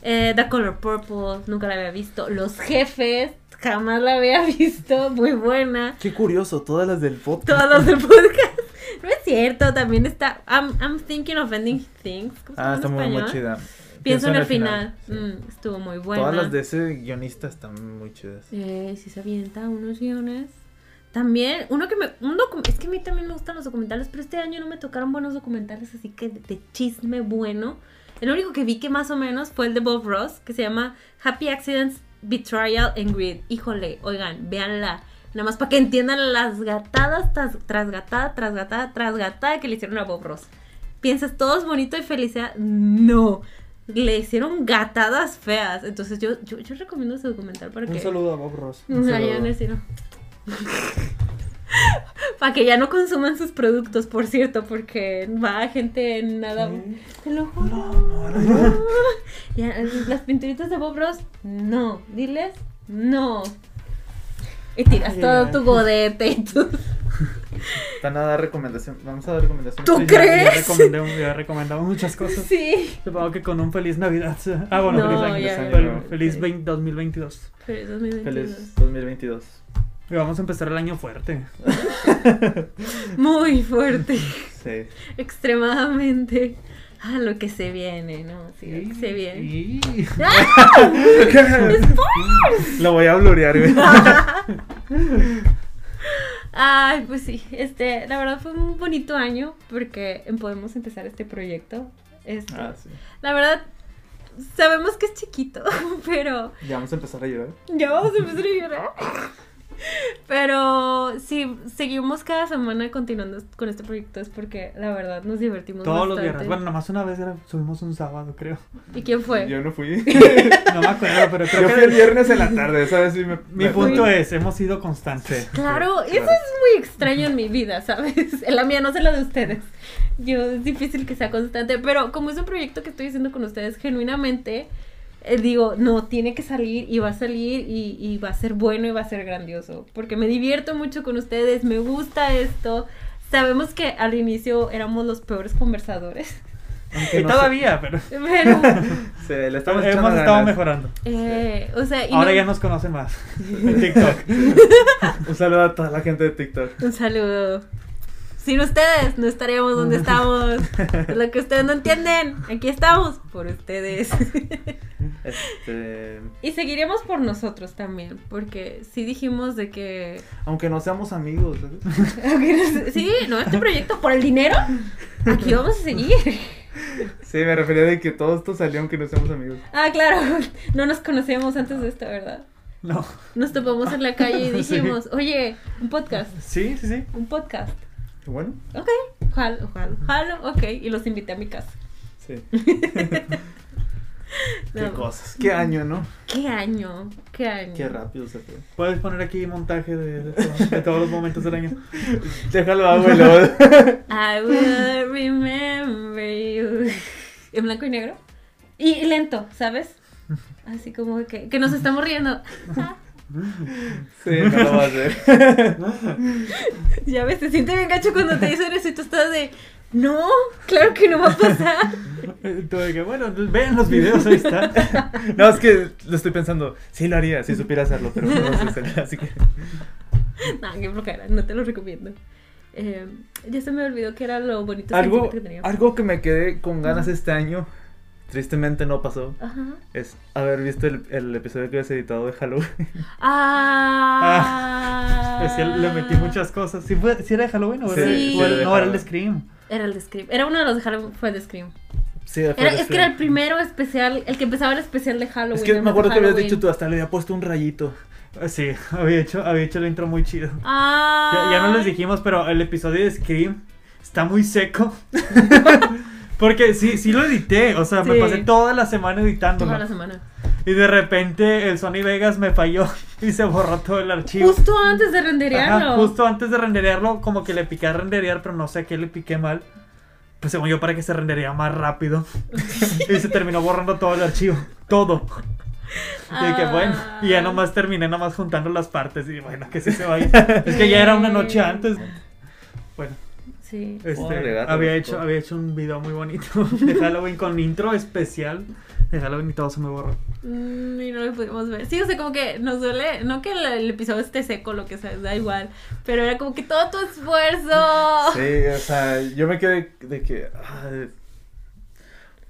Speaker 1: Eh, The Color Purple, nunca la había visto. Los Jefes, jamás la había visto. Muy buena.
Speaker 3: Qué curioso, todas las del foto.
Speaker 1: Todos los del podcast. No es cierto, también está. I'm, I'm thinking of ending things. ¿Cómo se
Speaker 3: Ah,
Speaker 1: llama en
Speaker 3: está muy, muy
Speaker 1: español?
Speaker 3: chida.
Speaker 1: Pienso en el final. Mm, estuvo muy buena.
Speaker 3: Todas las de ese guionista están muy chidas.
Speaker 4: Pues.
Speaker 1: Eh, sí se avienta unos guiones. También, uno que me... Un docu- es que a mí también me gustan los documentales, pero este año no me tocaron buenos documentales, así que de, de chisme bueno. El único que vi que más o menos fue el de Bob Ross, que se llama Happy Accidents, Betrayal and Greed. Híjole, oigan, véanla. Nada más para que entiendan las gatadas tras, tras gatada, tras gatada, tras gatada que le hicieron a Bob Ross. ¿Piensas todo es bonito y felicidad? No. le hicieron gatadas feas. Entonces yo, yo, yo recomiendo ese documental para
Speaker 4: Un
Speaker 1: que...
Speaker 4: saludo a Bob Ross.
Speaker 1: O sea,
Speaker 3: saludo.
Speaker 1: yo no sé, no. Para que ya no consuman sus productos, por cierto, porque va gente nada. Te lo juro. Ya, las pinturitas de Bob Ross, no. Diles, no. Y tiras
Speaker 4: Ay,
Speaker 1: todo
Speaker 4: ay,
Speaker 1: tu
Speaker 4: ay.
Speaker 1: godete y tu-
Speaker 3: Van a dar recomendación. Vamos a dar recomendaciones.
Speaker 1: ¿Tú
Speaker 2: Yo-
Speaker 1: crees?
Speaker 2: Yo recomendé, yo recomendaba muchas cosas.
Speaker 1: Sí.
Speaker 2: Supongo que con un feliz Navidad. Ah, bueno,
Speaker 1: No,
Speaker 2: feliz Navidad.
Speaker 1: ya.
Speaker 2: Fel- Feliz 20 2022.
Speaker 1: Pero es 2022.
Speaker 3: Feliz 2022.
Speaker 2: Y vamos a empezar el año fuerte.
Speaker 1: Muy fuerte.
Speaker 3: Sí.
Speaker 1: Extremadamente. Ah, lo que se viene, ¿no? Sí, lo que se viene. ¡Ah!
Speaker 2: Y-
Speaker 3: Lo voy a blurear, güey.
Speaker 1: Ay, pues sí, este, la verdad fue un bonito año porque podemos empezar este proyecto. Este,
Speaker 3: Ah, sí.
Speaker 1: La verdad, sabemos que es chiquito, pero
Speaker 3: Ya vamos a empezar a llorar.
Speaker 1: ya vamos a empezar a llorar. Pero si seguimos cada semana continuando con este proyecto es porque la verdad nos divertimos
Speaker 2: Todos los
Speaker 1: bastante.
Speaker 2: viernes. Bueno, nomás una vez era- subimos un sábado, creo.
Speaker 1: ¿Y quién fue?
Speaker 3: Yo no fui. Yo
Speaker 2: No me acuerdo, pero creo
Speaker 3: fui el
Speaker 2: que
Speaker 3: viernes en la tarde, ¿sabes? Sí, me-
Speaker 2: mi
Speaker 3: me-
Speaker 2: punto es, hemos sido constantes.
Speaker 1: Claro,
Speaker 3: Sí,
Speaker 1: eso
Speaker 3: claro.
Speaker 1: es muy extraño en mi vida, ¿sabes? En la mía, no sé la de ustedes. Yo es difícil que sea constante, pero como es un proyecto que estoy haciendo con ustedes, genuinamente eh, digo, no, tiene que salir y va a salir y, y va a ser bueno y va a ser grandioso, porque me divierto mucho con ustedes, me gusta esto. Sabemos que al inicio éramos los peores conversadores,
Speaker 2: Y
Speaker 3: Aunque no
Speaker 2: todavía, pero
Speaker 1: pero...
Speaker 3: Sí, le estamos echando
Speaker 2: hemos estado
Speaker 3: ganas.
Speaker 2: mejorando.
Speaker 1: eh, o sea, y
Speaker 2: Ahora
Speaker 1: no-
Speaker 2: ya nos conoce más. En TikTok.
Speaker 3: Un saludo a toda la gente de TikTok.
Speaker 1: Un saludo. Sin ustedes no estaríamos donde estamos. Lo que ustedes no entienden, aquí estamos por ustedes.
Speaker 3: Este,
Speaker 1: y seguiremos por nosotros también, porque sí dijimos de que...
Speaker 3: aunque no seamos amigos, ¿sabes?
Speaker 1: Sí, no, este proyecto por el dinero, aquí vamos a seguir.
Speaker 3: Sí, me refería de que todo esto salió aunque no seamos amigos.
Speaker 1: Ah, claro, no nos conocíamos antes de esto, ¿verdad?
Speaker 2: No.
Speaker 1: Nos topamos en la calle y dijimos, oye, un podcast,
Speaker 2: Sí, sí, sí.
Speaker 1: un podcast.
Speaker 3: Y Bueno,
Speaker 1: Ok, jalo, jalo, jalo, ok, y los invité a mi casa.
Speaker 3: sí. Qué
Speaker 1: No,
Speaker 3: cosas. Qué año, ¿no?
Speaker 1: ¿Qué año? ¿Qué año?
Speaker 3: Qué rápido se fue.
Speaker 2: Puedes poner aquí montaje de, de todo- de todos los momentos del año.
Speaker 3: Déjalo, abuelo.
Speaker 1: I will remember you. En blanco y negro. Y lento, ¿sabes? Así como que, que nos estamos riendo.
Speaker 3: Sí, no lo va a hacer.
Speaker 1: ya ves, te siente bien gacho cuando te dicen eso y tú estás de, no, claro que no va a pasar.
Speaker 2: Eh, Todo de que, bueno, vean los videos, ahí está.
Speaker 3: No, es que lo estoy pensando. Sí lo haría, si supiera hacerlo, pero no lo sé hacer, así que...
Speaker 1: no, qué flojera, no te lo recomiendo. Eh, ya se me olvidó que era lo bonito
Speaker 3: Algo,
Speaker 1: sentimiento que tenía.
Speaker 3: algo que me quedé con ganas este año, tristemente no pasó,
Speaker 1: Ajá.
Speaker 3: es haber visto el, el episodio que habías editado de Halloween.
Speaker 1: Ah,
Speaker 2: Es que le metí muchas cosas. Si, fue, si era de Halloween o era,
Speaker 1: Sí.
Speaker 2: o era-
Speaker 1: Sí, de
Speaker 2: no, era el de
Speaker 3: Halloween.
Speaker 2: Scream.
Speaker 1: Era el de Scream. Era uno de los de Halloween, fue de Scream.
Speaker 3: Sí, fue
Speaker 1: Era-
Speaker 3: de
Speaker 1: es que era el
Speaker 3: Scream.
Speaker 1: primero especial, el que empezaba el especial de Halloween.
Speaker 3: Es que
Speaker 1: el
Speaker 3: me acuerdo que habías
Speaker 1: Halloween.
Speaker 3: dicho tú, hasta le había puesto un rayito.
Speaker 2: Eh, Sí, había hecho, había hecho el intro muy chido.
Speaker 1: Ah.
Speaker 2: Ya, ya no les dijimos, pero el episodio de Scream está muy seco. Porque sí, sí lo edité, o sea, me
Speaker 1: Sí.
Speaker 2: pasé toda la semana editándolo.
Speaker 1: Toda la semana.
Speaker 2: Y de repente el Sony Vegas me falló y se borró todo el archivo.
Speaker 1: Justo antes de renderearlo.
Speaker 2: Ajá, justo antes de renderearlo, como que le piqué a renderear, pero no sé a qué le piqué mal. Pues según yo, para que se rendería más rápido. y se terminó borrando todo el archivo. Todo. Y de que bueno. Y
Speaker 1: Ah.
Speaker 2: ya nomás terminé nomás juntando las partes. Y bueno, que sí se vaya. es que ya era una noche antes. Bueno,
Speaker 1: Sí.
Speaker 2: este,
Speaker 3: agregarlo,
Speaker 2: había,
Speaker 3: por
Speaker 2: hecho,
Speaker 3: favor.
Speaker 2: había hecho un video muy bonito de Halloween con intro especial de Halloween y todo se me borró.
Speaker 1: Mm, y no lo pudimos ver. Sí, o sea, como que nos duele. No que el, el episodio esté seco, lo que sea, da igual. Pero era como que todo tu esfuerzo.
Speaker 3: Sí, o sea, yo me quedé de que... ay,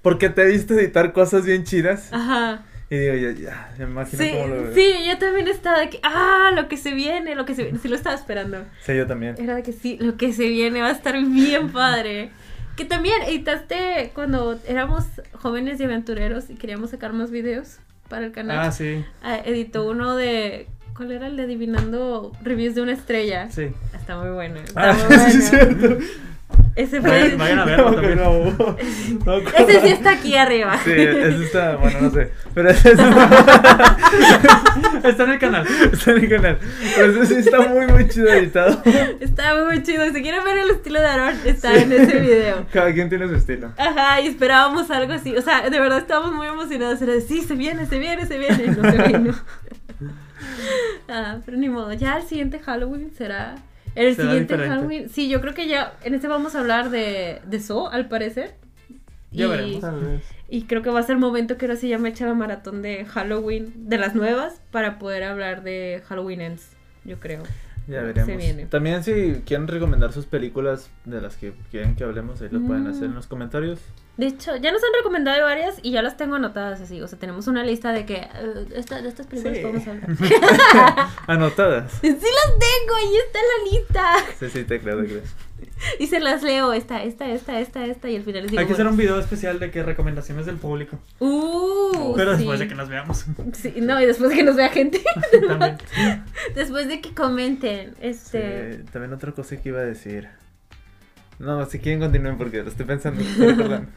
Speaker 3: porque te viste editar cosas bien chidas.
Speaker 1: Ajá.
Speaker 3: Y digo, ya, ya, ya me imagino
Speaker 1: Sí,
Speaker 3: cómo lo...
Speaker 1: sí, yo también estaba de que, ah, lo que se viene, lo que se viene. Sí, lo estaba esperando.
Speaker 3: Sí, yo también.
Speaker 1: Era de que sí, lo que se viene va a estar bien padre. Que también editaste cuando éramos jóvenes y aventureros y queríamos sacar más videos para el canal.
Speaker 2: Ah, sí,
Speaker 1: Ah, editó uno de. ¿Cuál era el de adivinando reviews de una estrella?
Speaker 2: sí.
Speaker 1: Está muy bueno. Está
Speaker 3: Ah,
Speaker 1: muy bueno.
Speaker 3: sí, es cierto.
Speaker 1: Ese fue.
Speaker 2: Vayan, vayan a verlo también.
Speaker 1: Ese sí está aquí arriba.
Speaker 3: Sí, eso está, bueno, no sé. Pero ese es-
Speaker 2: Está en el canal.
Speaker 3: está en el canal. Pero ese sí está muy, muy chido editado.
Speaker 1: Está muy chido. Si quieren ver el estilo de Aaron, está en ese video.
Speaker 3: Cada quien tiene su estilo.
Speaker 1: Ajá, y esperábamos algo así. O sea, de verdad estábamos muy emocionados. Era de, sí, se viene, se viene, se viene. No se vino. ah, pero ni modo. Ya el siguiente Halloween será. El
Speaker 2: Será
Speaker 1: siguiente
Speaker 2: diferente.
Speaker 1: Halloween. Sí, yo creo que ya. En este vamos a hablar de, de Saw, al parecer.
Speaker 2: Ya
Speaker 1: Y-
Speaker 2: veremos. Tal vez.
Speaker 1: Y creo que va a ser el momento que ahora sí ya me echa la maratón de Halloween, de las nuevas, para poder hablar de Halloween Ends, yo creo.
Speaker 3: Ya
Speaker 1: Se
Speaker 3: veremos.
Speaker 1: viene.
Speaker 3: También si quieren recomendar sus películas de las que quieren que hablemos, ahí lo pueden
Speaker 1: Mm.
Speaker 3: hacer en los comentarios.
Speaker 1: De hecho, ya nos han recomendado varias y ya las tengo anotadas así. O sea, tenemos una lista de que eh, esta- de estas películas
Speaker 3: Sí.
Speaker 1: podemos hablar.
Speaker 3: Anotadas.
Speaker 1: Sí las tengo, ahí está la lista.
Speaker 3: Sí, sí, te creo, te creo.
Speaker 1: Y se las leo, esta, esta, esta, esta, esta, y al final les digo,
Speaker 2: Hay que hacer
Speaker 1: bueno,
Speaker 2: un video especial de que recomendaciones del público.
Speaker 1: ¡Uh!
Speaker 2: Pero
Speaker 1: sí.
Speaker 2: después de que nos veamos.
Speaker 1: Sí, no, y después de que nos vea gente.
Speaker 2: También.
Speaker 1: después de que comenten. Este...
Speaker 3: Sí, también otra cosa que iba a decir. No, si quieren continúen porque lo estoy pensando, estoy recordando.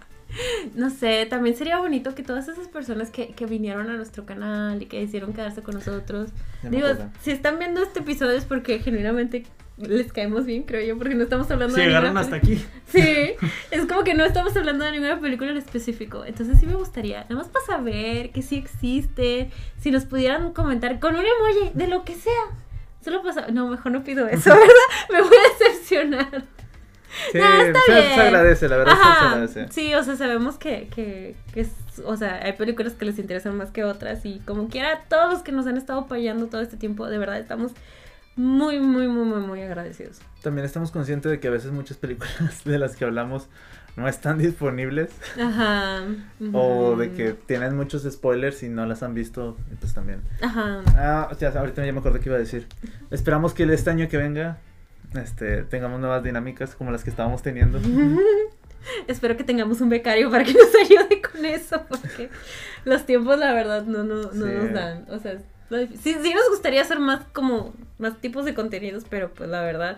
Speaker 1: No sé, también sería bonito que todas esas personas que, que vinieron a nuestro canal y que decidieron quedarse con nosotros.
Speaker 3: Ya me
Speaker 1: Digo,
Speaker 3: acuerdo.
Speaker 1: si están viendo este episodio es porque genuinamente les caemos bien, creo yo, porque no estamos hablando
Speaker 2: Si
Speaker 1: de
Speaker 2: llegaron
Speaker 1: ninguna
Speaker 2: hasta
Speaker 1: peli-
Speaker 2: aquí.
Speaker 1: Sí, es como que no estamos hablando de ninguna película en específico. Entonces sí me gustaría, nada más para saber que sí existe, si nos pudieran comentar con un emoji de lo que sea. Solo pasa, no, mejor no pido eso, ¿verdad? Me voy a decepcionar.
Speaker 3: Sí,
Speaker 1: No, está
Speaker 3: se,
Speaker 1: bien.
Speaker 3: se agradece, la verdad
Speaker 1: Ajá,
Speaker 3: se agradece.
Speaker 1: Sí, o sea, sabemos que, que, que es, o sea, hay películas que les interesan más que otras y como quiera, todos los que nos han estado apoyando todo este tiempo, de verdad estamos muy, muy, muy, muy, muy agradecidos.
Speaker 3: También estamos conscientes de que a veces muchas películas de las que hablamos no están disponibles
Speaker 1: Ajá.
Speaker 3: o
Speaker 1: ujú.
Speaker 3: de que tienen muchos spoilers y no las han visto, y pues también.
Speaker 1: Ajá.
Speaker 3: Ah, o sea, ahorita ya me acordé que iba a decir. Esperamos que este año que venga este, tengamos nuevas dinámicas como las que estábamos teniendo.
Speaker 1: Espero que tengamos un becario para que nos ayude con eso, porque los tiempos, la verdad, no, no, no
Speaker 3: Sí.
Speaker 1: nos dan. O sea, es lo difí- sí, sí nos gustaría hacer más como, más tipos de contenidos, pero pues la verdad,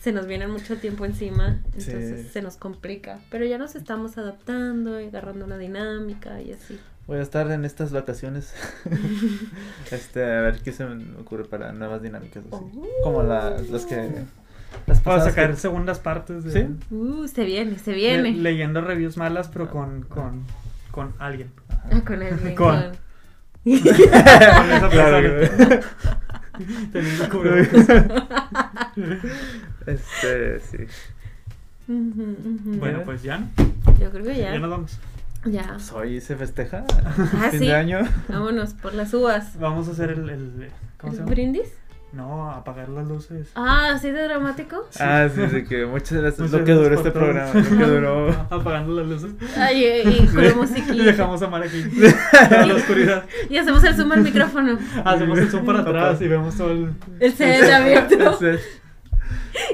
Speaker 1: se nos viene mucho tiempo encima,
Speaker 3: Sí.
Speaker 1: entonces se nos complica. Pero ya nos estamos adaptando y agarrando una dinámica y así.
Speaker 3: Voy a estar en estas vacaciones. este, a ver qué se me ocurre para nuevas dinámicas. así.
Speaker 1: Oh.
Speaker 3: Como la- las que. Las
Speaker 2: Para
Speaker 3: pasadas
Speaker 2: sacar
Speaker 3: que-
Speaker 2: segundas partes de
Speaker 3: ¿Sí?
Speaker 1: Uh, se viene, se
Speaker 2: le-
Speaker 1: viene.
Speaker 2: leyendo reviews malas, pero con, con, con alguien.
Speaker 1: Ah, con el
Speaker 2: Con.
Speaker 1: rincón.
Speaker 2: Con esa
Speaker 3: Claro,
Speaker 2: persona. Teniendo cubrebocas.
Speaker 3: Este, sí.
Speaker 1: Ujú, ujú.
Speaker 2: Bueno, pues ya. ¿no?
Speaker 1: Yo creo que
Speaker 2: Ya nos
Speaker 1: ya.
Speaker 2: vamos.
Speaker 1: Ya.
Speaker 3: Pues hoy se festeja.
Speaker 1: Ah,
Speaker 3: fin
Speaker 1: sí.
Speaker 3: de año.
Speaker 1: Vámonos por las uvas.
Speaker 2: Vamos a hacer el. el- ¿Cómo se
Speaker 1: ¿El
Speaker 2: llama?
Speaker 1: brindis?
Speaker 2: No, apagar las luces.
Speaker 1: Ah, así de dramático.
Speaker 3: Ah, sí, sí, que muchas gracias.
Speaker 2: Muchas
Speaker 3: Lo que
Speaker 2: gracias
Speaker 3: duró
Speaker 2: por
Speaker 3: este
Speaker 2: todo.
Speaker 3: programa. Lo que duró.
Speaker 2: Apagando las luces.
Speaker 1: Ay, eh, y con la
Speaker 2: Y
Speaker 1: musiquita.
Speaker 2: dejamos a Mar aquí. A la oscuridad.
Speaker 1: Y hacemos el zoom al micrófono.
Speaker 2: Hacemos el zoom para atrás y vemos todo Ah. el.
Speaker 1: El CD abierto.
Speaker 3: Entonces,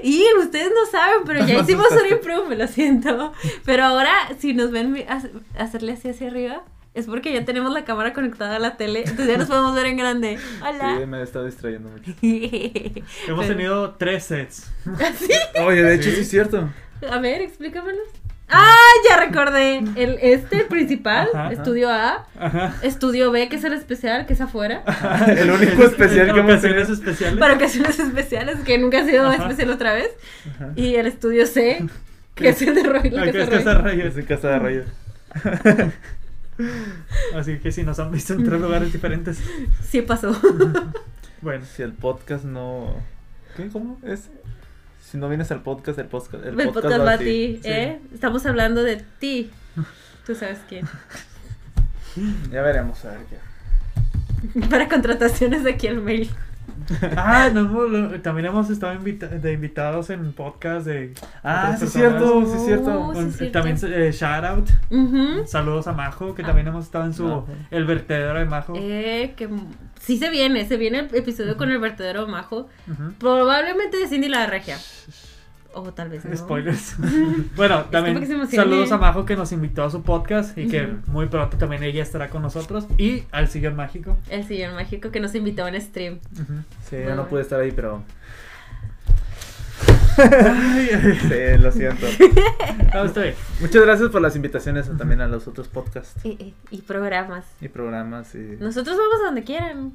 Speaker 1: Y ustedes no saben, pero ya
Speaker 3: Nos
Speaker 1: hicimos
Speaker 3: asustaste.
Speaker 1: un improve, lo siento. Pero ahora, si nos ven mi- hac- hacerle así hacia arriba, es porque ya tenemos la cámara conectada a la tele. Entonces ya nos podemos ver en grande.
Speaker 3: sí,
Speaker 1: Hola.
Speaker 3: me está distrayendo mucho.
Speaker 2: Hemos
Speaker 1: Pero-
Speaker 2: tenido tres sets.
Speaker 1: ¿Así?
Speaker 3: Oye, de hecho, sí es cierto.
Speaker 1: A ver, explícamelos. ¡Ah! Ya recordé. El, este, el principal,
Speaker 2: Ajá, ajá.
Speaker 1: estudio A.
Speaker 2: Ajá.
Speaker 1: Estudio B, que es el especial, que es afuera.
Speaker 3: El único especial que hemos
Speaker 2: ocasiones
Speaker 3: tenido.
Speaker 2: especiales.
Speaker 1: para ocasiones especiales, que nunca ha sido
Speaker 2: Ajá.
Speaker 1: especial otra vez. Y el estudio C, que es el de Roy, la
Speaker 2: Ay, Ah, que es
Speaker 1: Casa
Speaker 2: Casa
Speaker 1: Roy.
Speaker 2: Rayos.
Speaker 3: Es en casa de rayos.
Speaker 2: Así que si nos han visto en tres lugares diferentes.
Speaker 1: Sí pasó.
Speaker 2: Bueno,
Speaker 3: Si el podcast no. ¿Qué? ¿Cómo? Es. Si no vienes al podcast, el podcast.
Speaker 1: El, podcast va a ti,
Speaker 2: sí.
Speaker 1: ¿eh? Estamos hablando de ti. Tú sabes quién.
Speaker 3: Ya veremos, a ver qué.
Speaker 1: Para contrataciones de aquí al mail.
Speaker 2: ah, no, no, lo- también hemos estado invita- de invitados en podcast de.
Speaker 3: Ah,
Speaker 2: otras
Speaker 3: sí, es
Speaker 2: personas.
Speaker 3: cierto, sí, es cierto.
Speaker 1: Oh, sí, es cierto.
Speaker 2: También eh, shout out,
Speaker 1: Ujú.
Speaker 2: saludos a Majo, que también hemos estado en su
Speaker 3: Ajá.
Speaker 2: El vertedero de Majo.
Speaker 1: Eh, que sí se viene, se viene el episodio con el vertedero majo.
Speaker 2: Ujú.
Speaker 1: Probablemente de Cindy la regia. O tal vez no.
Speaker 2: Spoilers.
Speaker 1: porque
Speaker 2: bueno,
Speaker 1: se
Speaker 2: también
Speaker 1: emociona.
Speaker 2: saludos a Majo que nos invitó a su podcast y que
Speaker 1: Ujú.
Speaker 2: muy pronto también ella estará con nosotros y al sillón mágico.
Speaker 1: El señor mágico que nos invitó a un stream.
Speaker 2: Ujú.
Speaker 3: Sí, yo no pude estar ahí, pero. Sí, lo siento.
Speaker 2: No, Ah, está bien.
Speaker 3: Muchas gracias por las invitaciones también a los otros podcasts
Speaker 1: Y, y- Eh, y programas.
Speaker 3: y programas y
Speaker 1: Nosotros vamos a donde quieran.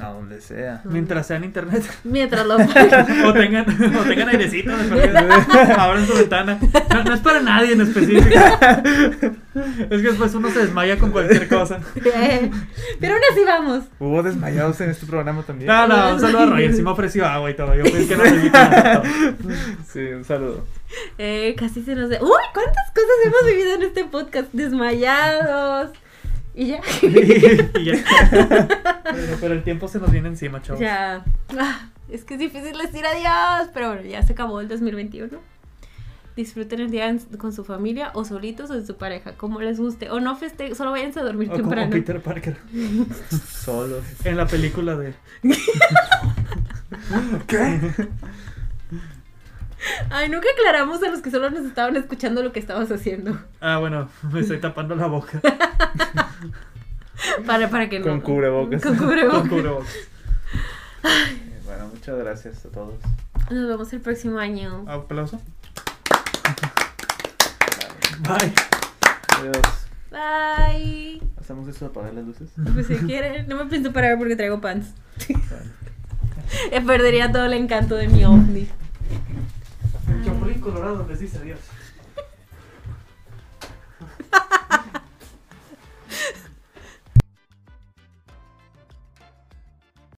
Speaker 3: a donde sea.
Speaker 2: Mientras sea en internet.
Speaker 1: Mientras lo
Speaker 2: O tengan, o tengan airecito, me parece. abran su ventana. No, no es para nadie en específico. Es que después uno se desmaya con cualquier cosa.
Speaker 1: Pero aún así vamos.
Speaker 3: Hubo desmayados en este programa también.
Speaker 2: No, no, un saludo a Roger, sí me ofreció agua y todo. Yo pensé que no me invitaban.
Speaker 3: Sí, un saludo.
Speaker 1: Eh, casi se nos... de- ¡Uy! ¿Cuántas cosas hemos vivido en este podcast? Desmayados. Y ya.
Speaker 2: Y ya. Pero, pero el tiempo se nos viene encima, chavos.
Speaker 1: ya. Ah, es que es difícil decir adiós. Pero bueno, ya se acabó el 2021. Disfruten el día en- con su familia o solitos o en su pareja, como les guste. O no feste, solo váyanse a dormir
Speaker 2: O como
Speaker 1: temprano.
Speaker 2: Peter Parker
Speaker 3: Solo.
Speaker 2: en la película de.
Speaker 3: ¿Qué?
Speaker 1: Ay, nunca aclaramos a los que solo nos estaban escuchando lo que estabas haciendo.
Speaker 2: Ah, bueno, me estoy tapando la boca.
Speaker 1: Para, para que
Speaker 3: Con
Speaker 1: no.
Speaker 3: cubrebocas.
Speaker 1: Con
Speaker 2: Con
Speaker 1: cubrebocas.
Speaker 2: cubrebocas.
Speaker 3: Bueno, muchas gracias a todos.
Speaker 1: Nos vemos el próximo año.
Speaker 2: Aplauso. Bye.
Speaker 3: Adiós.
Speaker 1: Bye.
Speaker 3: Hacemos eso de apagar las luces.
Speaker 1: Pues si quieren, no me pienso parar porque traigo pants.
Speaker 3: Bueno.
Speaker 1: Eh, Perdería todo el encanto de mi ovni.
Speaker 2: El Chapulín Colorado les dice adiós.